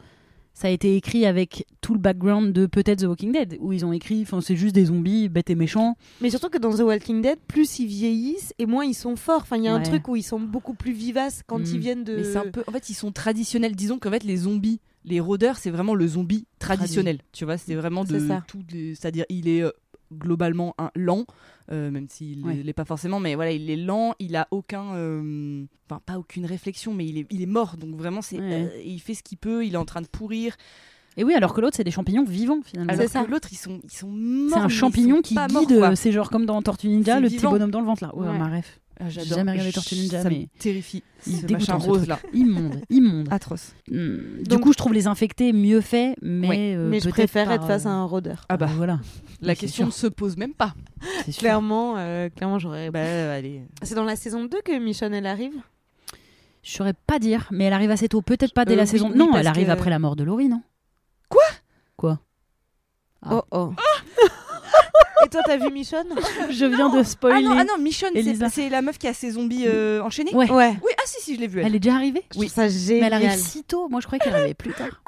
Speaker 11: ça a été écrit avec tout le background de peut-être The Walking Dead où ils ont écrit, enfin c'est juste des zombies bêtes et méchants.
Speaker 10: Mais surtout que dans The Walking Dead, plus ils vieillissent et moins ils sont forts. Enfin, il y a un
Speaker 11: Ouais.
Speaker 10: truc où ils sont beaucoup plus vivaces quand
Speaker 11: Mm.
Speaker 10: ils viennent de.
Speaker 3: Mais c'est un peu. En fait, ils sont traditionnels. Disons qu'en fait, les zombies, les rôdeurs, c'est vraiment le zombie traditionnel. Tu vois, c'est vraiment de
Speaker 10: C'est ça.
Speaker 3: tous les- C'est-à-dire, il est euh, globalement un lent, euh, même s'il
Speaker 11: Ouais.
Speaker 3: l'est pas forcément. Mais voilà, il est lent. Il a aucun, euh, enfin pas aucune réflexion, mais il est, il est mort. Donc vraiment, c'est,
Speaker 11: Ouais.
Speaker 3: euh, il fait ce qu'il peut. Il est en train de pourrir.
Speaker 11: Et oui, alors que l'autre c'est des champignons vivants finalement.
Speaker 3: Alors
Speaker 10: C'est
Speaker 3: que
Speaker 10: ça.
Speaker 3: l'autre, ils sont, ils sont morts.
Speaker 11: C'est
Speaker 3: mais
Speaker 11: un
Speaker 3: ils
Speaker 11: champignon
Speaker 3: sont
Speaker 11: qui
Speaker 3: pas morts,
Speaker 11: guide,
Speaker 3: quoi.
Speaker 11: euh, c'est genre comme dans Tortue Ninja,
Speaker 3: C'est
Speaker 11: le petit
Speaker 3: vivant.
Speaker 11: bonhomme dans le ventre là. Ouais,
Speaker 10: Ouais.
Speaker 11: ma ref.
Speaker 3: Ah,
Speaker 11: J'ai
Speaker 3: j'adore.
Speaker 11: jamais regardé
Speaker 3: Je-
Speaker 11: Tortue Ninja,
Speaker 3: Ça
Speaker 11: mais
Speaker 3: me terrifie.
Speaker 11: il est
Speaker 3: Ce
Speaker 11: dégoûtant,
Speaker 3: machin
Speaker 11: ce
Speaker 3: rose
Speaker 11: truc.
Speaker 3: là.
Speaker 11: Immonde, immonde.
Speaker 3: Atroce.
Speaker 11: Mm, du
Speaker 10: Donc-
Speaker 11: coup, je trouve les infectés mieux faits, mais,
Speaker 3: Ouais,
Speaker 11: euh,
Speaker 10: Mais je
Speaker 11: peut-être
Speaker 10: préfère
Speaker 11: par,
Speaker 10: être face
Speaker 11: euh,
Speaker 10: à un rôdeur.
Speaker 3: Ah bah.
Speaker 11: voilà.
Speaker 3: La
Speaker 11: Oui, c'est
Speaker 3: question ne
Speaker 11: sûr.
Speaker 3: se pose même pas.
Speaker 11: C'est sûr.
Speaker 10: Clairement, euh, clairement, j'aurais.
Speaker 3: Bah allez.
Speaker 10: C'est dans la saison 2 que Michonne elle arrive.
Speaker 11: Je saurais pas dire, mais elle arrive assez tôt. Peut-être pas dès
Speaker 3: Euh,
Speaker 11: la
Speaker 3: oui,
Speaker 11: saison.
Speaker 3: oui,
Speaker 11: non,
Speaker 3: parce
Speaker 11: elle arrive
Speaker 3: que-
Speaker 11: après la mort de Laurie, non
Speaker 3: Quoi
Speaker 11: Quoi Ah.
Speaker 10: Oh oh. Et toi, t'as vu Michonne
Speaker 11: Je viens de
Speaker 3: Ah
Speaker 11: spoiler.
Speaker 3: non, ah non, Michonne, c'est-
Speaker 11: Elisa.
Speaker 3: c'est la meuf qui a ses zombies euh, enchaînés
Speaker 11: Ouais.
Speaker 10: Ouais.
Speaker 3: Oui, ah si, si, je l'ai vue. Elle.
Speaker 11: Elle est déjà arrivée
Speaker 10: Oui, ça
Speaker 11: Mais elle
Speaker 10: génial.
Speaker 11: arrive si tôt. Moi, je croyais qu'elle arrivait plus tard.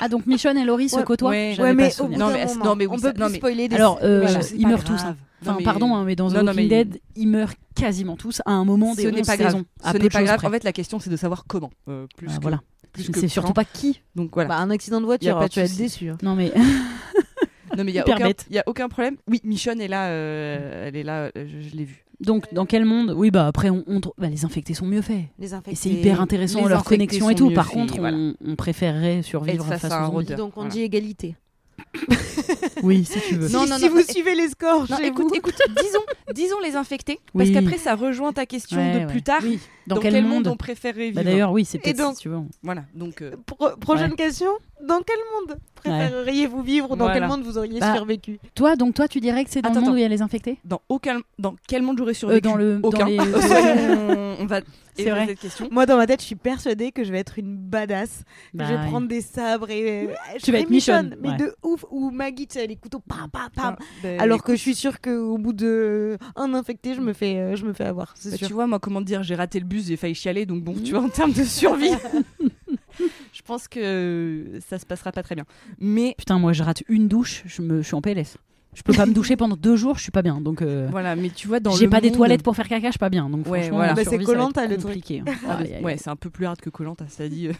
Speaker 11: Ah donc Michonne et Laurie se
Speaker 3: Ouais,
Speaker 11: côtoient.
Speaker 3: ouais.
Speaker 11: J'avais
Speaker 10: ouais,
Speaker 11: pas
Speaker 10: mais
Speaker 11: ce
Speaker 10: au bout
Speaker 11: souvenir.
Speaker 3: Non,
Speaker 10: d'un
Speaker 3: mais est-ce-
Speaker 10: moment,
Speaker 3: non, mais oui,
Speaker 10: on
Speaker 3: ça-
Speaker 10: peut plus
Speaker 3: non, mais-
Speaker 10: spoiler des
Speaker 11: Alors, euh,
Speaker 10: voilà.
Speaker 11: ils meurent tous. hein. Enfin, pardon, hein, mais dans The
Speaker 3: Non, non,
Speaker 11: Walking
Speaker 3: mais-
Speaker 11: Dead, ils meurent quasiment tous à un moment des
Speaker 3: ce n'est
Speaker 11: 11
Speaker 3: pas grave.
Speaker 11: saisons. À
Speaker 3: ce
Speaker 11: peu
Speaker 3: n'est
Speaker 11: de
Speaker 3: pas
Speaker 11: choses
Speaker 3: grave.
Speaker 11: près.
Speaker 3: En fait, la question, c'est de savoir comment. euh, plus
Speaker 11: Ah,
Speaker 3: que-
Speaker 11: voilà.
Speaker 3: plus
Speaker 11: Je ne
Speaker 3: que
Speaker 11: sais surtout
Speaker 3: quand.
Speaker 11: pas qui.
Speaker 3: Donc voilà.
Speaker 10: Bah, un accident de
Speaker 3: Y a
Speaker 10: voiture,
Speaker 3: pas
Speaker 10: alors
Speaker 3: de
Speaker 10: tu vas être
Speaker 3: souci.
Speaker 10: déçu. hein.
Speaker 11: Non mais
Speaker 3: non mais il y a
Speaker 11: hyper
Speaker 3: aucun,
Speaker 11: bête.
Speaker 3: il y a aucun problème. Oui, Michonne est là. euh, elle est là. euh, je je l'ai vue.
Speaker 11: donc dans quel monde Oui bah après on, on tr- bah, les infectés sont mieux faits.
Speaker 10: Les
Speaker 11: Et
Speaker 10: infectés.
Speaker 11: c'est hyper intéressant
Speaker 3: les
Speaker 11: leur
Speaker 3: infectés
Speaker 11: connexion et
Speaker 3: sont
Speaker 11: tout.
Speaker 3: mieux
Speaker 11: Par
Speaker 3: faits,
Speaker 11: contre, on-
Speaker 3: voilà.
Speaker 11: on, préférerait survivre
Speaker 3: Être face
Speaker 11: face
Speaker 3: à un
Speaker 11: aux zombies.
Speaker 3: rôdeur.
Speaker 10: Donc on
Speaker 3: Voilà.
Speaker 10: dit égalité.
Speaker 11: Oui, si tu veux.
Speaker 3: Non,
Speaker 10: si
Speaker 3: non,
Speaker 10: si
Speaker 3: non,
Speaker 10: vous
Speaker 3: mais-
Speaker 10: suivez les scores,
Speaker 3: Non,
Speaker 10: chez
Speaker 3: écoute,
Speaker 10: vous.
Speaker 3: écoute. Disons, disons les infectés.
Speaker 11: Oui.
Speaker 3: Parce qu'après, ça rejoint ta question
Speaker 11: Ouais,
Speaker 3: de
Speaker 11: ouais.
Speaker 3: plus tard.
Speaker 11: Oui. Dans, quel, monde,
Speaker 3: on préférait vivre
Speaker 11: Bah, D'ailleurs, oui, c'est peut-être
Speaker 10: donc-
Speaker 11: si tu veux.
Speaker 3: Voilà, donc euh,
Speaker 10: Pro- prochaine question. Dans quel monde préféreriez-vous vivre ou dans
Speaker 3: Voilà.
Speaker 10: quel monde vous auriez
Speaker 11: Bah,
Speaker 10: survécu
Speaker 11: Toi, donc toi, tu dirais que c'est dans le
Speaker 3: Attends,
Speaker 11: monde
Speaker 3: attends.
Speaker 11: où il y a les infectés
Speaker 3: dans aucun dans quel monde j'aurais survécu
Speaker 11: Euh, Dans le. dans
Speaker 3: aucun.
Speaker 11: les-
Speaker 3: on, on va
Speaker 11: C'est
Speaker 3: éviter
Speaker 11: vrai.
Speaker 3: cette question.
Speaker 10: Moi, dans ma tête, je suis persuadée que je vais être une badass.
Speaker 11: Bah,
Speaker 10: je vais prendre des sabres et. euh, je
Speaker 11: Tu vas
Speaker 10: serai
Speaker 11: être michonne,
Speaker 10: Mais
Speaker 11: ouais. Euh,
Speaker 10: de ouf. Ou Maggie, tu sais, les couteaux, pam, pam,
Speaker 11: Ah,
Speaker 10: pam.
Speaker 3: Ben,
Speaker 10: Alors que je suis sûre qu'au bout de euh, un infecté, je me fais, euh, je me fais avoir. C'est
Speaker 3: Bah,
Speaker 10: sûr.
Speaker 3: tu vois, moi, comment dire, j'ai raté le bus, j'ai failli chialer, donc bon, tu
Speaker 11: Mm.
Speaker 3: vois, en termes de survie, je pense que euh, ça se passera pas très bien. Mais
Speaker 11: Putain, moi, je rate une douche, je, me... je suis en PLS. Je peux pas me doucher pendant deux jours, je suis pas bien. Donc. euh,
Speaker 3: voilà, mais tu vois, dans
Speaker 11: J'ai
Speaker 3: le
Speaker 11: pas des
Speaker 3: monde-
Speaker 11: toilettes pour faire caca, je suis pas bien. Donc
Speaker 3: Ouais,
Speaker 11: franchement,
Speaker 3: voilà.
Speaker 11: la
Speaker 10: Bah, c'est
Speaker 11: survie, ça va être
Speaker 10: Koh-Lanta, le truc.
Speaker 11: compliqué. hein.
Speaker 3: Ah,
Speaker 11: Aïe, aïe,
Speaker 3: ouais,
Speaker 11: aïe.
Speaker 3: c'est un peu plus hard que Colanta, ça dit. euh,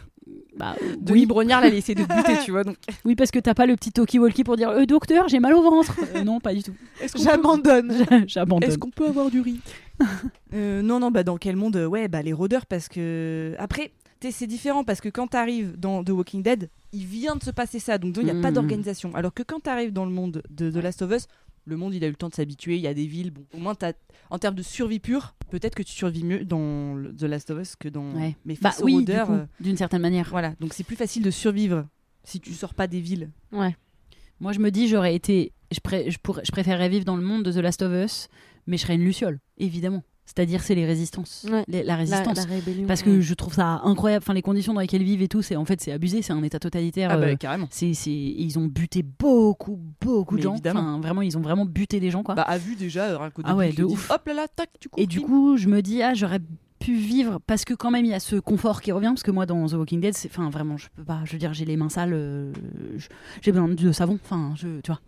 Speaker 11: Bah,
Speaker 3: Denis
Speaker 11: oui.
Speaker 3: Brognard l'a laissé de te buter, tu vois. Donc,
Speaker 11: oui, parce que t'as pas le petit talkie-walkie pour dire euh, docteur, j'ai mal au ventre. Euh, non, pas du tout.
Speaker 3: est-ce
Speaker 10: J'abandonne.
Speaker 11: J'abandonne.
Speaker 3: qu'on peut avoir du riz Euh, Non, non, bah dans quel monde euh, Ouais, bah les rôdeurs, parce que. Après, t'es- c'est différent, parce que quand t'arrives dans The Walking Dead, il vient de se passer ça, donc il n'y a pas
Speaker 11: Mhm.
Speaker 3: d'organisation. Alors que quand t'arrives dans le monde de The Last of Us, le monde il a eu le temps de s'habituer, il y a des villes, bon, au moins t'as- en termes de survie pure, peut-être que tu survis mieux dans le- The Last of Us que dans.
Speaker 11: Ouais.
Speaker 3: Mais
Speaker 11: Bah
Speaker 3: face aux
Speaker 11: oui, du
Speaker 3: rôdeurs,
Speaker 11: coup,
Speaker 3: euh,
Speaker 11: d'une certaine manière.
Speaker 3: voilà, donc c'est plus facile de survivre si tu sors pas des villes.
Speaker 11: Moi, je me dis, j'aurais été. Je, pré- je, pourrais- je préférerais vivre dans le monde de The Last of Us, mais je serais une luciole, évidemment. C'est-à-dire, c'est les résistances.
Speaker 10: Ouais.
Speaker 11: Les- la résistance.
Speaker 10: rébellion.
Speaker 11: Parce que je trouve ça incroyable. Enfin, les conditions dans lesquelles ils vivent et tout, c'est en fait, c'est abusé. C'est un état totalitaire.
Speaker 3: Ah, bah
Speaker 11: euh,
Speaker 3: carrément.
Speaker 11: c'est, c'est- ils ont buté beaucoup, beaucoup de
Speaker 3: Mais
Speaker 11: gens.
Speaker 3: évidemment.
Speaker 11: Enfin, vraiment, ils ont vraiment buté des gens, quoi.
Speaker 3: Bah, à vue déjà, euh, rien qu'au
Speaker 11: Ah
Speaker 3: début,
Speaker 11: ouais,
Speaker 3: tu
Speaker 11: de
Speaker 3: te dis,
Speaker 11: ouf.
Speaker 3: Hop là là, tac, tu cours.
Speaker 11: Et du
Speaker 3: bim.
Speaker 11: coup, je me dis, ah, j'aurais pu vivre parce que quand même il y a ce confort qui revient parce que moi dans The Walking Dead c'est enfin vraiment je peux pas je veux dire j'ai les mains sales euh, je- j'ai besoin de savon enfin je tu vois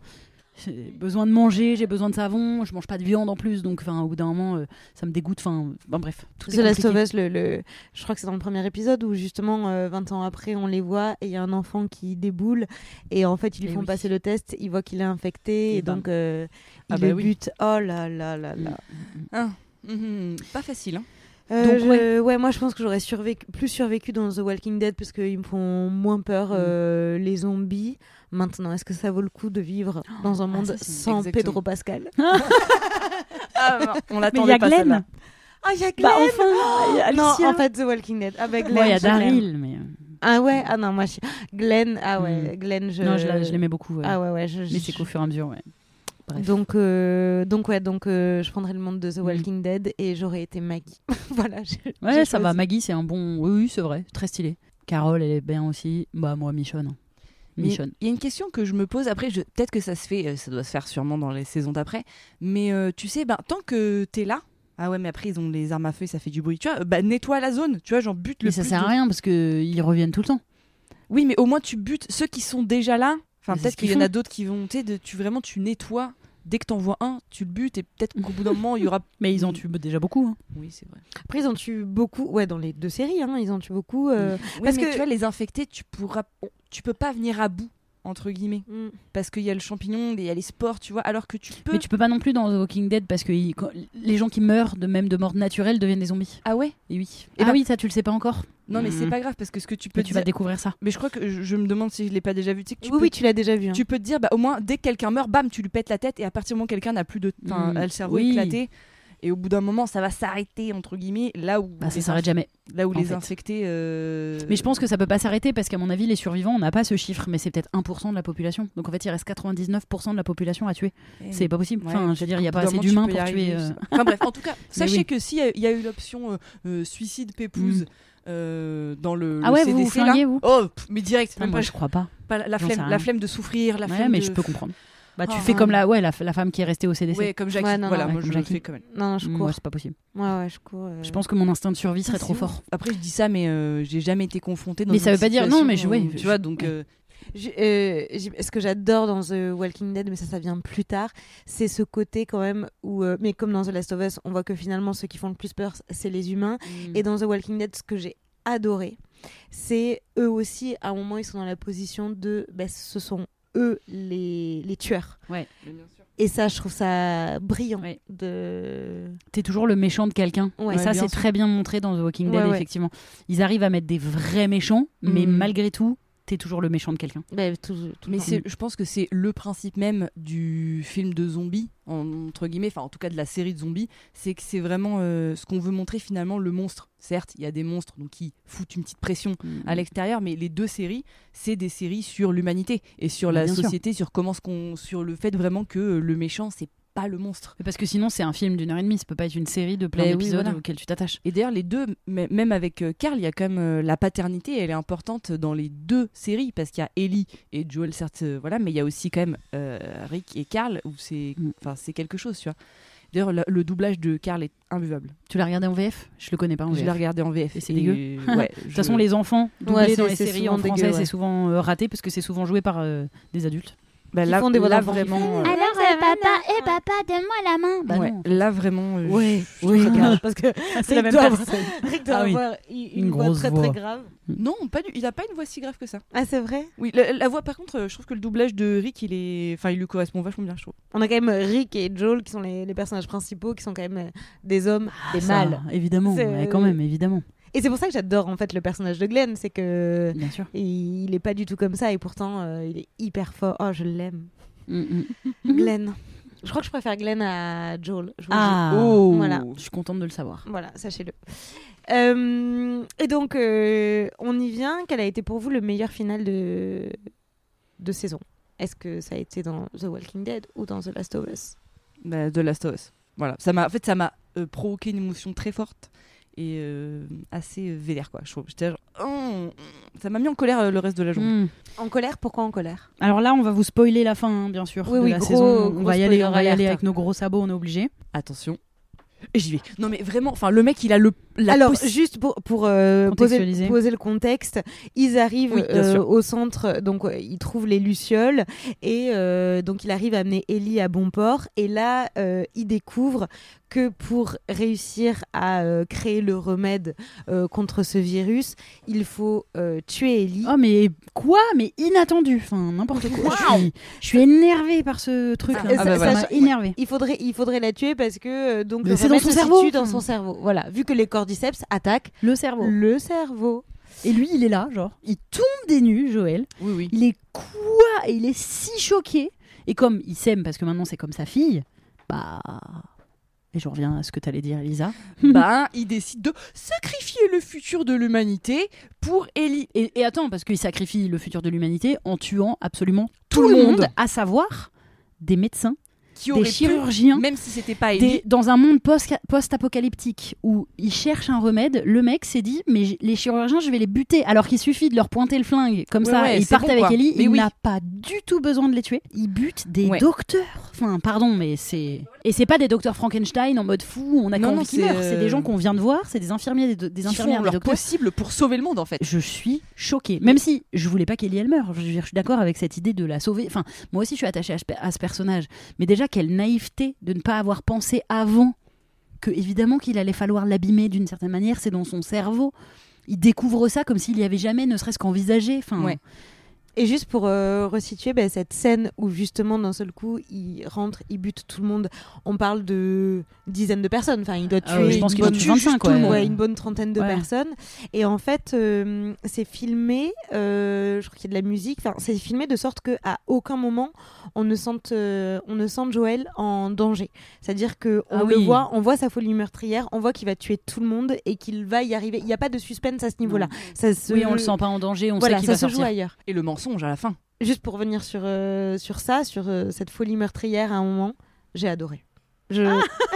Speaker 11: j'ai besoin de manger j'ai besoin de savon je mange pas de viande en plus donc enfin au bout d'un moment euh, ça me dégoûte enfin ben, bref tout
Speaker 10: The
Speaker 11: est
Speaker 10: Last of
Speaker 11: compliqué.
Speaker 10: Us, le, le- je crois que c'est dans le premier épisode où justement euh, 20 ans après on les voit et il y a un enfant qui déboule et en fait ils lui
Speaker 11: Eh
Speaker 10: font
Speaker 11: oui.
Speaker 10: passer le test, ils voient qu'il est infecté et,
Speaker 11: Et bam.
Speaker 10: donc euh, il
Speaker 3: Ah
Speaker 10: le
Speaker 3: bah oui.
Speaker 10: bute. Oh là là là là.
Speaker 3: Mhm. Pas facile, hein.
Speaker 10: Euh,
Speaker 11: Donc,
Speaker 10: je- ouais. moi je pense que j'aurais survécu, plus survécu dans The Walking Dead parce qu'ils me font moins peur euh, les zombies. Maintenant, est-ce que ça vaut le coup de vivre dans un monde
Speaker 11: ça, c'est-
Speaker 10: sans
Speaker 3: exactement.
Speaker 10: Pedro Pascal
Speaker 3: Ah, bah,
Speaker 11: mais il y a
Speaker 3: on l'attendait pas
Speaker 11: Glenn
Speaker 3: celle-là.
Speaker 10: Ah, il y a
Speaker 11: bah enfin il y a
Speaker 10: Non,
Speaker 11: Alicia.
Speaker 10: en fait The Walking Dead avec
Speaker 11: Ouais, il
Speaker 10: Glenn.
Speaker 11: y a
Speaker 10: je l'aime.
Speaker 11: Daryl mais euh,
Speaker 10: Ah ouais, ah non, moi je... Glenn, ah ouais,
Speaker 11: Hmm.
Speaker 10: Glenn, je
Speaker 11: non je la- je l'aimais beaucoup ouais.
Speaker 10: Ah ouais, ouais, je,
Speaker 11: mais
Speaker 10: je-
Speaker 11: c'est qu'au fur et à mesure ouais. Bref.
Speaker 10: Donc, euh, donc ouais, donc euh, je prendrais le monde de The
Speaker 11: Mhm.
Speaker 10: Walking Dead et j'aurais été Maggie. voilà. j'ai-
Speaker 11: Ouais,
Speaker 10: j'ai
Speaker 11: ça
Speaker 10: choisi.
Speaker 11: va. Maggie, c'est un bon. Oui, oui, c'est vrai. Très stylé. Carole, elle est bien aussi. Bah, moi, Michonne. hein.
Speaker 3: Mais
Speaker 11: Michonne.
Speaker 3: Il y a une question que je me pose après, je- peut-être que ça se fait, euh, ça doit se faire sûrement dans les saisons d'après, mais euh, tu sais, bah, tant que t'es là, ah ouais, mais après ils ont les armes à feu et ça fait du bruit, tu vois, euh, bah nettoie la zone, tu vois, j'en bute le
Speaker 11: Mais ça
Speaker 3: plus
Speaker 11: sert à
Speaker 3: de-
Speaker 11: rien parce qu'ils reviennent tout le temps.
Speaker 3: Oui, mais au moins tu butes ceux qui sont déjà là, enfin
Speaker 11: Mais c'est
Speaker 3: peut-être
Speaker 11: ce qu'ils
Speaker 3: qu'il y en a
Speaker 11: font.
Speaker 3: d'autres qui vont, tu sais, de- tu vraiment, tu nettoies, dès que t'en vois un, tu le butes et peut-être qu'au bout d'un moment il y aura...
Speaker 11: Mais ils en tuent déjà beaucoup. hein.
Speaker 3: Oui, c'est vrai.
Speaker 10: Après, ils ont tué beaucoup. Ouais, dans les deux séries, hein, ils ont tué beaucoup. euh,
Speaker 3: Parce
Speaker 10: Parce
Speaker 3: que
Speaker 10: que-
Speaker 3: tu vois, les infectés, tu pourras... Tu peux pas venir à bout, entre guillemets,
Speaker 10: mm.
Speaker 3: parce qu'il y a le champignon, il y a les spores, tu vois, alors que tu peux...
Speaker 11: Mais tu peux pas non plus dans The Walking Dead parce que ils- quand- les gens qui meurent de même de mort naturelle deviennent des zombies.
Speaker 3: Ah ouais
Speaker 11: Et oui.
Speaker 3: Eh
Speaker 11: ah
Speaker 3: ben-
Speaker 11: oui, ça tu le sais pas encore.
Speaker 3: Non, mais c'est
Speaker 11: Mhm.
Speaker 3: pas grave parce que ce que tu peux
Speaker 11: Mais
Speaker 3: te
Speaker 11: tu vas
Speaker 3: dire-
Speaker 11: découvrir ça.
Speaker 3: Mais je crois que je, je me demande si je l'ai pas déjà vu. Tu sais que tu
Speaker 10: oui,
Speaker 3: peux,
Speaker 10: oui, tu l'as déjà vu. hein.
Speaker 3: tu peux te dire, bah, au moins, dès que quelqu'un meurt, bam, tu lui pètes la tête et à partir du moment où quelqu'un n'a plus de. Enfin,
Speaker 11: Mhm.
Speaker 3: a le cerveau
Speaker 11: Oui.
Speaker 3: éclaté. Et au bout d'un moment, ça va s'arrêter, entre guillemets, là où.
Speaker 11: Bah, ça
Speaker 3: les
Speaker 11: s'arrête
Speaker 3: inf-
Speaker 11: jamais.
Speaker 3: Là où
Speaker 11: en
Speaker 3: les
Speaker 11: fait.
Speaker 3: infectés. euh,
Speaker 11: Mais je pense que ça peut pas s'arrêter parce qu'à mon avis, les survivants, on n'a pas ce chiffre, mais c'est peut-être 1% de la population. Donc en fait, il reste 99% de la population à tuer.
Speaker 3: eh,
Speaker 11: C'est pas possible.
Speaker 3: ouais,
Speaker 11: enfin, je veux dire, il y a
Speaker 3: au
Speaker 11: pas
Speaker 3: bout d'un
Speaker 11: assez d'humains
Speaker 3: moment, tu peux y
Speaker 11: pour
Speaker 3: arriver,
Speaker 11: tuer.
Speaker 3: je
Speaker 11: euh,
Speaker 3: sais pas. Enfin bref, en tout cas, sachez
Speaker 11: oui.
Speaker 3: que s'il y a- il y, a eu l'option euh, euh, suicide pépouze euh, dans le.
Speaker 11: Ah
Speaker 3: le
Speaker 11: ouais, vous
Speaker 3: CDC,
Speaker 11: vous
Speaker 3: là.
Speaker 11: flinguez, vous
Speaker 3: Oh, pff, mais direct,
Speaker 11: Ah,
Speaker 3: même
Speaker 11: Moi,
Speaker 3: pas,
Speaker 11: je crois pas.
Speaker 3: pas la, la
Speaker 11: J'en sais
Speaker 3: flemme, la
Speaker 11: rien.
Speaker 3: flemme de souffrir, la
Speaker 11: Ouais,
Speaker 3: flemme
Speaker 11: mais
Speaker 3: de-
Speaker 11: je peux comprendre. Bah, tu
Speaker 3: Ah,
Speaker 11: fais comme
Speaker 3: ouais.
Speaker 11: la, ouais, la, la femme qui est restée au CDC.
Speaker 3: Ouais, Mmh. comme Jackie,
Speaker 10: Ouais, non,
Speaker 3: voilà,
Speaker 11: non,
Speaker 3: moi
Speaker 11: ouais,
Speaker 3: je
Speaker 11: comme
Speaker 3: le
Speaker 11: Jackie.
Speaker 3: fais quand même.
Speaker 10: Non, non, je cours.
Speaker 11: Moi, c'est pas possible.
Speaker 10: Ouais, ouais, je cours. euh.
Speaker 11: Hmm, Je pense que mon instinct de survie serait
Speaker 3: Putain,
Speaker 11: trop
Speaker 3: c'est
Speaker 11: fort.
Speaker 3: Après, je dis ça, mais euh, j'ai jamais été confrontée dans
Speaker 11: Mais
Speaker 3: une
Speaker 11: ça veut pas dire-
Speaker 3: situation
Speaker 11: non, mais je- ouais,
Speaker 3: où-
Speaker 11: je-
Speaker 3: tu vois, donc.
Speaker 11: ouais.
Speaker 3: euh,
Speaker 10: J'ai- euh, j'ai- ce que j'adore dans The Walking Dead, mais ça, ça vient plus tard, c'est ce côté quand même où, euh, mais comme dans The Last of Us, on voit que finalement ceux qui font le plus peur, c'est les humains.
Speaker 3: Mmh.
Speaker 11: Mm.
Speaker 10: Et dans The Walking Dead, ce que j'ai adoré, c'est eux aussi, à un moment, ils sont dans la position de bah, ce sont eux les, les tueurs.
Speaker 11: Ouais.
Speaker 10: Et ça, je trouve ça brillant.
Speaker 11: Ouais.
Speaker 10: De...
Speaker 11: T'es toujours le méchant de quelqu'un.
Speaker 10: Ouais.
Speaker 11: et
Speaker 10: Ouais,
Speaker 11: ça,
Speaker 3: bien
Speaker 11: c'est
Speaker 3: sûr.
Speaker 11: très bien montré dans The Walking Dead,
Speaker 10: Ouais, ouais.
Speaker 11: effectivement. Ils arrivent à mettre des vrais méchants, mais
Speaker 10: Mhm.
Speaker 11: malgré tout, t'es toujours le méchant de quelqu'un.
Speaker 10: Bah, tout- tout
Speaker 3: Mais
Speaker 10: le temps.
Speaker 3: c'est- je pense que c'est le principe même du film de zombies, en- entre guillemets, enfin en tout cas de la série de zombies, c'est que c'est vraiment euh, ce qu'on veut montrer finalement le monstre. Certes, il y a des monstres donc, qui foutent une petite pression
Speaker 10: Mm.
Speaker 3: à
Speaker 11: Mm.
Speaker 3: l'extérieur, mais les deux séries, c'est des séries sur l'humanité et sur la
Speaker 11: Bah, Bien sûr.
Speaker 3: société, sur comment ce qu'on, sur le fait vraiment que euh, le méchant c'est pas le monstre.
Speaker 11: Mais Parce que sinon, c'est un film d'une heure et demie, ça peut pas être une série de plein
Speaker 3: Mais oui,
Speaker 11: d'épisodes
Speaker 3: voilà.
Speaker 11: auxquels tu t'attaches.
Speaker 3: Et d'ailleurs, les deux, m- même avec euh, Carl, il y a quand même euh, la paternité, elle est importante dans les deux séries, parce qu'il y a Ellie et Joel, certes, euh, voilà, mais il y a aussi quand même euh, Rick et Carl, où c'est
Speaker 11: Mm.
Speaker 3: enfin, c'est quelque chose, tu vois. D'ailleurs, la- le doublage de Carl est imbuvable.
Speaker 11: Tu l'as regardé en VF Je le connais pas en
Speaker 3: je
Speaker 11: VF.
Speaker 3: l'ai regardé en VF.
Speaker 11: Et c'est dégueu.
Speaker 3: euh, ouais,
Speaker 11: De toute façon, les enfants doublés
Speaker 10: Ouais,
Speaker 11: dans
Speaker 10: c'est-
Speaker 11: les
Speaker 10: c'est
Speaker 11: séries
Speaker 10: souvent
Speaker 11: en français,
Speaker 10: dégueu, ouais.
Speaker 11: c'est souvent euh, raté parce que c'est souvent joué par euh, des adultes.
Speaker 3: bah,
Speaker 10: qui
Speaker 3: là,
Speaker 10: font des voix
Speaker 3: là,
Speaker 10: d'enfants.
Speaker 3: vraiment. euh,
Speaker 5: Alors, euh, papa, eh papa, donne-moi la
Speaker 10: Ah,
Speaker 5: main.
Speaker 11: Bah
Speaker 3: ouais,
Speaker 11: non.
Speaker 3: là, vraiment. euh,
Speaker 10: Ouais,
Speaker 3: je-
Speaker 10: oui,
Speaker 3: je-
Speaker 10: regarde, parce que
Speaker 11: Ah, c'est la même
Speaker 10: doit
Speaker 11: personne.
Speaker 10: avoir- Rick doit
Speaker 11: Ah oui.
Speaker 10: avoir une,
Speaker 11: Une
Speaker 10: voix
Speaker 11: grosse
Speaker 10: très
Speaker 11: voix.
Speaker 10: très grave.
Speaker 3: Non, pas du- il a pas une voix si grave que ça.
Speaker 10: Ah, c'est vrai
Speaker 3: Oui, la, la voix, par contre, euh, je trouve que le doublage de Rick, il est, enfin, il lui correspond vachement bien, je trouve.
Speaker 10: On a quand même Rick et Joel qui sont les, les personnages principaux, qui sont quand même euh, des hommes, des
Speaker 11: Ah, Ça,
Speaker 10: mâles.
Speaker 11: Évidemment,
Speaker 10: C'est-
Speaker 11: ouais, quand même, évidemment.
Speaker 10: Et c'est pour ça que j'adore en fait le personnage de Glenn, c'est que
Speaker 11: Bien sûr.
Speaker 10: il est pas du tout comme ça et pourtant euh, il est hyper fort. Oh, je l'aime.
Speaker 11: Mm, mm.
Speaker 10: Glenn. Mhm. Je crois que je préfère Glenn à Joel. je vous le
Speaker 11: Ah,
Speaker 3: Oh.
Speaker 10: voilà.
Speaker 11: je suis contente de le savoir.
Speaker 10: dis. Voilà, sachez-le. Euh, et donc, euh, on y vient. Quel a été pour vous le meilleur final de, de saison Est-ce que ça a été dans The Walking Dead ou dans The Last of Us
Speaker 3: bah, de Last of Us. Voilà, ça m'a en fait ça m'a euh, provoqué une émotion très forte et euh, assez euh, vénère quoi. Je trouve j'étais genre Oh, mm. ça m'a mis en colère euh, le reste de la journée.
Speaker 11: Mm.
Speaker 10: En colère Pourquoi en colère
Speaker 11: Alors là, on va vous spoiler la fin, hein, bien sûr,
Speaker 10: Oui,
Speaker 11: de
Speaker 10: oui,
Speaker 11: la
Speaker 10: gros-
Speaker 11: saison. On
Speaker 10: gros
Speaker 11: va y aller, on va y
Speaker 10: spoiler
Speaker 11: aller
Speaker 10: alert.
Speaker 11: avec nos gros sabots, on est obligé.
Speaker 3: Attention. Et j'y vais. Non mais vraiment, enfin le mec il a le la
Speaker 10: Alors,
Speaker 3: possi-
Speaker 10: juste pour, pour, euh, poser,
Speaker 11: Contextualiser.
Speaker 10: poser le contexte, ils arrivent
Speaker 3: Oui, bien
Speaker 10: euh,
Speaker 3: sûr.
Speaker 10: au centre, donc euh, ils trouvent les Lucioles, et euh, donc il arrive à amener Ellie à bon port, et là, euh, ils découvrent que pour réussir à euh, créer le remède euh, contre ce virus, il faut euh, tuer Ellie.
Speaker 11: Oh mais quoi Mais inattendu, enfin n'importe quoi. Je, suis, je suis énervée par ce truc.
Speaker 10: Ah,
Speaker 11: là.
Speaker 10: ça-
Speaker 11: ça
Speaker 10: voilà.
Speaker 11: m'a énervée.
Speaker 10: Il faudrait, il faudrait la tuer parce que euh, donc
Speaker 11: Mais
Speaker 10: le
Speaker 11: c'est dans
Speaker 10: remède
Speaker 11: son
Speaker 10: se
Speaker 11: cerveau.
Speaker 10: situe dans son cerveau. Voilà, vu que les cordyceps attaquent
Speaker 11: Le cerveau.
Speaker 10: le cerveau.
Speaker 11: Et lui, il est là, genre, il tombe des nues, Joël.
Speaker 3: Oui oui.
Speaker 11: Il est quoi Et il est si choqué. Et comme il s'aime parce que maintenant c'est comme sa fille, bah. Et je reviens à ce que t'allais dire, Elisa.
Speaker 3: ben, il décide de sacrifier le futur de l'humanité pour Ellie.
Speaker 11: Et, et attends, parce qu'il sacrifie le futur de l'humanité en tuant absolument
Speaker 3: Tout
Speaker 11: tout,
Speaker 3: le
Speaker 11: le monde,
Speaker 3: monde.
Speaker 11: à savoir des médecins,
Speaker 3: Qui aurait
Speaker 11: des chirurgiens,
Speaker 3: pu, même si c'était pas
Speaker 11: Des-
Speaker 3: Ellie.
Speaker 11: dans un monde post- post-apocalyptique où ils cherchent un remède, le mec s'est dit mais j- les chirurgiens je vais les buter alors qu'il suffit de leur pointer le flingue comme
Speaker 3: Ouais,
Speaker 11: ça
Speaker 3: ouais,
Speaker 11: et ils
Speaker 3: c'est
Speaker 11: partent
Speaker 3: bon,
Speaker 11: avec
Speaker 3: quoi.
Speaker 11: Ellie,
Speaker 3: Mais
Speaker 11: il
Speaker 3: oui.
Speaker 11: n'a pas du tout besoin de les tuer, il bute des
Speaker 3: Ouais.
Speaker 11: docteurs. Enfin pardon mais c'est et c'est pas des docteurs Frankenstein en mode fou, on a
Speaker 3: Non,
Speaker 11: qu'envie
Speaker 3: non,
Speaker 11: qu'ils
Speaker 3: c'est,
Speaker 11: meurent, c'est des
Speaker 3: euh,
Speaker 11: gens qu'on vient de voir, c'est des infirmiers des, do- des
Speaker 3: Ils
Speaker 11: infirmières
Speaker 3: font
Speaker 11: des
Speaker 3: leur
Speaker 11: docteurs.
Speaker 3: possible pour sauver le monde en fait.
Speaker 11: Je suis choquée. Même si je voulais pas qu'Ellie elle meure. Je, veux dire, je suis d'accord avec cette idée de la sauver. Enfin, moi aussi, je suis attachée à ce, pe- à ce personnage. Mais déjà, quelle naïveté de ne pas avoir pensé avant que, évidemment, qu'il allait falloir l'abîmer d'une certaine manière. C'est dans son cerveau. Il découvre ça comme s'il y avait jamais, ne serait-ce qu'envisagé. Enfin,
Speaker 3: Ouais.
Speaker 10: Et juste pour euh, resituer bah, cette scène où justement d'un seul coup il rentre, il bute tout le monde, on parle de dizaines de personnes, enfin il doit tuer
Speaker 11: Ah ouais, je pense
Speaker 10: une
Speaker 11: qu'il en
Speaker 10: bonne,
Speaker 11: tue 25,
Speaker 10: tout le monde,
Speaker 11: ouais.
Speaker 10: ouais, une bonne trentaine de
Speaker 11: Ouais.
Speaker 10: personnes. Et en fait euh, c'est filmé, euh, je crois qu'il y a de la musique, enfin c'est filmé de sorte que à aucun moment on ne sente, euh, on ne sente Joël en danger. C'est-à-dire que on
Speaker 11: Ah
Speaker 10: le
Speaker 11: oui.
Speaker 10: voit, on voit sa folie meurtrière, on voit qu'il va tuer tout le monde et qu'il va y arriver. Il n'y a pas de suspense à ce niveau-là. Ça se-
Speaker 11: oui, on le sent pas en danger. On
Speaker 10: Voilà,
Speaker 11: sait qu'il
Speaker 10: ça
Speaker 11: va
Speaker 10: se joue
Speaker 11: sortir.
Speaker 10: ailleurs
Speaker 3: Et le mensonge à la fin.
Speaker 10: juste pour revenir sur, euh, sur ça, sur euh, cette folie meurtrière à un moment, j'ai adoré. Je,
Speaker 11: Ah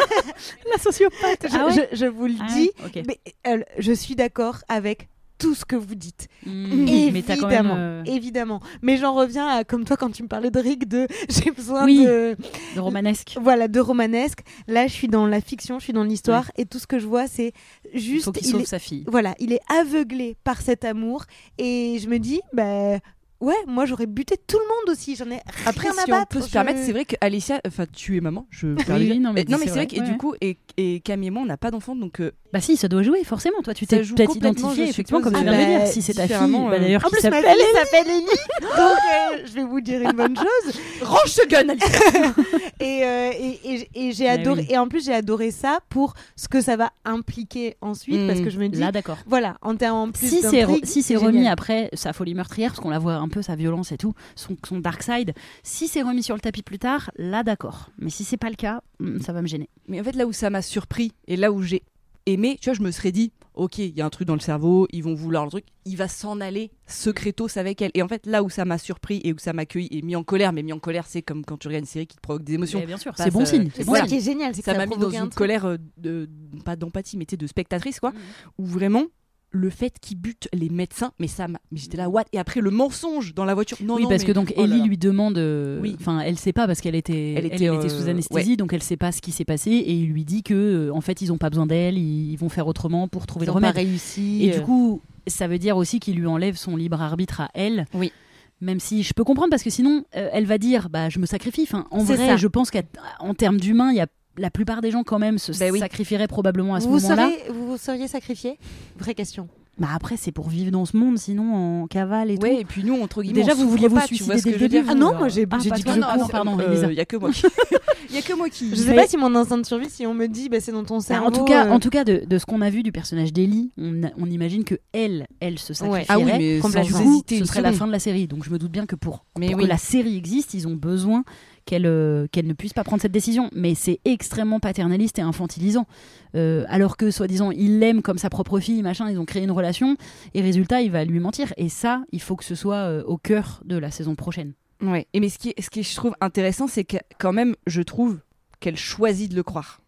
Speaker 11: La sociopathe.
Speaker 10: je, je- je vous le
Speaker 11: Ah
Speaker 10: dis, mais euh, je suis d'accord avec tout ce que vous dites.
Speaker 3: Mmh.
Speaker 11: Mais t'as
Speaker 10: évidemment,
Speaker 11: quand même. euh,
Speaker 10: évidemment. Mais j'en reviens à, comme toi quand tu me parlais de Rick, de j'ai besoin
Speaker 11: Oui.
Speaker 10: de,
Speaker 11: de romanesque.
Speaker 10: voilà, de romanesque. Là, je suis dans la fiction, je suis dans l'histoire, et tout ce que je vois, c'est
Speaker 11: Il
Speaker 10: juste...
Speaker 11: faut qu'il
Speaker 10: il
Speaker 11: sauve
Speaker 10: est-
Speaker 11: sa fille.
Speaker 10: voilà, il est aveuglé par cet amour, et je me dis, bah, ouais, moi j'aurais buté tout le monde aussi. J'en ai
Speaker 3: Après,
Speaker 10: rien à
Speaker 3: si on
Speaker 10: battre,
Speaker 3: peut se
Speaker 10: je-
Speaker 3: permettre, c'est vrai que Alicia, enfin, tu es maman. Je
Speaker 11: Oui, oui, non, mais
Speaker 3: Euh, non,
Speaker 11: c'est
Speaker 3: mais c'est vrai,
Speaker 11: vrai,
Speaker 3: que et
Speaker 11: ouais.
Speaker 3: du coup, et, et Camille et moi, on n'a pas d'enfant, donc euh,
Speaker 11: Bah si, ça doit jouer forcément. Toi, tu
Speaker 3: Ça
Speaker 11: t'es
Speaker 3: joue
Speaker 11: peut-être
Speaker 3: complètement,
Speaker 11: identifié
Speaker 3: je
Speaker 11: effectivement comme tu
Speaker 3: suppose,
Speaker 11: viens de le
Speaker 10: euh,
Speaker 11: dire. Si c'est ta fille,
Speaker 3: différemment,
Speaker 11: bah,
Speaker 3: euh,
Speaker 11: d'ailleurs,
Speaker 10: En
Speaker 11: qui
Speaker 10: plus, ma
Speaker 11: s'appelle-
Speaker 10: fille s'appelle Ellie, donc euh, je vais vous dire une bonne chose.
Speaker 3: range ce gun, Alicia.
Speaker 10: Et, euh, et, et- et j'ai
Speaker 11: Mais
Speaker 10: adoré.
Speaker 11: oui.
Speaker 10: Et en plus, j'ai adoré ça pour ce que ça va impliquer ensuite,
Speaker 3: Mm.
Speaker 10: parce que je me dis,
Speaker 11: Là, d'accord.
Speaker 10: voilà, en termes en plus
Speaker 11: Si c'est
Speaker 10: d'intrigue,
Speaker 11: si c'est
Speaker 10: génial.
Speaker 11: remis après sa folie meurtrière, parce qu'on la voit un peu sa violence et tout, son, son dark side, si c'est remis sur le tapis plus tard, là d'accord. Mais si c'est pas le cas, hmm, ça va me gêner.
Speaker 3: Mais en fait, là où ça m'a surpris et là où j'ai aimé, tu vois, je me serais dit, ok, il y a un truc dans le cerveau, ils vont vouloir le truc, il va s'en aller secretos avec elle. Et en fait, là où ça m'a surpris et où ça m'a accueilli et mis en colère, mais mis en colère, c'est comme quand tu regardes une série qui te provoque des émotions.
Speaker 11: Mais Eh, bien sûr,
Speaker 3: Bah,
Speaker 11: c'est bon
Speaker 3: ça-
Speaker 11: signe.
Speaker 10: C'est
Speaker 11: c'est bon
Speaker 3: voilà.
Speaker 10: ça
Speaker 11: signe.
Speaker 10: qui est génial, c'est que
Speaker 3: ça
Speaker 10: ça,
Speaker 3: m'a mis dans
Speaker 10: provoque un
Speaker 3: une
Speaker 10: truc.
Speaker 3: colère euh, de, pas d'empathie mais tu sais, de spectatrice quoi où vraiment le fait qu'ils butent les médecins mais ça m'a- mais j'étais là what et après le mensonge dans la voiture non
Speaker 11: oui,
Speaker 3: non,
Speaker 11: parce
Speaker 3: mais-
Speaker 11: que donc
Speaker 3: oh là
Speaker 11: Ellie
Speaker 3: là.
Speaker 11: lui demande. euh,
Speaker 3: Oui.
Speaker 11: Enfin, elle sait pas parce qu'elle était,
Speaker 3: Elle
Speaker 11: elle,
Speaker 3: était,
Speaker 11: elle était
Speaker 3: euh,
Speaker 11: sous
Speaker 3: ouais.
Speaker 11: anesthésie, donc elle sait pas ce qui s'est passé et il lui dit que euh, en fait ils ont pas besoin d'elle, ils, ils vont faire autrement pour trouver
Speaker 10: Ils
Speaker 11: le
Speaker 10: ont pas
Speaker 11: remède.
Speaker 10: réussi.
Speaker 11: Et
Speaker 10: euh,
Speaker 11: du coup, ça veut dire aussi qu'il lui enlève son libre arbitre à elle.
Speaker 3: Oui.
Speaker 11: Même si je peux comprendre parce que sinon, euh, elle va dire, bah, je me sacrifie. Enfin, en
Speaker 10: C'est
Speaker 11: vrai,
Speaker 10: ça.
Speaker 11: je pense qu'en termes d'humains, il y a la plupart des gens quand même se
Speaker 3: Bah oui.
Speaker 11: sacrifieraient probablement à ce
Speaker 10: vous,
Speaker 11: moment-là.
Speaker 10: seriez, vous vous seriez sacrifié Vraie question.
Speaker 11: Bah après, c'est pour vivre dans ce monde, sinon en cavale et tout.
Speaker 3: ouais et puis nous entre guillemets
Speaker 11: Déjà,
Speaker 3: on
Speaker 11: vous
Speaker 3: souffre
Speaker 11: vouliez vous
Speaker 3: pas, tu vois
Speaker 11: suicider
Speaker 3: ce que
Speaker 11: dès
Speaker 3: je
Speaker 11: le
Speaker 3: veux dire
Speaker 11: début, Ah non, vous, moi,
Speaker 10: j'ai
Speaker 11: Ah, pas
Speaker 10: dit
Speaker 11: toi,
Speaker 10: que je
Speaker 11: non, ah non,
Speaker 10: cours.
Speaker 11: pardon,
Speaker 3: Euh,
Speaker 11: Elisa.
Speaker 3: y a que moi qui y a que moi qui
Speaker 10: Je sais pas si mon instinct de survie, si on me dit, bah, c'est dans ton
Speaker 11: Bah,
Speaker 10: cerveau.
Speaker 11: en tout cas,
Speaker 10: euh,
Speaker 11: en tout cas, de, de ce qu'on a vu du personnage d'Ellie, on, a- on imagine que elle, elle se
Speaker 10: Ouais.
Speaker 11: sacrifierait.
Speaker 3: ah oui mais sans
Speaker 11: Du
Speaker 10: complètement.
Speaker 11: coup,
Speaker 3: hésiter
Speaker 11: ce
Speaker 3: une
Speaker 11: serait la
Speaker 3: seconde.
Speaker 11: fin de la série. Donc je me doute bien que pour,
Speaker 3: Mais
Speaker 11: pour
Speaker 3: oui.
Speaker 11: que la série existe, ils ont besoin qu'elle euh, qu'elle ne puisse pas prendre cette décision. Mais c'est extrêmement paternaliste et infantilisant. Euh, alors que, soi-disant, il l'aime comme sa propre fille, machin, ils ont créé une relation, et résultat, il va lui mentir. Et ça, il faut que ce soit euh, au cœur de la saison prochaine.
Speaker 3: Ouais. Et mais ce qui, est- ce qui je trouve intéressant, c'est que quand même, je trouve qu'elle choisit de le croire.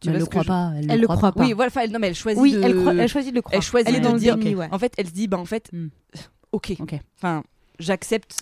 Speaker 3: Tu
Speaker 11: elle
Speaker 3: vois
Speaker 11: ne
Speaker 3: ce que
Speaker 11: croit
Speaker 3: je-
Speaker 11: pas. Elle,
Speaker 10: elle
Speaker 11: le croit pas.
Speaker 3: Oui, voilà. enfin, elle- non, mais elle choisit.
Speaker 10: euh, Oui,
Speaker 3: de...
Speaker 10: elle, croit- elle choisit de le croire.
Speaker 3: Elle choisit
Speaker 10: elle est
Speaker 3: de
Speaker 10: dans le
Speaker 3: dire.
Speaker 10: déni,
Speaker 3: ok.
Speaker 10: ouais.
Speaker 3: En fait, elle se dit, bah en fait,
Speaker 11: Hmm.
Speaker 3: ok.
Speaker 11: Ok.
Speaker 3: Enfin, j'accepte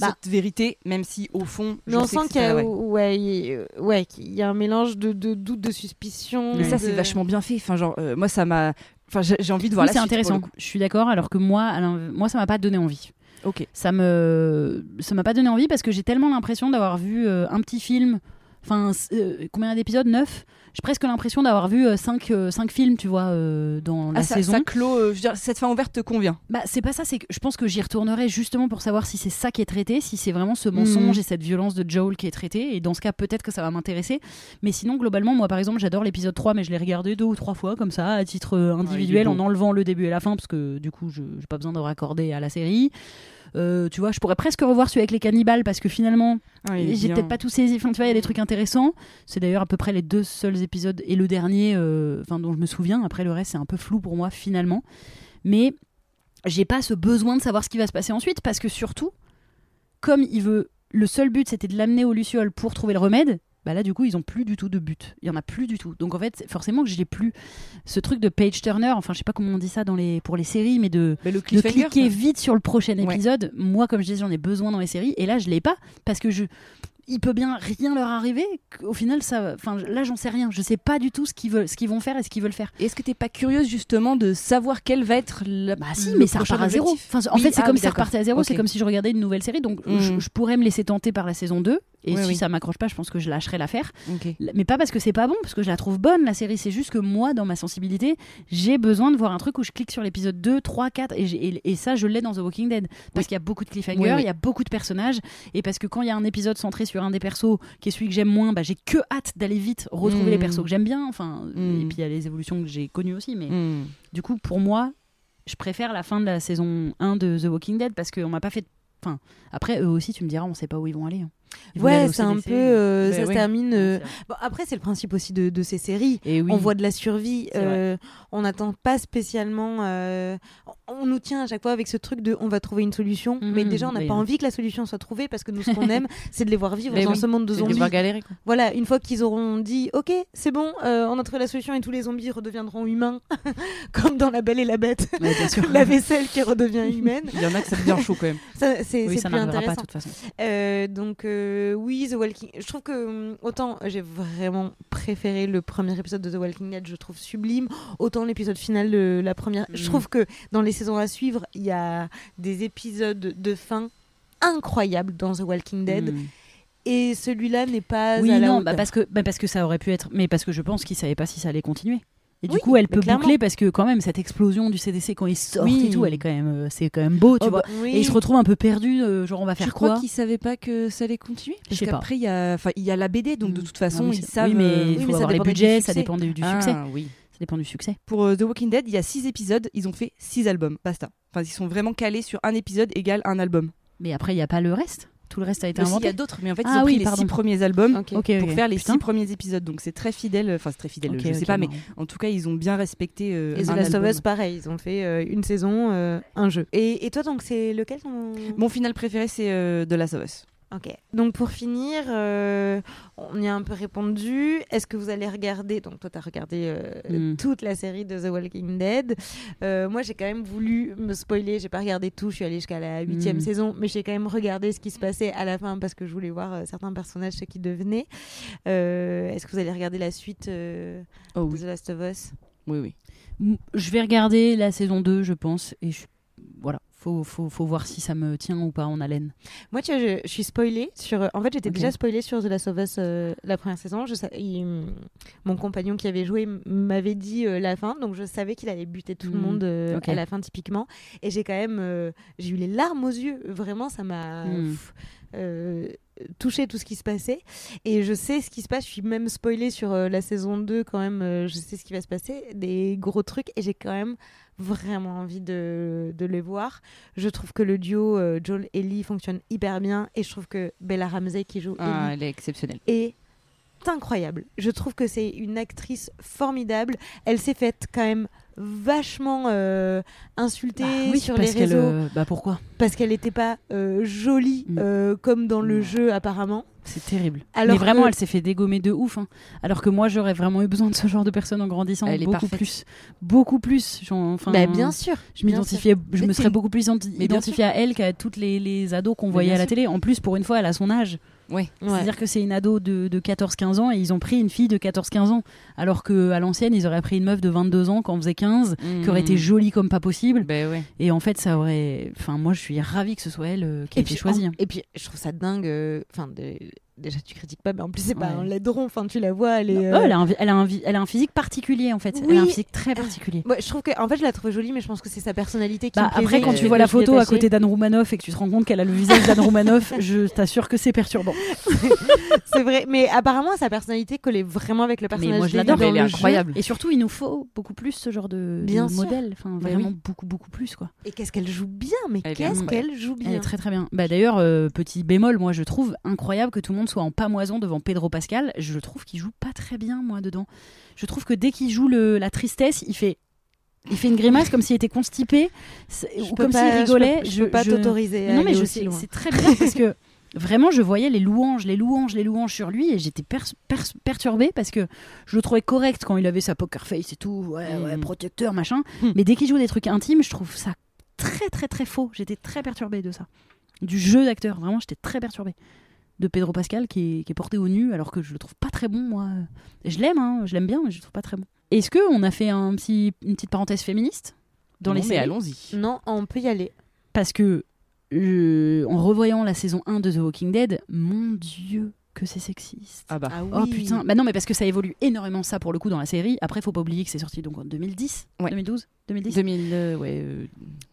Speaker 10: Bah.
Speaker 3: cette vérité, même si au fond,
Speaker 10: Mais
Speaker 3: je
Speaker 10: on
Speaker 3: sais que
Speaker 10: sent
Speaker 3: c'est
Speaker 10: qu'il y,
Speaker 3: pas
Speaker 10: a-
Speaker 3: vrai.
Speaker 10: ouais, il- euh, ouais, qu'il y a un mélange de, de doute, de suspicion.
Speaker 3: Mais ça, c'est
Speaker 10: de-
Speaker 3: vachement bien fait. Enfin, genre, euh, moi, ça m'a. Enfin, j'ai j'ai envie de voir
Speaker 11: Oui,
Speaker 3: la
Speaker 11: c'est
Speaker 3: suite, pour
Speaker 11: intéressant.
Speaker 3: le coup.
Speaker 11: Je suis d'accord. Alors que moi, à l'in- moi, ça m'a pas donné envie.
Speaker 3: Ok.
Speaker 11: ça me ça m'a pas donné envie parce que j'ai tellement l'impression d'avoir vu euh, un petit film enfin c- euh, combien d'épisodes 9 j'ai presque l'impression d'avoir vu euh, 5 films tu vois euh, dans la
Speaker 3: Ah, ça,
Speaker 11: saison
Speaker 3: ça clôt. euh, je veux dire, cette fin ouverte te convient.
Speaker 11: bah c'est pas ça c'est que je pense que j'y retournerai justement pour savoir si c'est ça qui est traité si c'est vraiment ce mensonge et cette violence de Joel qui est traité et dans ce cas peut-être que ça va m'intéresser mais sinon globalement moi par exemple j'adore l'épisode 3 mais je l'ai regardé deux ou trois fois comme ça à titre euh, individuel
Speaker 3: beau.
Speaker 11: en enlevant le début et la fin parce que du coup je j'ai pas besoin de raccorder à la série Euh, tu vois, je pourrais presque revoir celui avec les cannibales parce que finalement, j'ai peut-être pas tout saisi. Enfin, tu vois, il y a des trucs intéressants. C'est d'ailleurs à peu près les deux seuls épisodes et le dernier, euh, enfin dont je me souviens. Après, le reste, c'est un peu flou pour moi finalement. Mais j'ai pas ce besoin de savoir ce qui va se passer ensuite parce que surtout, comme il veut, le seul but c'était de l'amener au Luciole pour trouver le remède. Bah là, du coup, ils ont plus du tout de but. Il y en a plus du tout. Donc en fait, c'est- forcément que je l'ai plus. Ce truc de page turner, enfin, je sais pas comment on dit ça dans les pour les séries, mais de
Speaker 7: Bah,
Speaker 3: Mais le
Speaker 11: de
Speaker 3: cliffhanger.
Speaker 11: cliquer vite sur le prochain
Speaker 3: Ouais.
Speaker 11: épisode. Moi, comme je disais, j'en ai besoin dans les séries, et là, je l'ai pas parce que je, il peut bien rien leur arriver. Au final, ça, enfin, là, j'en sais rien. Je sais pas du tout ce qu'ils veulent, ce qu'ils vont faire et ce qu'ils veulent faire.
Speaker 3: Et Est-ce que t'es pas curieuse justement de savoir quelle va être la.
Speaker 11: Bah si,
Speaker 3: le
Speaker 11: mais ça
Speaker 3: prochain
Speaker 11: repart à zéro.
Speaker 3: objectif
Speaker 11: Enfin, en
Speaker 3: Oui,
Speaker 11: fait, c'est
Speaker 3: ah
Speaker 11: comme
Speaker 3: oui,
Speaker 11: si ça
Speaker 3: d'accord.
Speaker 11: repartait à zéro. C'est
Speaker 3: Ok.
Speaker 11: comme si je regardais une nouvelle série, donc
Speaker 3: Mm.
Speaker 11: je, je pourrais me laisser tenter par la saison 2 et
Speaker 3: Oui,
Speaker 11: si
Speaker 3: oui.
Speaker 11: ça m'accroche pas, je pense que je lâcherai l'affaire.
Speaker 3: Ok.
Speaker 11: Mais pas parce que c'est pas bon, parce que je la trouve bonne la série, c'est juste que moi, dans ma sensibilité, j'ai besoin de voir un truc où je clique sur l'épisode 2, 3, 4, et, j'ai- et- et ça, je l'ai dans The Walking Dead. Parce qu'il y a beaucoup de cliffhangers,
Speaker 3: Oui, oui.
Speaker 11: il y a beaucoup de personnages, et parce que quand il y a un épisode centré sur un des persos, qui est celui que j'aime moins, bah, j'ai que hâte d'aller vite retrouver
Speaker 3: Mm.
Speaker 10: Mmh.
Speaker 11: les persos que j'aime bien, enfin,
Speaker 3: Mm.
Speaker 11: et puis il y a les évolutions que j'ai connues aussi,
Speaker 10: Mmh.
Speaker 11: mais
Speaker 3: Hmm.
Speaker 11: du coup, pour moi, je préfère la fin de la saison 1 de The Walking Dead, parce qu'on m'a pas fait... de- Enfin, après, eux aussi, tu me diras, on sait pas où ils vont aller. hein. Ils vont aller
Speaker 10: Ouais,
Speaker 11: au
Speaker 10: c'est un
Speaker 11: CDC.
Speaker 10: peu. euh,
Speaker 3: Bah
Speaker 10: ça
Speaker 3: oui.
Speaker 10: se termine. euh, Bon, après, c'est le principe aussi de, de ces séries.
Speaker 3: Et oui.
Speaker 10: On voit de la survie.
Speaker 11: C'est vrai.
Speaker 10: euh, on n'attend pas spécialement. euh, On nous tient à chaque fois avec ce truc de on va trouver une solution. Mais
Speaker 11: Mhm,
Speaker 10: déjà, on n'a
Speaker 11: mais-
Speaker 10: pas envie que la solution soit trouvée parce que nous, ce qu'on aime, c'est de les voir vivre
Speaker 3: Mais
Speaker 10: dans
Speaker 3: oui,
Speaker 10: ce monde de
Speaker 3: C'est
Speaker 10: zombies.
Speaker 3: devoir galérer, quoi.
Speaker 10: Voilà, une fois qu'ils auront dit OK, c'est bon, euh, on a trouvé la solution et tous les zombies redeviendront humains, comme dans La Belle et la Bête,
Speaker 11: Ouais, bien sûr.
Speaker 10: la vaisselle qui redevient humaine.
Speaker 3: Il y en a que ça devient chaud quand même.
Speaker 10: Ça, c'est
Speaker 11: Oui,
Speaker 10: c'est
Speaker 11: ça
Speaker 10: plus
Speaker 11: n'arrivera pas
Speaker 10: intéressant.
Speaker 11: de toute façon.
Speaker 10: Euh, donc euh, oui, The Walking. Je trouve que hum, autant j'ai vraiment préféré le premier épisode de The Walking Dead, je trouve sublime, autant l'épisode final de la première. Je
Speaker 3: Mm.
Speaker 10: trouve que dans les saisons à suivre, il y a des épisodes de fin incroyable dans The Walking Dead.
Speaker 11: Hmm.
Speaker 10: Et celui-là n'est pas.
Speaker 11: Oui,
Speaker 10: à la
Speaker 11: non,
Speaker 10: hauteur.
Speaker 11: bah parce, que, bah parce que ça aurait pu être. Mais parce que je pense qu'ils savaient pas si ça allait continuer. Et du
Speaker 10: Oui,
Speaker 11: coup, elle
Speaker 10: mais
Speaker 11: peut
Speaker 10: clairement.
Speaker 11: boucler parce que, quand même, cette explosion du CDC quand ils sortent
Speaker 7: Oui.
Speaker 11: et tout, elle est quand même, euh, c'est quand même beau, tu
Speaker 7: Oh,
Speaker 11: vois.
Speaker 7: bah,
Speaker 10: Oui.
Speaker 11: Et ils se retrouvent un peu perdus, euh, genre on va
Speaker 7: Je
Speaker 11: faire
Speaker 7: crois
Speaker 11: quoi
Speaker 7: qu'ils savaient pas que ça allait continuer.
Speaker 11: Je
Speaker 7: Parce
Speaker 11: sais pas.
Speaker 7: qu'après, il y a, enfin, il y a la BD, donc de
Speaker 11: Mm.
Speaker 7: toute façon,
Speaker 11: Non, mais
Speaker 7: ils
Speaker 11: c'est-
Speaker 7: savent.
Speaker 11: Oui, mais
Speaker 7: euh,
Speaker 11: il faut avoir les
Speaker 7: dépendait du
Speaker 11: budgets, ça
Speaker 7: succès.
Speaker 11: dépend du, du
Speaker 7: Ah,
Speaker 11: succès.
Speaker 7: oui.
Speaker 11: Ça dépend du succès.
Speaker 7: Pour euh, The Walking Dead, il y a 6 épisodes, ils ont fait 6 albums, basta. Enfin, ils sont vraiment calés sur un épisode égale un album.
Speaker 11: Mais après, il n'y a pas le reste. Tout le reste a été
Speaker 7: Aussi, Il y
Speaker 11: inventé.
Speaker 7: a d'autres, mais en fait, ils
Speaker 11: Ah
Speaker 7: ont
Speaker 11: oui,
Speaker 7: pris les
Speaker 11: pardon.
Speaker 7: 6 premiers albums
Speaker 10: Ok.
Speaker 11: Ok,
Speaker 7: pour
Speaker 11: ok.
Speaker 7: faire les
Speaker 11: Putain.
Speaker 7: 6 premiers épisodes. Donc, c'est très fidèle. Enfin, c'est très fidèle,
Speaker 11: Ok,
Speaker 7: je sais
Speaker 11: ok,
Speaker 7: pas, mais
Speaker 11: marrant.
Speaker 7: en tout cas, ils ont bien respecté euh,
Speaker 10: Et The
Speaker 7: un
Speaker 10: Last of
Speaker 7: album.
Speaker 10: Us, pareil, ils ont fait euh, une saison, euh, un jeu. Et, et toi, donc, c'est lequel ton-
Speaker 7: Mon final préféré, c'est euh, The Last of Us.
Speaker 10: Ok. Donc, pour finir, euh, on y a un peu répondu. Est-ce que vous allez regarder Donc, toi, tu as regardé euh,
Speaker 11: Mm.
Speaker 10: toute la série de The Walking Dead. Euh, moi, j'ai quand même voulu me spoiler. J'ai pas regardé tout. Je suis allée jusqu'à la huitième
Speaker 11: Mm.
Speaker 10: saison. Mais j'ai quand même regardé ce qui se passait à la fin parce que je voulais voir euh, certains personnages, ce qui devenaient. Euh, Est-ce que vous allez regarder la suite euh,
Speaker 7: Oh
Speaker 10: de The Last of Us
Speaker 7: Oui, oui.
Speaker 11: M- Je vais regarder la saison 2, je pense. Et je- voilà, faut, faut, faut voir si ça me tient ou pas en haleine.
Speaker 10: Moi, tu vois, je, je suis spoilée sur. euh, En fait, j'étais
Speaker 11: Ok.
Speaker 10: déjà spoilée sur The Last of Us euh, la première saison. Je sa- il- mon compagnon qui avait joué m- m'avait dit euh, la fin, donc je savais qu'il allait buter tout le
Speaker 11: Mm.
Speaker 10: monde euh,
Speaker 11: Ok.
Speaker 10: à la fin typiquement. Et j'ai quand même, euh, j'ai eu les larmes aux yeux. Vraiment, ça m'a
Speaker 11: Mm.
Speaker 10: pff, euh, touché tout ce qui se passait. Et je sais ce qui se passe. Je suis même spoilée sur euh, la saison 2 quand même. euh, je sais ce qui va se passer, des gros trucs. Et j'ai quand même vraiment envie de, de les voir. Je trouve que le duo euh, Joel Ellie fonctionne hyper bien et je trouve que Bella Ramsey qui joue
Speaker 7: Ah,
Speaker 10: Ellie
Speaker 7: elle est exceptionnelle.
Speaker 10: est incroyable. Je trouve que c'est une actrice formidable. Elle s'est faite quand même vachement euh, insultée sur les
Speaker 11: Bah parce qu'elle,
Speaker 10: réseaux
Speaker 11: euh, bah pourquoi
Speaker 10: parce qu'elle n'était pas euh, jolie
Speaker 11: Mm.
Speaker 10: euh, comme dans le
Speaker 11: Mm.
Speaker 10: jeu apparemment.
Speaker 11: C'est terrible.
Speaker 10: Alors
Speaker 11: mais vraiment,
Speaker 10: que-
Speaker 11: elle s'est fait dégommer de ouf. hein. Alors que moi, j'aurais vraiment eu besoin de ce genre de personne en grandissant.
Speaker 7: Elle est
Speaker 11: beaucoup
Speaker 7: parfaite.
Speaker 11: plus. Beaucoup plus. J'en- Enfin,
Speaker 10: Bah, bien sûr.
Speaker 11: je
Speaker 10: bien
Speaker 11: m'identifiais, je
Speaker 7: Mais
Speaker 11: me
Speaker 7: t'es
Speaker 11: serais
Speaker 7: une-
Speaker 11: beaucoup plus identi-
Speaker 7: Mais bien
Speaker 11: identifiée à elle qu'à toutes les, les ados qu'on
Speaker 7: Mais
Speaker 11: voyait
Speaker 7: bien
Speaker 11: à la
Speaker 7: sûr.
Speaker 11: télé. En plus, pour une fois, elle a son âge.
Speaker 7: Ouais.
Speaker 10: Ouais.
Speaker 11: C'est-à-dire que c'est une ado de, de 14-15 ans et ils ont pris une fille de 14-15 ans. Alors qu'à l'ancienne, ils auraient pris une meuf de 22 ans quand on faisait 15, qui aurait
Speaker 10: Mm.
Speaker 11: été jolie comme pas possible.
Speaker 7: Mm. Ben ouais.
Speaker 11: Et en fait, ça aurait. Enfin, moi, je suis ravie que ce soit elle euh, qui ait été choisie.
Speaker 10: en-
Speaker 11: hein.
Speaker 10: et puis, je trouve ça dingue. euh, Enfin, de- déjà, tu critiques pas, mais en plus, c'est pas
Speaker 11: Ouais.
Speaker 10: un laidron. Enfin, tu la vois, elle est.
Speaker 11: Oh,
Speaker 10: euh,
Speaker 11: elle, a un, vi- elle, a un, vi- elle a un physique particulier en fait. Elle a un
Speaker 10: Oui.
Speaker 11: physique très particulier.
Speaker 10: Ouais, je trouve que, en fait, je la trouve jolie, mais je pense que c'est sa personnalité qui
Speaker 11: Bah,
Speaker 10: me plaisait,
Speaker 11: après, quand
Speaker 10: qui
Speaker 11: tu
Speaker 10: fait
Speaker 11: vois
Speaker 10: que
Speaker 11: la
Speaker 10: je suis
Speaker 11: photo à
Speaker 10: attachée.
Speaker 11: côté d'Anne Roumanoff et que tu te rends compte qu'elle a le visage d'Anne Roumanoff, je t'assure que c'est perturbant.
Speaker 10: c'est vrai. Mais apparemment, sa personnalité collait vraiment avec le personnage.
Speaker 11: Mais moi, je
Speaker 10: d'Ellie
Speaker 11: l'adore.
Speaker 10: dans
Speaker 7: elle est
Speaker 10: le jeu.
Speaker 7: incroyable.
Speaker 11: Et surtout, il nous faut beaucoup plus ce genre de, de
Speaker 10: Bien sûr.
Speaker 11: modèle. Enfin,
Speaker 10: Mais
Speaker 11: vraiment
Speaker 10: oui.
Speaker 11: beaucoup, beaucoup plus quoi.
Speaker 10: Et qu'est-ce qu'elle joue bien Mais
Speaker 7: Elle est
Speaker 10: qu'est-ce
Speaker 7: incroyable.
Speaker 10: qu'elle joue
Speaker 11: Elle est
Speaker 10: bien
Speaker 11: très très bien. Bah d'ailleurs, euh, petit bémol, moi je trouve incroyable que tout le monde soit en pamoison devant Pedro Pascal. Je trouve qu'il joue pas très bien moi dedans. Je trouve que dès qu'il joue le, la tristesse, il fait il fait une grimace comme s'il était constipé c'est-
Speaker 10: Je
Speaker 11: ou
Speaker 10: peux
Speaker 11: comme
Speaker 10: pas-
Speaker 11: s'il
Speaker 10: je peux-
Speaker 11: rigolait.
Speaker 10: Je, peux pas t'autoriser.
Speaker 11: Mais
Speaker 10: à
Speaker 11: non mais
Speaker 10: aller
Speaker 11: je
Speaker 10: aussi
Speaker 11: sais,
Speaker 10: loin.
Speaker 11: c'est très bien parce que vraiment je voyais les louanges, les louanges, les louanges sur lui et j'étais pers- pers- perturbée parce que je le trouvais correct quand il avait sa poker face et tout, ouais, ouais,
Speaker 7: Mm.
Speaker 10: Hmm.
Speaker 11: protecteur machin.
Speaker 10: Mm.
Speaker 11: Mais dès qu'il joue des trucs intimes, je trouve ça très très très faux. J'étais très perturbée de ça, du jeu d'acteur. Vraiment, j'étais très perturbée de Pedro Pascal qui est, qui est porté au nu alors que je le trouve pas très bon moi. Je l'aime, hein, je l'aime bien, mais je le trouve pas très bon. Est-ce que on a fait un petit, une petite parenthèse féministe dans les
Speaker 7: Non, mais
Speaker 11: séries Mm.
Speaker 7: allons-y.
Speaker 10: Non, on peut y aller.
Speaker 11: parce que euh, en revoyant la saison 1 de The Walking Dead, mon dieu, que c'est sexiste.
Speaker 7: Ah bah.
Speaker 10: Ah oui.
Speaker 11: Oh putain, bah non mais parce que ça évolue énormément ça pour le coup dans la série. Après faut pas oublier que c'est sorti donc en 2010,
Speaker 7: Ouais.
Speaker 11: 2012, 2010,
Speaker 7: 2000, euh, ouais. euh,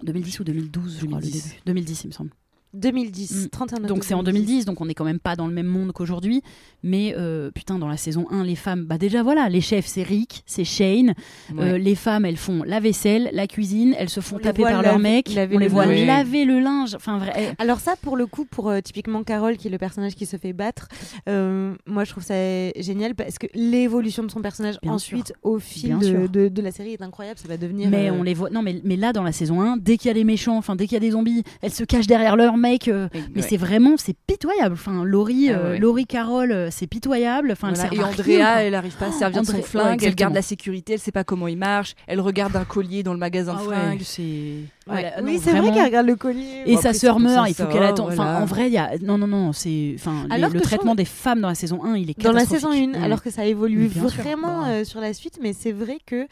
Speaker 11: 2010 ou 2012 je crois le
Speaker 7: 2010.
Speaker 11: début. 2010 il me semble.
Speaker 10: 2010,
Speaker 11: Mm.
Speaker 10: 31
Speaker 11: Donc c'est en 2010 donc on est quand même pas dans le même monde qu'aujourd'hui mais euh, putain dans la saison 1 les femmes bah déjà voilà les chefs c'est Rick, c'est Shane,
Speaker 7: ouais.
Speaker 11: Euh, les femmes, elles font la vaisselle, la cuisine, elles se font
Speaker 10: On les
Speaker 11: taper
Speaker 10: voit
Speaker 11: par
Speaker 10: laver-
Speaker 11: leur mec,
Speaker 10: laver
Speaker 11: on les
Speaker 10: le
Speaker 11: voit
Speaker 7: linge.
Speaker 11: laver le linge. Enfin, vrai, eh,
Speaker 10: Alors ça, pour le coup, pour euh, typiquement Carole, qui est le personnage qui se fait battre, euh, moi je trouve ça génial parce que l'évolution de son personnage
Speaker 11: Bien
Speaker 10: ensuite au fil
Speaker 11: Bien
Speaker 10: de,
Speaker 11: sûr.
Speaker 10: de- de la série est incroyable. Ça va devenir.
Speaker 11: Mais
Speaker 10: euh,
Speaker 11: on les voit. Non, mais, mais là, dans la saison 1, dès qu'il y a des méchants, enfin, dès qu'il y a des zombies, elles se cachent derrière leur mec. euh,
Speaker 7: Et-
Speaker 11: mais
Speaker 7: ouais.
Speaker 11: c'est vraiment, c'est pitoyable. Enfin, Laurie,
Speaker 7: Ah
Speaker 11: euh,
Speaker 7: ouais.
Speaker 11: Laurie Carole, euh, c'est pitoyable. Enfin,
Speaker 7: Voilà.
Speaker 11: elle
Speaker 7: Et
Speaker 11: sert à
Speaker 7: Andrea,
Speaker 11: rien, quoi.
Speaker 7: elle arrive pas à servir
Speaker 11: André-
Speaker 7: son flingue,
Speaker 11: ouais,
Speaker 7: elle garde la sécurité, elle sait pas comment il marche, elle regarde un collier dans le magasin de
Speaker 11: Ah ouais,
Speaker 7: fringues.
Speaker 11: c'est- Voilà, non,
Speaker 14: oui, c'est vrai
Speaker 11: vraiment.
Speaker 14: qu'elle regarde le collier.
Speaker 11: Et
Speaker 3: Bon,
Speaker 11: sa
Speaker 3: après,
Speaker 11: sœur
Speaker 3: c'est pour ça
Speaker 11: meurt,
Speaker 3: que
Speaker 11: il faut
Speaker 3: ça
Speaker 11: qu'elle
Speaker 3: va,
Speaker 11: attende. Enfin,
Speaker 3: voilà.
Speaker 11: en vrai, il y a. Non, non, non, c'est. Enfin, les-
Speaker 10: Alors
Speaker 11: le
Speaker 10: que je
Speaker 11: traitement
Speaker 10: trouve-
Speaker 11: des femmes dans la saison 1, il est
Speaker 10: dans la
Speaker 11: catastrophique.
Speaker 10: saison 1,
Speaker 11: Mm.
Speaker 10: alors que ça évolue
Speaker 11: Mais bien sûr.
Speaker 10: vraiment
Speaker 11: Bah.
Speaker 10: euh, sur la suite, mais c'est vrai que.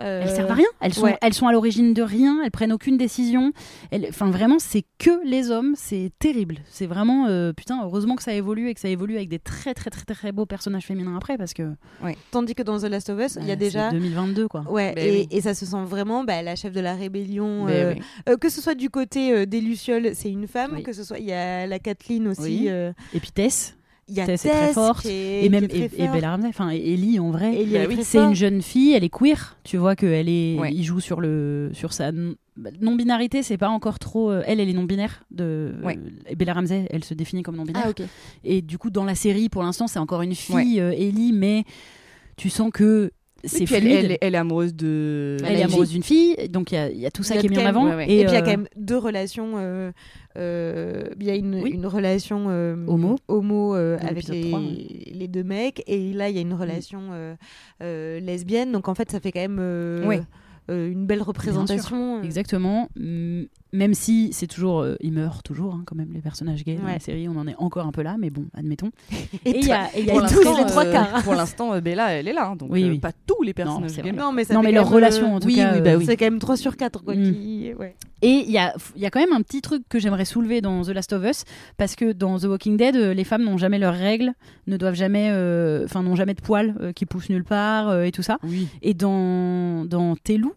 Speaker 10: euh,
Speaker 11: Elles servent à rien. Elles sont,
Speaker 10: ouais.
Speaker 11: elles sont à l'origine de rien. Elles prennent aucune décision. Elles- Enfin, vraiment, c'est que les hommes. C'est terrible. C'est vraiment euh, putain. Heureusement que ça évolue et que ça évolue avec des très très très très beaux personnages féminins après, parce que
Speaker 10: Tandis que dans The Last of Us, il y
Speaker 11: bah,
Speaker 10: a déjà.
Speaker 11: c'est Bah 2022 quoi.
Speaker 10: Ouais,
Speaker 3: Mais
Speaker 10: et,
Speaker 3: oui.
Speaker 10: et ça se sent vraiment bah, la chef de la rébellion.
Speaker 11: Bah Ben
Speaker 3: Mais
Speaker 10: euh,
Speaker 3: oui.
Speaker 10: euh, que ce soit du côté euh, des Lucioles, c'est une femme.
Speaker 11: Oui.
Speaker 10: Que ce soit. Il y a la Kathleen aussi.
Speaker 11: Oui.
Speaker 10: euh,
Speaker 11: Et puis Tess
Speaker 10: Il y a
Speaker 11: Tess
Speaker 10: Tess,
Speaker 11: est très forte,
Speaker 10: qui est-
Speaker 11: et même
Speaker 10: qui est
Speaker 11: et,
Speaker 10: très
Speaker 11: et
Speaker 10: forte.
Speaker 11: Bella Ramsey, enfin et Ellie en vrai.
Speaker 10: Ellie, elle est très
Speaker 11: c'est
Speaker 10: forte.
Speaker 11: une jeune fille. Elle est queer. Tu vois que elle est.
Speaker 3: Ouais.
Speaker 11: Il joue sur le sur sa non- bah, non-binarité. C'est pas encore trop. euh, Elle, elle est non-binaire. De
Speaker 3: Ouais.
Speaker 11: et Bella Ramsey, elle se définit comme non-binaire.
Speaker 10: Ah, ok.
Speaker 11: Et du coup, dans la série, pour l'instant, c'est encore une fille, euh, Ellie, mais tu sens que c'est
Speaker 3: Et puis elle,
Speaker 11: fluide.
Speaker 3: elle, est- elle est amoureuse de.
Speaker 11: Elle est amoureuse d'une fille, donc il y, a- il y a tout ça
Speaker 10: Il y a
Speaker 11: qui est mis
Speaker 10: quand
Speaker 11: en
Speaker 10: même-
Speaker 11: avant.
Speaker 3: ouais, ouais.
Speaker 10: Et, puis il y a
Speaker 11: euh,
Speaker 10: quand même deux relations. euh, euh, Il y a une,
Speaker 11: Oui.
Speaker 10: une relation euh,
Speaker 11: Homo.
Speaker 10: euh,
Speaker 11: Dans
Speaker 10: avec
Speaker 11: l'épisode
Speaker 10: les,
Speaker 11: 3,
Speaker 10: les deux mecs, et là il y a une relation euh, euh, lesbienne. Donc en fait, ça fait quand même euh,
Speaker 3: Ouais.
Speaker 10: euh, une belle représentation. euh.
Speaker 11: Exactement. Mm, Même si c'est toujours. euh, ils meurent toujours, hein, quand même, les personnages gays dans
Speaker 10: Ouais.
Speaker 11: la série. On en est encore un peu là, mais bon, admettons.
Speaker 10: Et
Speaker 11: il y a, et il y a
Speaker 10: pour
Speaker 11: une
Speaker 10: l'instant,
Speaker 11: sorte,
Speaker 10: les trois
Speaker 11: euh,
Speaker 10: quarts.
Speaker 3: Pour l'instant, euh, Bella, elle est là. hein, Donc,
Speaker 11: Oui,
Speaker 3: euh,
Speaker 11: oui.
Speaker 3: pas tous les
Speaker 11: Non,
Speaker 3: personnages
Speaker 11: c'est
Speaker 3: gays.
Speaker 11: vrai.
Speaker 10: Non, mais, ça
Speaker 11: Non,
Speaker 10: fait
Speaker 11: mais
Speaker 10: quand
Speaker 11: leur
Speaker 10: même,
Speaker 11: relation, en
Speaker 10: euh,
Speaker 11: tout
Speaker 10: oui,
Speaker 11: cas,
Speaker 10: oui,
Speaker 11: euh,
Speaker 10: bah oui. c'est quand même 3 sur 4. Quoi,
Speaker 11: Mm.
Speaker 10: qui- ouais.
Speaker 11: Et il y a, il y a quand même un petit truc que j'aimerais soulever dans The Last of Us, parce que dans The Walking Dead, euh, les femmes n'ont jamais leurs règles, ne doivent jamais, euh, enfin n'ont jamais de poils euh, qui poussent nulle part euh, et tout ça.
Speaker 3: Oui.
Speaker 11: Et dans dans Telou,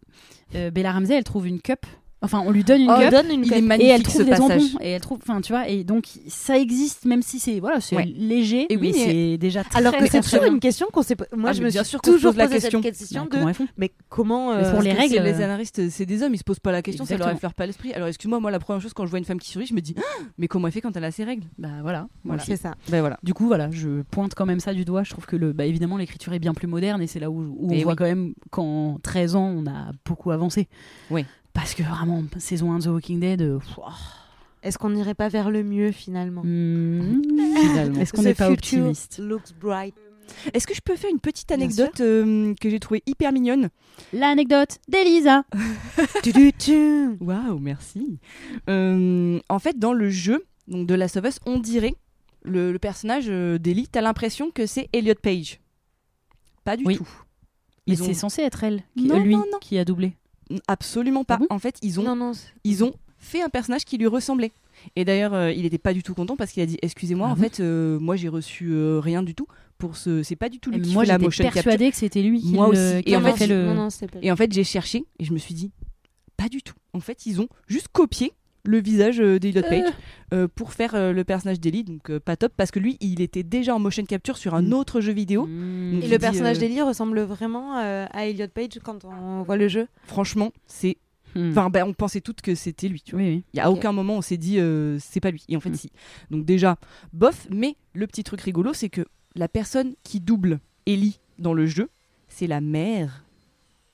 Speaker 11: euh, Bella Ramsey, elle trouve une cup. Enfin, on lui donne une
Speaker 10: On
Speaker 11: cup.
Speaker 10: donne une
Speaker 3: Il
Speaker 10: cote.
Speaker 3: est
Speaker 11: Et
Speaker 3: Oh, magnifique
Speaker 11: elle trouve
Speaker 3: ce
Speaker 11: des
Speaker 3: passage.
Speaker 11: tampons et elle trouve, enfin tu vois, et donc ça existe même si c'est voilà c'est
Speaker 3: Ouais.
Speaker 11: léger
Speaker 3: Et oui,
Speaker 11: mais
Speaker 3: mais-
Speaker 11: c'est déjà très
Speaker 10: Alors que c'est toujours
Speaker 11: contraignant.
Speaker 10: une question qu'on s'est. Moi,
Speaker 3: Ah,
Speaker 10: je
Speaker 3: mais
Speaker 10: me
Speaker 3: bien
Speaker 10: suis
Speaker 3: sûr qu'on se
Speaker 10: toujours
Speaker 3: pose la
Speaker 10: posé
Speaker 3: question.
Speaker 10: cette question
Speaker 11: Bah,
Speaker 10: de.
Speaker 11: comment elles font
Speaker 10: Mais comment. euh,
Speaker 11: Mais pour
Speaker 3: Parce
Speaker 11: les
Speaker 3: que
Speaker 11: règles,
Speaker 3: c'est- Les
Speaker 11: euh,
Speaker 3: analystes, c'est des hommes, ils se posent pas la question, ça leur
Speaker 11: Exactement.
Speaker 3: effleure pas l'esprit. Alors, excuse-moi, moi, la première chose quand je vois une femme qui sourit, je me dis, Ah, mais comment elle fait quand elle a ses règles
Speaker 11: Bah voilà, voilà.
Speaker 10: C'est ça.
Speaker 3: Ben voilà.
Speaker 11: Du coup, voilà, je pointe quand même ça du doigt. Je trouve que, le, bah, évidemment, l'écriture est bien plus moderne et c'est là où, où on
Speaker 3: Et
Speaker 11: voit
Speaker 3: oui.
Speaker 11: quand même qu'en 13 ans, on a beaucoup avancé.
Speaker 3: Oui.
Speaker 11: Parce que vraiment, saison 1 de The Walking Dead, euh, pff, oh,
Speaker 10: Est-ce qu'on n'irait pas vers le mieux
Speaker 3: Mm.
Speaker 10: finalement
Speaker 11: hmm,
Speaker 3: Finalement.
Speaker 11: est-ce qu'on n'est
Speaker 10: The
Speaker 11: pas
Speaker 10: future
Speaker 11: optimiste
Speaker 10: Looks bright.
Speaker 3: Est-ce que je peux faire une petite
Speaker 10: Bien
Speaker 3: anecdote euh, que j'ai trouvée hyper mignonne
Speaker 11: L'anecdote d'Elisa.
Speaker 10: Tu, tu, tu.
Speaker 3: Waouh, merci. Euh, en fait, dans le jeu donc de Last of Us, on dirait le, le personnage euh, d'Ellie, t'as l'impression que c'est Elliot Page. Pas du
Speaker 11: Oui.
Speaker 3: tout.
Speaker 11: Mais
Speaker 3: Ils ont-
Speaker 11: c'est censé être elle, qui,
Speaker 3: Non,
Speaker 11: lui,
Speaker 3: non, non.
Speaker 11: qui a doublé.
Speaker 3: Absolument pas.
Speaker 11: Ah bon
Speaker 3: en fait, ils ont,
Speaker 10: Non, non. c'est-
Speaker 3: ils ont fait un personnage qui lui ressemblait. Et d'ailleurs, euh, il n'était pas du tout content parce qu'il a dit Excusez-moi,
Speaker 11: Ah
Speaker 3: en
Speaker 11: bon
Speaker 3: fait, euh, moi j'ai reçu euh, rien du tout pour ce. C'est pas du tout
Speaker 11: Et
Speaker 3: lui qui
Speaker 11: moi,
Speaker 3: fait la
Speaker 11: j'étais
Speaker 3: motion capture.
Speaker 11: persuadée que c'était lui qui
Speaker 3: Moi
Speaker 11: le-
Speaker 3: aussi.
Speaker 11: qui
Speaker 3: Et en
Speaker 11: avait
Speaker 3: fait,
Speaker 11: fait le.
Speaker 10: Non, non, c'est pas.
Speaker 3: Et en fait, j'ai cherché et je me suis dit, pas du tout. En fait, ils ont juste copié le visage euh, d'Elliot Page euh, pour faire euh, le personnage d'Ellie, donc euh, pas top, parce que lui, il était déjà en motion capture sur un
Speaker 11: Mm.
Speaker 3: autre jeu vidéo.
Speaker 11: Hmm.
Speaker 10: Et
Speaker 3: Il
Speaker 10: le
Speaker 3: dit,
Speaker 10: personnage
Speaker 3: euh,
Speaker 10: d'Ellie ressemble vraiment euh, à Elliot Page quand on voit le jeu.
Speaker 3: Franchement, c'est.
Speaker 11: Hmm.
Speaker 3: Enfin, ben, on pensait toutes que c'était lui. Tu vois.
Speaker 11: Oui, oui.
Speaker 3: Il y a aucun moment on s'est dit euh, c'est pas lui. Et en fait,
Speaker 11: Mm.
Speaker 3: si. Donc déjà, bof. Mais le petit truc rigolo, c'est que la personne qui double Ellie dans le jeu, c'est la mère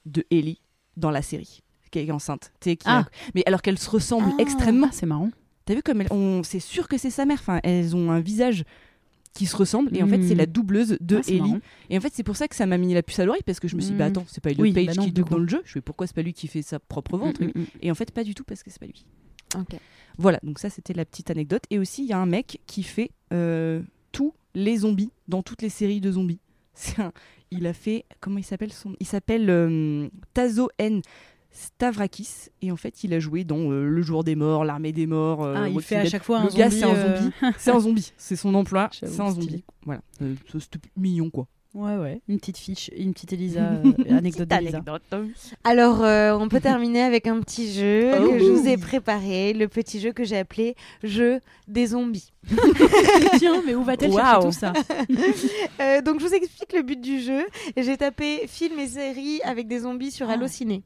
Speaker 3: de Ellie dans la série, qui est enceinte. Tu sais, qui
Speaker 11: Ah.
Speaker 3: a- Mais alors qu'elle se ressemble
Speaker 11: Ah,
Speaker 3: extrêmement.
Speaker 11: C'est marrant.
Speaker 3: T'as vu comme elles- on, c'est sûr que c'est sa mère. Enfin, elles ont un visage qui se ressemble et en fait c'est
Speaker 11: Mm.
Speaker 3: la doubleuse de
Speaker 11: Ah, c'est
Speaker 3: Ellie.
Speaker 11: marrant.
Speaker 3: Et en fait c'est pour ça que ça m'a mis la puce à l'oreille parce que je me suis dit,
Speaker 11: Mm.
Speaker 3: bah attends c'est pas Elliot
Speaker 11: Oui,
Speaker 3: Page
Speaker 11: bah non,
Speaker 3: qui
Speaker 11: du
Speaker 3: double
Speaker 11: coup.
Speaker 3: dans le jeu. Je fais pourquoi c'est pas lui qui fait sa propre ventre.
Speaker 11: Mm, mm, mm.
Speaker 3: Et en fait pas du tout parce que c'est pas lui.
Speaker 10: Ok.
Speaker 3: Voilà donc ça c'était la petite anecdote. Et aussi il y a un mec qui fait euh, tous les zombies dans toutes les séries de zombies. C'est un- il a fait comment il s'appelle son il s'appelle euh, Tazo N. Stavrakis et en fait il a joué dans euh, Le Jour des Morts, L'Armée des Morts, euh,
Speaker 11: Ah, il
Speaker 3: Walking
Speaker 11: fait à
Speaker 3: Dead.
Speaker 11: chaque fois un
Speaker 3: Le gars, c'est un
Speaker 11: euh,
Speaker 3: zombie. C'est un zombie, c'est son emploi,
Speaker 11: J'avoue,
Speaker 3: c'est un
Speaker 11: stylé.
Speaker 3: zombie. Voilà, Euh, c'est c'est mignon quoi.
Speaker 11: Ouais, ouais. Une petite fiche, une petite Elisa, euh, anecdote d'Elisa.
Speaker 10: Alors, euh, on peut terminer avec un petit jeu
Speaker 3: Oh
Speaker 10: que je vous ai
Speaker 3: oui.
Speaker 10: préparé, le petit jeu que j'ai appelé Jeu des zombies.
Speaker 11: Tiens, mais où va-t-elle chercher
Speaker 3: Waouh.
Speaker 11: tout ça
Speaker 10: Euh, donc, je vous explique le but du jeu. J'ai tapé films et séries avec des zombies sur
Speaker 11: Ah.
Speaker 10: Allociné.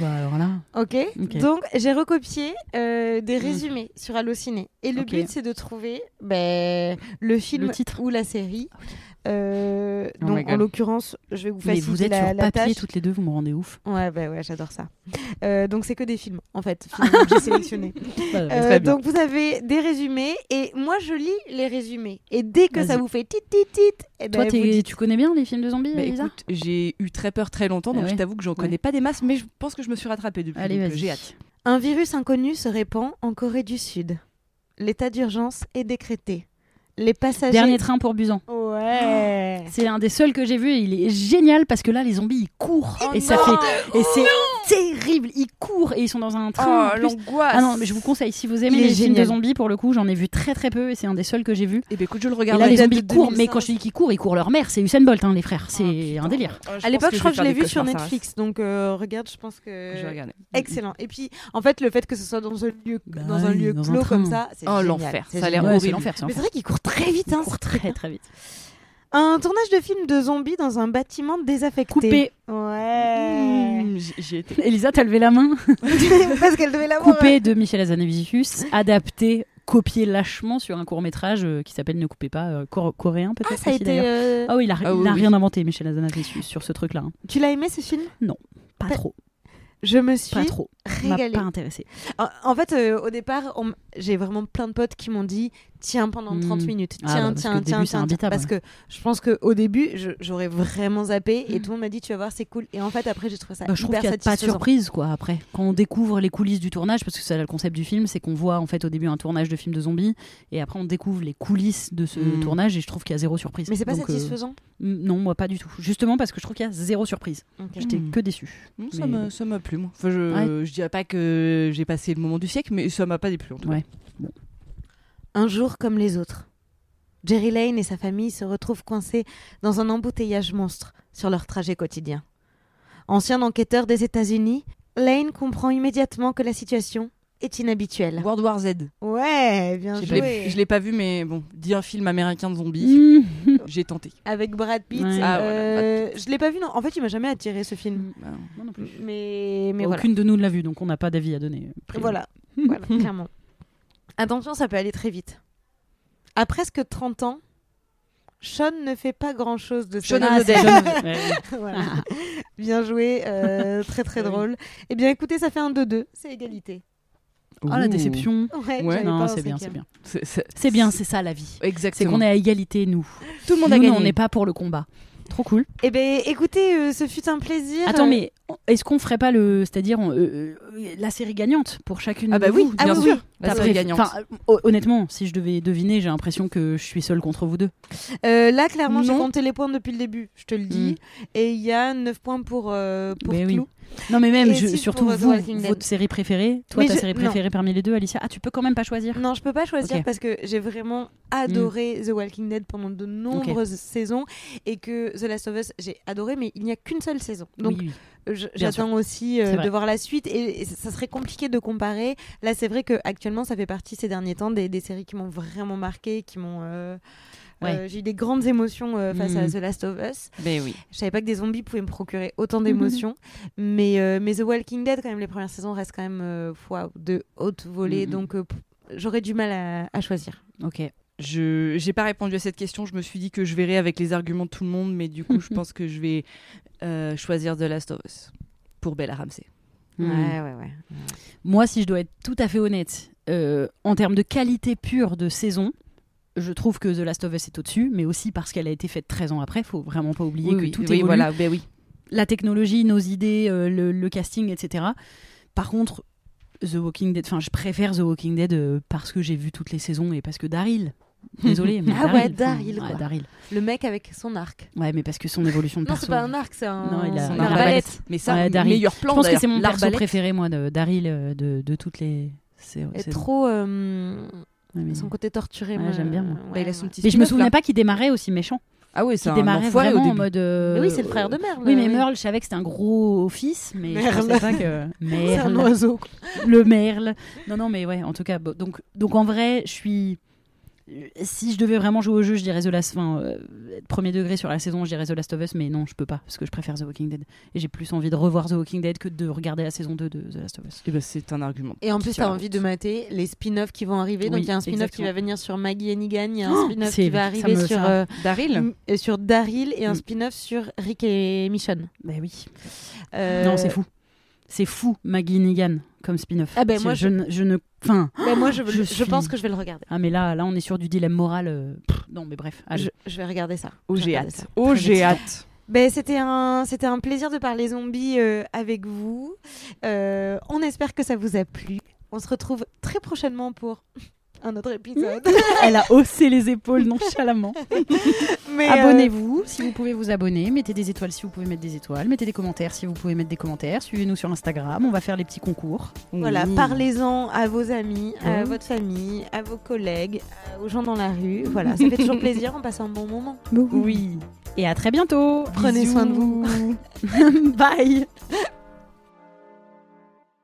Speaker 11: Bah alors là.
Speaker 10: Ok,
Speaker 11: Ok. Mm.
Speaker 10: Donc, j'ai recopié euh, des résumés sur Allociné. Et le
Speaker 11: Ok.
Speaker 10: but, c'est de trouver ben, le film
Speaker 11: Le titre. Ah,
Speaker 10: ou la série. Euh,
Speaker 3: Oh my
Speaker 10: donc,
Speaker 3: God.
Speaker 10: en l'occurrence, je vais vous
Speaker 11: Mais
Speaker 10: faciliter
Speaker 11: vous êtes
Speaker 10: la,
Speaker 11: sur
Speaker 10: la tâche.
Speaker 11: papier toutes les deux, vous me rendez ouf.
Speaker 10: Ouais, bah ouais, j'adore ça. Euh, donc, c'est que des films, en fait, films que j'ai sélectionnés. Euh,
Speaker 3: Très bien.
Speaker 10: donc vous avez des résumés et moi je lis les résumés et dès que ça
Speaker 11: Vas-y.
Speaker 10: vous fait tit tit tit, eh ben,
Speaker 11: Toi,
Speaker 10: vous
Speaker 11: t'es-
Speaker 10: dites-
Speaker 11: tu connais bien les films de zombies,
Speaker 3: Bah,
Speaker 11: Elisa
Speaker 3: écoute, j'ai eu très peur très longtemps, donc
Speaker 11: Ah ouais.
Speaker 3: je t'avoue que j'en connais
Speaker 11: Ouais.
Speaker 3: pas des masses, mais je pense que je me suis rattrapée depuis.
Speaker 11: Allez,
Speaker 3: donc, euh,
Speaker 11: vas-y.
Speaker 3: J'ai hâte.
Speaker 10: Un virus inconnu se répand en Corée du Sud. L'état d'urgence est décrété. Les passagers.
Speaker 11: Dernier train pour Busan.
Speaker 10: Ouais.
Speaker 11: C'est un des seuls que j'ai vu. et Il est génial parce que là, les zombies, ils courent.
Speaker 3: Oh
Speaker 11: et ça fait. Et c'est terrible. Ils courent et ils sont dans un train. en
Speaker 3: Oh,
Speaker 11: plus.
Speaker 3: l'angoisse.
Speaker 11: Ah non, mais je vous conseille, si vous aimez
Speaker 10: Il est
Speaker 11: les films de
Speaker 10: génial.
Speaker 11: zombies, pour le coup, j'en ai vu très très peu et c'est un des seuls que j'ai vu.
Speaker 3: Eh ben, écoute, je le
Speaker 11: Et
Speaker 3: regarde.
Speaker 11: là, les
Speaker 10: date de
Speaker 11: zombies courent, mais
Speaker 10: 2005.
Speaker 11: quand je dis qu'ils courent, ils courent leur mère. C'est Usain Bolt, hein, les frères. C'est un délire.
Speaker 10: À l'époque, je crois que je l'ai vu sur Netflix. Donc, euh, regarde, je pense que.
Speaker 3: Je regardais.
Speaker 10: Excellent. Et puis, en fait, le fait que ce soit dans un lieu,
Speaker 11: Bah
Speaker 10: dans un
Speaker 11: oui,
Speaker 10: lieu
Speaker 11: dans un
Speaker 10: clos
Speaker 11: train.
Speaker 10: comme ça, c'est
Speaker 3: Oh,
Speaker 10: génial.
Speaker 3: l'enfer.
Speaker 10: C'est
Speaker 3: Ça a l'air
Speaker 10: génial.
Speaker 11: Ouais, c'est
Speaker 3: horrible.
Speaker 11: l'enfer, c'est
Speaker 10: Mais c'est
Speaker 11: l'enfer.
Speaker 10: vrai qu'il court très vite. Hein,
Speaker 11: Ils courent
Speaker 10: c'est très
Speaker 11: très
Speaker 10: bien.
Speaker 11: très vite.
Speaker 10: Un tournage de film de zombies dans un bâtiment désaffecté.
Speaker 11: Coupé. Euh,
Speaker 10: Ouais.
Speaker 3: Mmh. J'y étais.
Speaker 11: Elisa, t'as levé la main
Speaker 10: Parce qu'elle devait l'avoir.
Speaker 11: Coupé de Michel Hazanavicius, adapté, copié lâchement sur un court métrage euh, qui s'appelle Ne coupez pas, euh, cor- coréen peut-être.
Speaker 10: Ah, ça a
Speaker 11: aussi,
Speaker 10: été.
Speaker 11: d'ailleurs.
Speaker 10: euh,
Speaker 11: Ah oui, il a, il
Speaker 3: Ah oui,
Speaker 11: a
Speaker 3: oui.
Speaker 11: rien inventé, Michel Hazanavicius, sur ce truc-là. hein.
Speaker 10: Tu l'as aimé ce film
Speaker 11: Pas
Speaker 10: Pas-
Speaker 11: trop,
Speaker 10: Je me suis
Speaker 11: pas trop. M'a
Speaker 10: régalée.
Speaker 11: pas intéressé.
Speaker 10: En, en fait, euh, au départ, on m- j'ai vraiment plein de potes qui m'ont dit tiens pendant 30
Speaker 11: Mm.
Speaker 10: minutes,
Speaker 11: Ah,
Speaker 10: tiens,
Speaker 11: bah, parce que
Speaker 10: tiens,
Speaker 11: le début,
Speaker 10: tiens,
Speaker 11: c'est
Speaker 10: tiens,
Speaker 11: imbitable,
Speaker 10: Parce que je pense qu'au début, je- j'aurais vraiment zappé et tout le monde m'a dit tu vas voir, c'est cool. Et en fait, après, j'ai trouvé ça
Speaker 11: Hmm. Bah, je trouve
Speaker 10: hyper
Speaker 11: qu'il n'y a pas de
Speaker 10: satisfaisant.
Speaker 11: surprise quoi après. Quand on découvre les coulisses du tournage, parce que c'est ça le concept du film, c'est qu'on voit en fait au début un tournage de film de zombies et après on découvre les coulisses de ce
Speaker 3: Mm.
Speaker 11: tournage et je trouve qu'il y a zéro surprise.
Speaker 10: Mais c'est pas
Speaker 11: Donc, euh,
Speaker 10: satisfaisant.
Speaker 11: mm, Non, moi pas du tout. Justement parce que je trouve qu'il y a zéro surprise.
Speaker 10: Ok.
Speaker 11: J'étais
Speaker 3: Mm.
Speaker 11: que déçue.
Speaker 3: Non, ça
Speaker 11: Mais
Speaker 3: m'a-
Speaker 11: bon.
Speaker 3: ça m'a plu, moi. Enfin, je, je dirais pas que j'ai passé le moment du siècle, mais ça m'a pas déplu, en tout cas.
Speaker 11: Ouais.
Speaker 10: Un jour comme les autres. Jerry Lane et sa famille se retrouvent coincés dans un embouteillage monstre sur leur trajet quotidien. Ancien enquêteur des États-Unis, Lane comprend immédiatement que la situation est inhabituelle.
Speaker 3: World War Z.
Speaker 10: Ouais, bien
Speaker 3: Je
Speaker 10: joué.
Speaker 3: l'ai- je l'ai pas vu, mais bon, dit un film américain de zombies,
Speaker 11: Mm.
Speaker 3: j'ai tenté.
Speaker 10: Avec Brad Pitt.
Speaker 11: Ouais.
Speaker 3: Ah, voilà,
Speaker 10: euh, Je l'ai pas vu. Non. En fait, il m'a jamais attiré ce film.
Speaker 11: Moi non plus.
Speaker 10: Mais, mais voilà.
Speaker 11: Aucune de nous ne l'a vu, donc on n'a pas d'avis à donner. a priori.
Speaker 10: Voilà, voilà, clairement. Attention, ça peut aller très vite. À presque 30 ans, Sean ne fait pas grand chose de sa
Speaker 3: Shaun
Speaker 10: vie.
Speaker 11: Ah, c'est John- ouais.
Speaker 10: Voilà. Bien joué, euh, très très
Speaker 11: Oui.
Speaker 10: drôle. Eh bien, écoutez, ça fait un 2-2, c'est égalité.
Speaker 11: Oh la déception.
Speaker 10: Ouais,
Speaker 3: Ouais.
Speaker 10: j'avais pas
Speaker 11: non,
Speaker 10: un
Speaker 11: c'est bien, c'est
Speaker 10: cinquième.
Speaker 11: bien.
Speaker 3: C'est- c'est-
Speaker 11: C'est bien, c'est ça la vie. C'est
Speaker 3: Exactement.
Speaker 11: qu'on est à égalité, nous.
Speaker 3: Tout le monde a
Speaker 11: Nous,
Speaker 3: gagné.
Speaker 11: On n'est pas pour le combat. Trop cool.
Speaker 10: Eh bien, écoutez, euh, ce fut un plaisir.
Speaker 11: Attends,
Speaker 10: Euh,
Speaker 11: mais est-ce qu'on ferait pas le. C'est-à-dire on- euh, euh, la série gagnante pour chacune
Speaker 3: Ah bah
Speaker 11: de
Speaker 3: oui,
Speaker 11: vous
Speaker 3: bien
Speaker 10: Ah oui,
Speaker 3: sûr.
Speaker 10: oui.
Speaker 3: La
Speaker 11: T'as
Speaker 3: série
Speaker 11: préf-
Speaker 3: gagnante.
Speaker 11: enfin, euh, honnêtement, si je devais deviner, j'ai l'impression que je suis seule contre vous deux.
Speaker 10: euh, là, clairement, j'ai
Speaker 3: Non.
Speaker 10: compté les points depuis le début, je te le dis. Et il y a 9 points pour, euh, pour
Speaker 11: Mais Mm. Ben oui.
Speaker 10: Clou.
Speaker 11: Non, mais même,
Speaker 10: Et
Speaker 11: je-
Speaker 10: si
Speaker 11: surtout
Speaker 10: pour The
Speaker 11: vous,
Speaker 10: Walking Dead.
Speaker 11: votre série préférée. Toi,
Speaker 10: Mais
Speaker 11: ta
Speaker 10: je-
Speaker 11: série
Speaker 10: non.
Speaker 11: préférée parmi les deux, Alicia. Ah, tu peux quand même pas choisir.
Speaker 10: Non, je peux pas choisir
Speaker 11: Ok. Mm.
Speaker 10: parce que j'ai vraiment adoré The Walking Dead pendant de nombreuses saisons et que The Last of Us, j'ai adoré, mais il n'y a qu'une seule saison. Donc,
Speaker 11: Oui, oui.
Speaker 10: euh, je-
Speaker 11: bien sûr.
Speaker 10: j'attends aussi euh,
Speaker 11: C'est vrai.
Speaker 10: de voir la suite et, et ça serait compliqué de comparer. Là, c'est vrai que actuellement, ça fait partie ces derniers temps des, des séries qui m'ont vraiment marqué, qui m'ont. euh,
Speaker 11: Ouais.
Speaker 10: euh, j'ai eu des grandes émotions euh, face à
Speaker 11: Mm.
Speaker 10: The Last of Us.
Speaker 3: Mais oui.
Speaker 10: Je savais pas que des zombies pouvaient me procurer autant d'émotions. mais, euh, mais The Walking Dead, quand même, les premières saisons restent quand même euh, waouh, de haute volée.
Speaker 11: Mhm.
Speaker 10: Donc euh, p- j'aurais du mal à, à choisir.
Speaker 11: Ok.
Speaker 3: Je j'ai pas répondu à cette question. Je me suis dit que je verrais avec les arguments de tout le monde, mais du coup, je pense que je vais euh, choisir The Last of Us pour Bella Ramsey.
Speaker 11: Hmm.
Speaker 10: Ouais, ouais, ouais.
Speaker 11: Moi, si je dois être tout à fait honnête, euh, en termes de qualité pure de saison, je trouve que The Last of Us est au-dessus, mais aussi parce qu'elle a été faite 13 ans après. Faut vraiment pas oublier que tout
Speaker 3: oui,
Speaker 11: évolue.
Speaker 3: voilà. Ben oui.
Speaker 11: La technologie, nos idées, euh, le, le casting, etc. Par contre, The Walking Dead, enfin, je préfère The Walking Dead euh, parce que j'ai vu toutes les saisons et parce que Daryl. Désolé, mais
Speaker 10: Ah
Speaker 11: Daryl,
Speaker 10: ouais,
Speaker 11: enfin,
Speaker 10: Daryl,
Speaker 11: Ouais,
Speaker 10: quoi.
Speaker 11: Daryl.
Speaker 10: Le mec avec son arc.
Speaker 11: Ouais, mais parce que son évolution de
Speaker 10: Non, c'est
Speaker 11: perso.
Speaker 10: pas un arc, c'est un.
Speaker 11: Non, il a-
Speaker 10: c'est
Speaker 11: il
Speaker 10: une
Speaker 11: a
Speaker 10: arbalète.
Speaker 11: l'arbalète.
Speaker 3: Mais ça,
Speaker 11: Ouais, Daryl.
Speaker 3: meilleur
Speaker 11: je
Speaker 3: plan.
Speaker 11: pense que
Speaker 3: d'ailleurs.
Speaker 10: hein,
Speaker 11: c'est mon perso
Speaker 3: L'arbalète.
Speaker 11: préféré, moi, de Daryl, euh, de, de toutes les. C'est
Speaker 10: Elle est
Speaker 11: c'est-
Speaker 10: trop. euh,
Speaker 11: ouais, mais-
Speaker 10: Son côté torturé.
Speaker 11: Ouais,
Speaker 10: me-
Speaker 11: j'aime bien, moi.
Speaker 10: ouais,
Speaker 3: Bah, il a
Speaker 10: ouais.
Speaker 3: son petit.
Speaker 11: Mais je me
Speaker 3: spin-off,
Speaker 11: souvenais
Speaker 3: là.
Speaker 11: pas qu'il démarrait aussi méchant.
Speaker 3: Ah oui, c'est
Speaker 11: Qui
Speaker 3: un
Speaker 11: démarrait
Speaker 3: enfoiré au
Speaker 11: vraiment en
Speaker 3: début.
Speaker 11: mode. euh,
Speaker 10: Mais oui, c'est le frère de Merle.
Speaker 11: Oui,
Speaker 10: ouais.
Speaker 11: mais Merle, je savais que c'était un gros fils, mais je
Speaker 10: Merle.
Speaker 11: pensais pas que.
Speaker 10: C'est un
Speaker 11: Merle,
Speaker 10: oiseau. quoi.
Speaker 11: le Merle. Non, non, mais ouais, en tout cas. bon, donc, donc en vrai, je suis. Si je devais vraiment jouer au jeu, je dirais The Last. Enfin, euh, premier degré sur la saison, je dirais The Last of Us, mais non, je peux pas, parce que je préfère The Walking Dead. Et j'ai plus envie de revoir The Walking Dead que de regarder la saison 2 de The Last of Us.
Speaker 3: Eh ben, c'est un argument.
Speaker 10: Et en plus,
Speaker 3: Sur la
Speaker 10: t'as envie de mater les spin-offs qui vont arriver. Donc,
Speaker 11: Oui,
Speaker 10: il y a un spin-off qui
Speaker 11: exactement.
Speaker 10: va venir sur Maggie Hennigan, il y a un
Speaker 11: Oh,
Speaker 10: spin-off
Speaker 11: c'est-
Speaker 10: qui va
Speaker 11: ça
Speaker 10: arriver
Speaker 11: me-
Speaker 10: sur,
Speaker 11: ça-
Speaker 10: euh,
Speaker 3: Daryl.
Speaker 10: m- euh, sur Daryl et un
Speaker 11: Mm.
Speaker 10: spin-off sur Rick et Michonne.
Speaker 11: Bah oui.
Speaker 10: Euh,
Speaker 11: Non, c'est fou. C'est fou, Maggie Negan, comme spin-off.
Speaker 10: Ah ben,
Speaker 11: Je-
Speaker 10: moi,
Speaker 11: je, ne- je ne. Enfin.
Speaker 10: bah, moi, je,
Speaker 11: Je
Speaker 10: je
Speaker 11: suis-
Speaker 10: pense que je vais le regarder.
Speaker 11: Ah mais là, là on est sur du dilemme moral. euh, pff, non mais bref. allez.
Speaker 10: Je, je vais regarder ça.
Speaker 3: Oh,
Speaker 10: Je vais
Speaker 3: j'ai
Speaker 10: regarder ça.
Speaker 3: hâte. Oh,
Speaker 11: Très
Speaker 3: j'ai hâte.
Speaker 10: Ben, c'était un, c'était un plaisir de parler zombies euh, avec vous. Euh, on espère que ça vous a plu. On se retrouve très prochainement pour un autre épisode.
Speaker 11: Elle a haussé les épaules nonchalamment.
Speaker 10: Mais,
Speaker 11: Mm. Abonnez-vous si vous pouvez vous abonner. Mettez des étoiles si vous pouvez mettre des étoiles. Mettez des commentaires si vous pouvez mettre des commentaires. Suivez-nous sur Instagram. On va faire les petits concours.
Speaker 10: euh, Voilà,
Speaker 11: Oui. Mm.
Speaker 10: parlez-en à vos amis, à
Speaker 11: Ouais.
Speaker 10: votre famille, à vos collègues, à- aux gens dans la rue. Voilà, ça fait toujours plaisir, on passe un bon moment.
Speaker 11: Oui. Et à très bientôt.
Speaker 10: Prenez soin de vous.
Speaker 11: Bye.